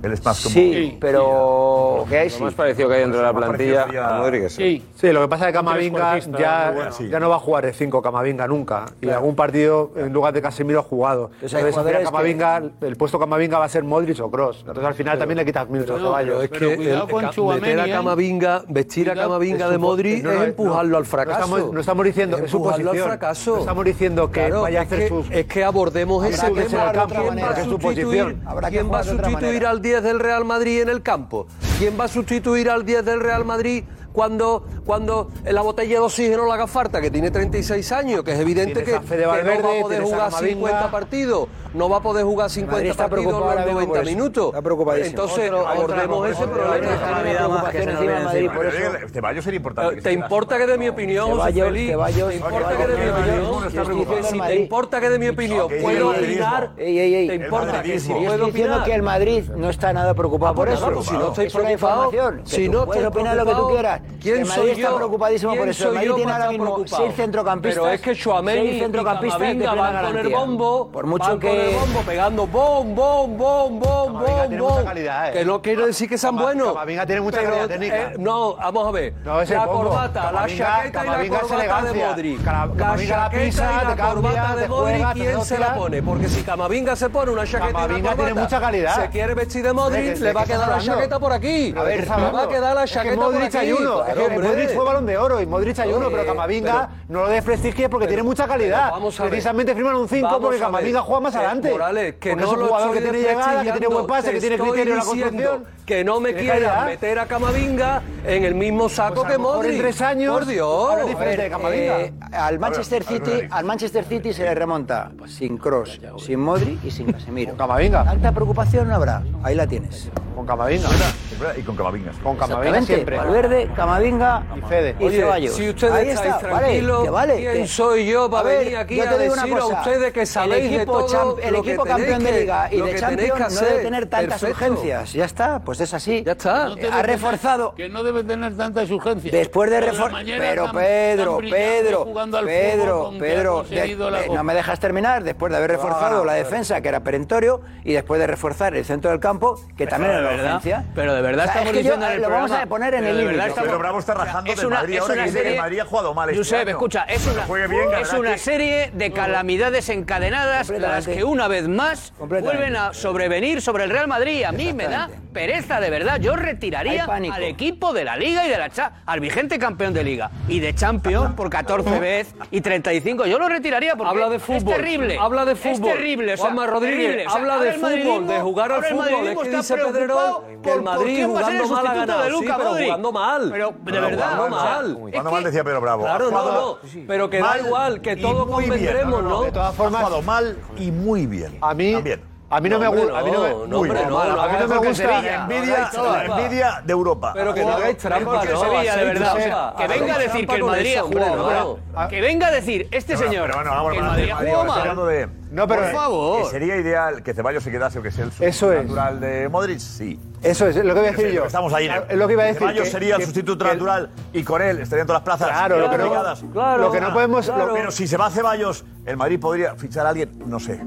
Él es más como... Sí, pero. ¿Qué hay? Lo más parecido que hay dentro de la Más parecido plantilla sería- a Modric. Sí. lo que pasa es que Camavinga Esportista, ya, muy bueno. Sí. ya no va a jugar de 5, Camavinga nunca. Y algún partido en lugar de Casemiro ha jugado. Entonces, Entonces, hay al final jugadores Camavinga, el puesto Camavinga va a ser Modric o Cross. Entonces al final también le quitas minutos a Ceballos. es que el- ca- meter a Camavinga, vestir a ¿eh? Cuidado, Camavinga es de un- Modric no, no, es no, empujarlo al no fracaso. estamos- no estamos diciendo- es empujarlo al suposición. fracaso. No estamos diciendo que Claro, vaya a es hacer que- sus- Es que abordemos Habrá ese que tema. jugar de otra ¿Quién manera, va a que es sustituir, suposición. Habrá que quién va a jugar de otra sustituir manera. al 10 del Real Madrid en el campo? ¿Quién va a sustituir al 10 del Real Madrid cuando, cuando la botella de oxígeno la haga falta? Que tiene 36 años, que es evidente Tienes que, a Fede que Valverde, no va a poder tienes a jugar Camavinga. 50 partidos. No va a poder jugar 50 está partidos preocupado en ahora los mismo por 90 eso. minutos. Está preocupadísimo. Entonces, Otro- abordemos otro- ese otro- problema. otra preocupación encima de Madrid, por eso- Este Bayo sería importante. Eh, ¿Te importa que de mi opinión, José Ceballos, Félix? Ceballos, ¿Te importa que de mi Ceballos, Ceballos, opinión? Yo estoy Ceballos, diciendo Si te Madrid. importa que de mi opinión, Ok, puedo el opinar. Ey, ey, ey. ¿Te importa que si Yo puedo estoy diciendo opinar? que el Madrid no está nada preocupado por Bueno, eso. vamos, si no estoy es una preocupado, información. que si tú no puedes estoy opinar lo que tú preocupado, quieras. ¿quién el Madrid soy está yo? preocupadísimo por ¿Quién eso. El soy Madrid yo tiene para ahora estar mismo preocupado? seis centrocampistas. Pero es que Txoameni seis centrocampistas de y Camavinga plena van con el garantía. bombo, Por mucho van con el que bombo, pegando bom, bom, bom, bom, bom, bom. Que no quiero decir que sean buenos. eh. Camavinga tiene mucha Pero, calidad técnica. eh, no, vamos a ver. No, ese la bombo. corbata, la Camavinga- chaqueta y la Camavinga es corbata de elegancia. Modric. Cala- La Camavinga la pisa, chaqueta y la te cambia, corbata de te juega, Modric, te ¿quién se dobla. la pone? Porque si Camavinga se pone una chaqueta y una Camavinga corbata, tiene mucha calidad. se quiere vestir de ¿De Modric, qué- le de va a qué quedar la estás hablando? chaqueta por aquí. A ver, Le estás va a hablando. quedar la Es que chaqueta por Modric aquí. hay uno. es que Claro, hombre. Modric fue balón de oro y Modric hay uno, Hombre, pero Camavinga no lo desprestigie porque tiene mucha calidad. pero vamos a ver. Precisamente firman un 5 Vamos porque a ver. Camavinga juega más Que, adelante. Morales, que porque no es un lo jugador que estoy tiene llegada, que tiene buen desprestigiando, pase, te que tiene estoy criterio en la diciendo construcción. Que no me Tiene quieras calidad. meter a Camavinga en el mismo saco Pues a que lo mejor Modric. en tres años Por Dios. habla diferente de Camavinga. Eh, al Manchester A ver, a ver, City, Alex. al Manchester City se le remonta pues, sin Cross, sin Modri y sin Casemiro. Con Camavinga. Tanta preocupación no habrá. Ahí la tienes. Con Camavinga. Es verdad, Y con Camavinga. Con Camavinga Exactamente. siempre. Valverde, Camavinga Y Fede. y Ceballos. si ustedes Ahí estáis está, vale, tranquilos, que vale, ¿quién que- soy yo para A ver, venir aquí yo te a digo decir una a cosa, ustedes que el sabéis de equipo todo champ- El lo que equipo tenéis campeón de que- Liga y lo de que tenéis Champions que no debe hacer. tener tantas Perfecto. urgencias. Ya está, pues es así. Ya está. Eh, ha reforzado. Que no debe tener tantas urgencias. Después de Por la reforzar. mañana Pero tan- Pedro, tan brillante Pedro, jugando al fútbol Pedro, con que ha Pedro, conseguido de- la eh, copa. no me dejas terminar. Después de haber reforzado la defensa, que era perentorio, y después de reforzar el centro del campo, que también de era una verdad, urgencia. pero de verdad O sea, estamos es que yo- diciendo en el Lo vamos programa- a poner en pero el de verdad límite. estamos- Pero Bravo está rajando es del una- Madrid es ahora que una dice que serie- el Madrid ha jugado mal este Josep, año. escucha, es Cuando una, juegue bien, es ganará una aquí. serie de calamidades encadenadas de las que una vez más Completamente. vuelven a sobrevenir sobre el Real Madrid. A mí me da pereza, de verdad. Yo retiraría Hay pánico. al equipo de la Liga y de la Cha al vigente campeón de Liga y de Champions por 14 veces y 35. Yo lo retiraría porque Habla de fútbol. es terrible. Habla de Es fútbol. terrible. o sea, Juanma Rodríguez, terrible. O sea, habla ahora de el fútbol, madridismo- de jugar al ahora el fútbol. Es que madridismo está dice Pedrerol preocupado que el por- por Madrid quién va a ser el jugando mal ha sustituto ganado, de sí, Luka pero Modric. jugando mal. Pero de Bueno, verdad, jugando o sea, mal. es Jugando que- mal decía Pedro Bravo. Claro, Ha no, jugado no, pero que da mal igual, que y todos muy bien. convendremos, ¿no? De todas Ha formas- jugado mal y muy bien. A mí, También. a mí no, me hombre, gusta. A mí no me, no, Uy, hombre, no, mal, no, a mí no hagáis me lo que gusta. Sevilla. La envidia, No, no, la no. envidia de Europa. Pero que no hagáis trampa, que ¿no? Sevilla, de Hacéis verdad. trampa. que venga a Hacéis decir trampa que el con Madrid eso, ha jugado hombre, mal. no. Que venga a decir este ah, Pero, señor pero bueno, vamos que a el hablar de Madrid ha Madrid, jugado ahora mal. hablando de- No, pero- Por favor. eh, Que sería ideal que Ceballos se quedase o que sea el sustituto es. natural de Modric, sí. Eso es lo que voy a decir yo. Ah, Estamos ahí. ¿no? Es lo que iba a decir. Ceballos que- sería que- el sustituto que- natural y con él estarían todas las plazas. Claro, lo que no- complicadas. claro, lo que no podemos- Pero- lo- Pero si se va Ceballos, el Madrid podría fichar a alguien, no sé.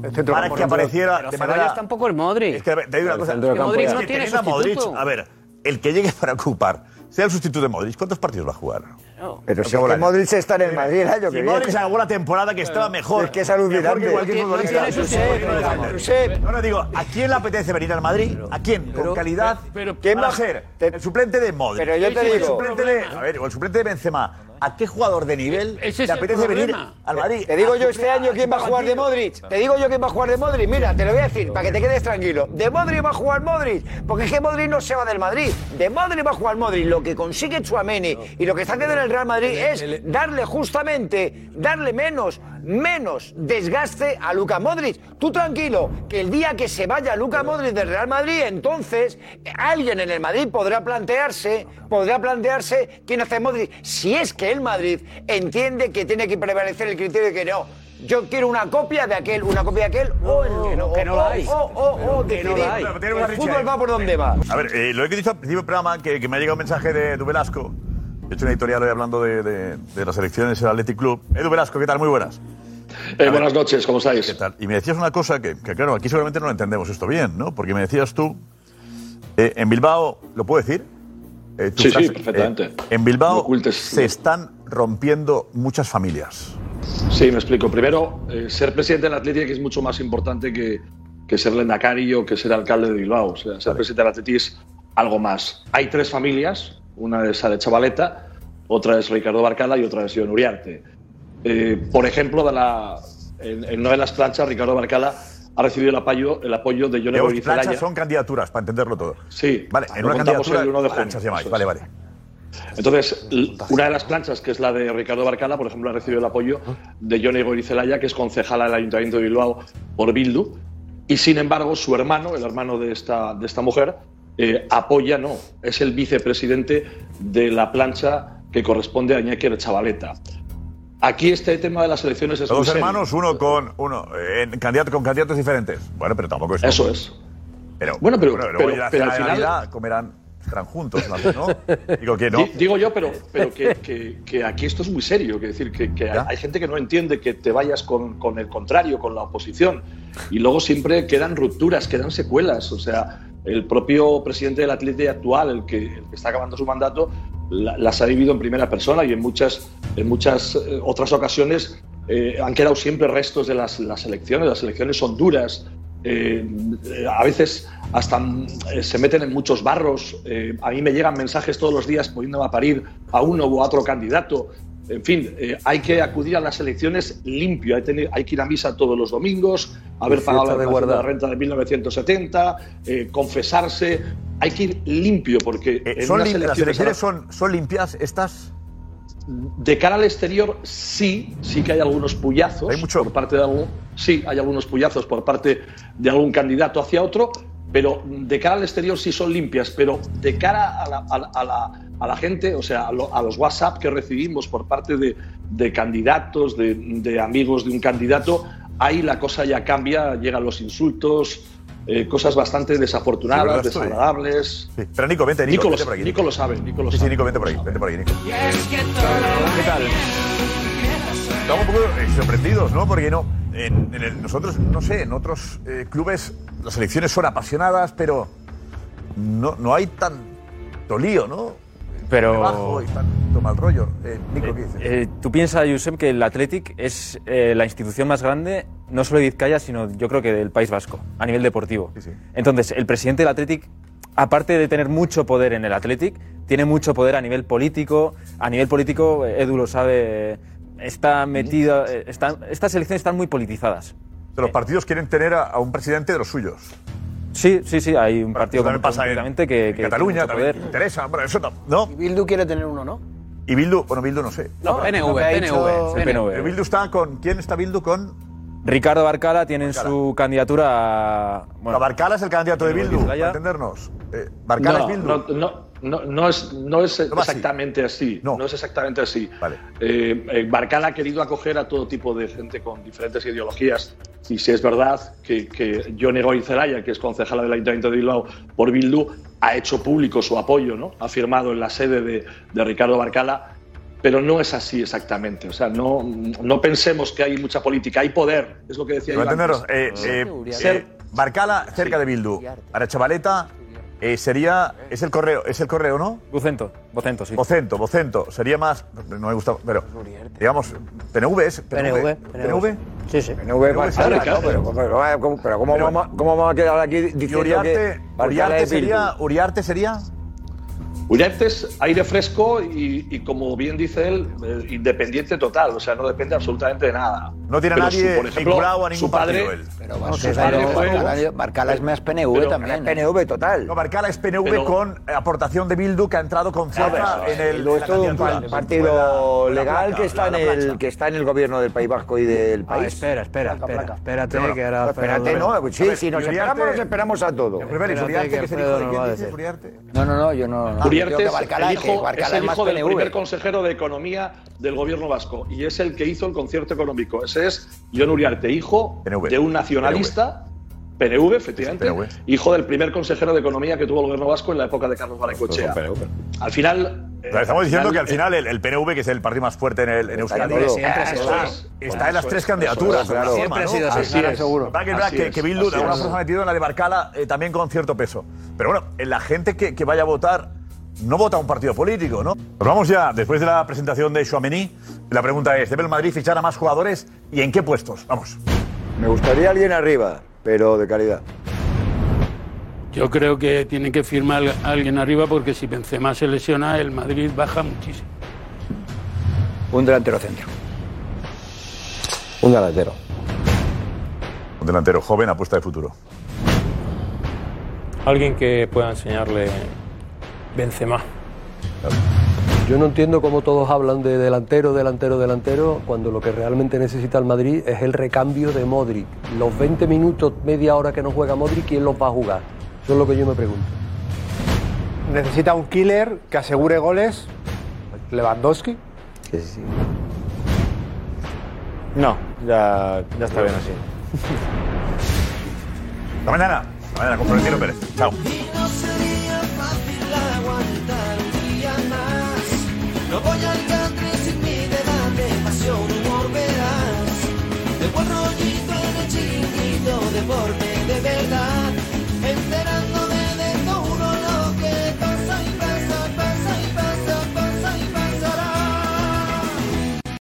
el centro Para campo, que no, pero- apareciera Pero de Ceballos manera. tampoco es Modric. Es que a ver, te digo una cosa. centro del campo Modric Es no que tiene teniendo a Modric, sustituto. a ver, el que llegue para ocupar, sea el sustituto de Modric, ¿cuántos partidos va a jugar? Pero si es Bola. que Modric está en el Madrid el año Si que Modric viene. acabó la temporada que estaba mejor. Es que es Mejor alucinante. que cualquier No tiene futbolista. sustituto, Josep, digamos. Josep, Ahora digo, ¿a quién le apetece venir al Madrid? ¿A quién? Con calidad. ¿Quién va a ser? El suplente de Modric. Pero yo te El digo- E- suplente de, a ver, o el suplente de Benzema. ¿A qué jugador de nivel Ese es le el apetece venir problema. al Madrid? Te digo A yo este suplir- año quién va a jugar de Modric. Te digo yo quién va a jugar de Modric. Mira, te lo voy a decir para que te quedes tranquilo. De Modric va a jugar Modric. Porque es que Modric no se va del Madrid. De Modric va a jugar Modric. Lo que consigue Chuameni y lo que está haciendo en el Real Madrid es darle justamente, darle menos, menos desgaste a Luca Modric. Tú tranquilo, que el día que se vaya Luca Modric del Real Madrid, entonces eh, alguien en el Madrid podrá plantearse, podrá plantearse quién hace Modric. Si es que el Madrid entiende que tiene que prevalecer el criterio de que no. Yo quiero una copia de aquel, una copia de aquel, o el que no, que no o- la hay. O, o, o, o Que no la decidir. hay. Tenemos a El Richie fútbol ahí. va por donde va. A ver, eh, lo que he dicho al principio del programa, que, que me ha llegado un mensaje de Edu Velasco. He hecho una editorial hoy hablando de, de- de las elecciones del Athletic Club. Edu Velasco, ¿qué tal? Muy buenas. Eh, buenas noches, ¿cómo estáis? ¿Qué tal? Y me decías una cosa que, que, claro, aquí seguramente no lo entendemos esto bien, ¿no? Porque me decías tú, eh, en Bilbao, ¿lo puedo decir? Eh, tu Sí, sí, frase, perfectamente. eh, en Bilbao No ocultes. se están rompiendo muchas familias. Sí, me explico. Primero, eh, ser presidente del Athletic es mucho más importante que, que ser Lendakari o que ser alcalde de Bilbao. O sea, ser presidente del Athletic es algo más. Hay tres familias, una es de Chavaleta, otra es Ricardo Barcala y otra es Jon Uriarte. Eh, por ejemplo, de la, en, en una de las planchas, Ricardo Barcala ha recibido el apoyo, el apoyo de Jon Llevo Egoiz planchas Celaya. son candidaturas, para entenderlo todo. Sí, Vale, en lo una contamos candidatura el 1 de junio, planchas llamáis. eso es. Vale, vale. Entonces, l- una de las planchas, que es la de Ricardo Barcala, por ejemplo, ha recibido el apoyo Ah. de Yone Gorizelaya, que es concejala del Ayuntamiento de Bilbao por Bildu. Y sin embargo, su hermano, el hermano de esta, de esta mujer, eh, apoya, no, es el vicepresidente de la plancha que corresponde a Iñaki Chavaleta. Aquí este tema de las elecciones es muy Dos serio. hermanos, uno con uno, eh, en candidato, con candidatos diferentes. Bueno, pero tampoco es. Eso es. Pero, Bueno, pero- pero- oye, la pero al cena de final- Navidad comerán estarán juntos, la vez, ¿no? *laughs* Digo que no. Di- Digo yo, pero, pero *laughs* que, que- que aquí esto es muy serio. Que decir, que, que hay gente que no entiende que te vayas con, con el contrario, con la oposición. Y luego siempre quedan rupturas, quedan secuelas. O sea, el propio presidente del Atleti actual, el que, el que está acabando su mandato, la- las ha vivido en primera persona y en muchas, en muchas eh, otras ocasiones eh, han quedado siempre restos de las, las elecciones. Las elecciones son duras. Eh, eh, a veces hasta mm, eh, se meten en muchos barros. Eh, a mí me llegan mensajes todos los días poniéndome a parir a uno u otro candidato. En fin, eh, hay que acudir a las elecciones limpio. Hay, teni- hay que ir a misa todos los domingos, haber Fiesta pagado la, de declaración de la guardar. renta de 1970, eh, confesarse. Hay que ir limpio porque en Eh, Son unas lim- las elecciones ahora- son, son limpias estas. de cara al exterior sí, sí que hay algunos puyazos por parte de algún, sí, hay algunos puyazos por parte de algún candidato hacia otro, pero de cara al exterior sí son limpias, pero de cara a la, a la- a la- a la gente, o sea, a, lo- a los WhatsApp que recibimos por parte de, de candidatos, de, de amigos de un candidato, ahí la cosa ya cambia, llegan los insultos, eh, cosas bastante Sí, desafortunadas, ¿verdad? Estoy- desagradables. Sí. Pero Nico, vente, Nico Nico. lo vente sa- por aquí, Nico lo sabe, Nico lo sí, sabe. Sí, Nico, vente por ahí, vente por ahí, Nico. ¿Qué tal? Estamos un poco eh, sorprendidos, ¿no? Porque no, en, en el- nosotros, no sé, en otros eh, clubes las elecciones son apasionadas, pero no, no hay tanto lío, ¿no? Pero- Debajo y tanto mal rollo. Eh, Nico, ¿qué dices? Eh, ¿Tú piensas, Josep, que el Athletic es eh, la institución más grande, no solo de Vizcaya, sino yo creo que del País Vasco, a nivel deportivo? Entonces, el presidente del Athletic, aparte de tener mucho poder en el Athletic, tiene mucho poder a nivel político. A nivel político, eh, Edu lo sabe, eh, está metida. eh, está- estas elecciones están muy politizadas. Los partidos quieren tener a, a un presidente de los suyos. Sí, sí, sí, hay un partido también pasa en- completamente que, que tiene Cataluña mucho también poder. interesa, bueno, eso tam- ¿no? Y Bildu quiere tener uno, ¿no? Y Bildu, bueno, Bildu no sé. No, pero- PNV, PNV, El PNV. Pero Bildu está con, ¿quién está Bildu con? Ricardo Barcala tiene en su candidatura. a- Bueno, Barcala es el candidato de Bildu Bildu, para Vizcaya. entendernos. Eh, Barcala No, es Bildu. no, no, no, no es, no es No va así. exactamente así. No. es exactamente así. Eh, eh, Barcala ha querido acoger a todo tipo de gente con diferentes ideologías. Y si es verdad que, que Yone Goizelaya, que es concejala del Ayuntamiento de Bilbao por Bildu, ha hecho público su apoyo, ¿no? Ha firmado en la sede de, de Ricardo Barcala. Pero no es así exactamente. O sea, no, no pensemos que hay mucha política, hay poder. Es lo que decía Iván. Para entendernos, eh, eh, Ser- eh, Barcala cerca de Bildu. Arachavaleta eh, sería. Es el correo, es el correo, ¿no? Vocento, Vocento, sí. Vocento, Vocento. Sería más. No me gusta, pero. Digamos, PNV es. PNV. PNV. Sí, sí. PNV Barcala, ¿no? Pero, pero- pero- pero ¿cómo, Pero- vamos, a- ¿cómo vamos a quedar aquí Y diciendo Uriarte, que Barcala Uriarte es Bildu? sería. Uriarte sería. Uriarte es aire fresco y, y como bien dice él, eh, independiente total, o sea, no depende absolutamente de nada. No tiene a Pero nadie su- por ejemplo, vinculado a ningún su padre, partido él. Pero No, su sí, padre claro, fue- Barcala- Barcala es más PNV Pero- también. ¿eh? Es PNV total. No, Barcala es PNV Pero- con eh, aportación de Bildu que ha entrado con fuerza en el. Bildu en es la todo un candidatura. partido Con la- con la legal placa, que está la- en la el plancha. que está en el gobierno del País Vasco y del Ah, país. espera, espera, Placa, espera, placa. espérate, No, no, que ahora- espérate, no, pues sí, A ver, si nos Uriarte- esperamos nos esperamos a todo. Espérate, Uriarte, que que es el hijo de Alfredo quién no va a dices, decir. Uriarte? No, no, no, yo no. no. Yo Uriarte creo es que Barcala- el que hijo, Barcala es el más hijo del PNV. primer consejero de Economía del gobierno vasco y es el que hizo el concierto económico. Ese es John Uriarte, hijo de un nacionalista, PNV, PNV, efectivamente, PNV. hijo del primer consejero de Economía que tuvo el gobierno vasco en la época de Carlos Barrencochea. Al final. eh, Pero estamos diciendo que al final el, el PNV, que es el partido más fuerte en, el, Está en Euskadi, en todo. está, Siempre está- ha sido así. está en las Eso tres es, candidaturas. eso es, claro. Siempre ha sido así, Así es. seguro. Verdad que es verdad Así que, es, que Bildu así de alguna es. forma se ha metido en la de Barcala eh, también con cierto peso. Pero bueno, eh, la gente que, que vaya a votar no vota a un partido político, ¿no? Nos vamos ya, después de la presentación de Chouameni, la pregunta es, ¿debe el Madrid fichar a más jugadores y en qué puestos? Vamos. Me gustaría alguien arriba, pero de calidad. Yo creo que tiene que firmar a alguien arriba porque si Benzema se lesiona, el Madrid baja muchísimo. Un delantero centro. Un delantero. Un delantero joven, apuesta de futuro. Alguien que pueda enseñarle Benzema. Yo no entiendo cómo todos hablan de delantero, delantero, delantero, cuando lo que realmente necesita el Madrid es el recambio de Modric. Los 20 minutos, media hora que no juega Modric, ¿quién los va a jugar? Eso es lo que yo me pregunto. Necesita un killer que asegure goles. Lewandowski. No, ya, ya está *laughs* bien así. Hasta mañana. Hasta mañana con Florentino Pérez. Chao. No sería fácil aguantar un día más. No voy a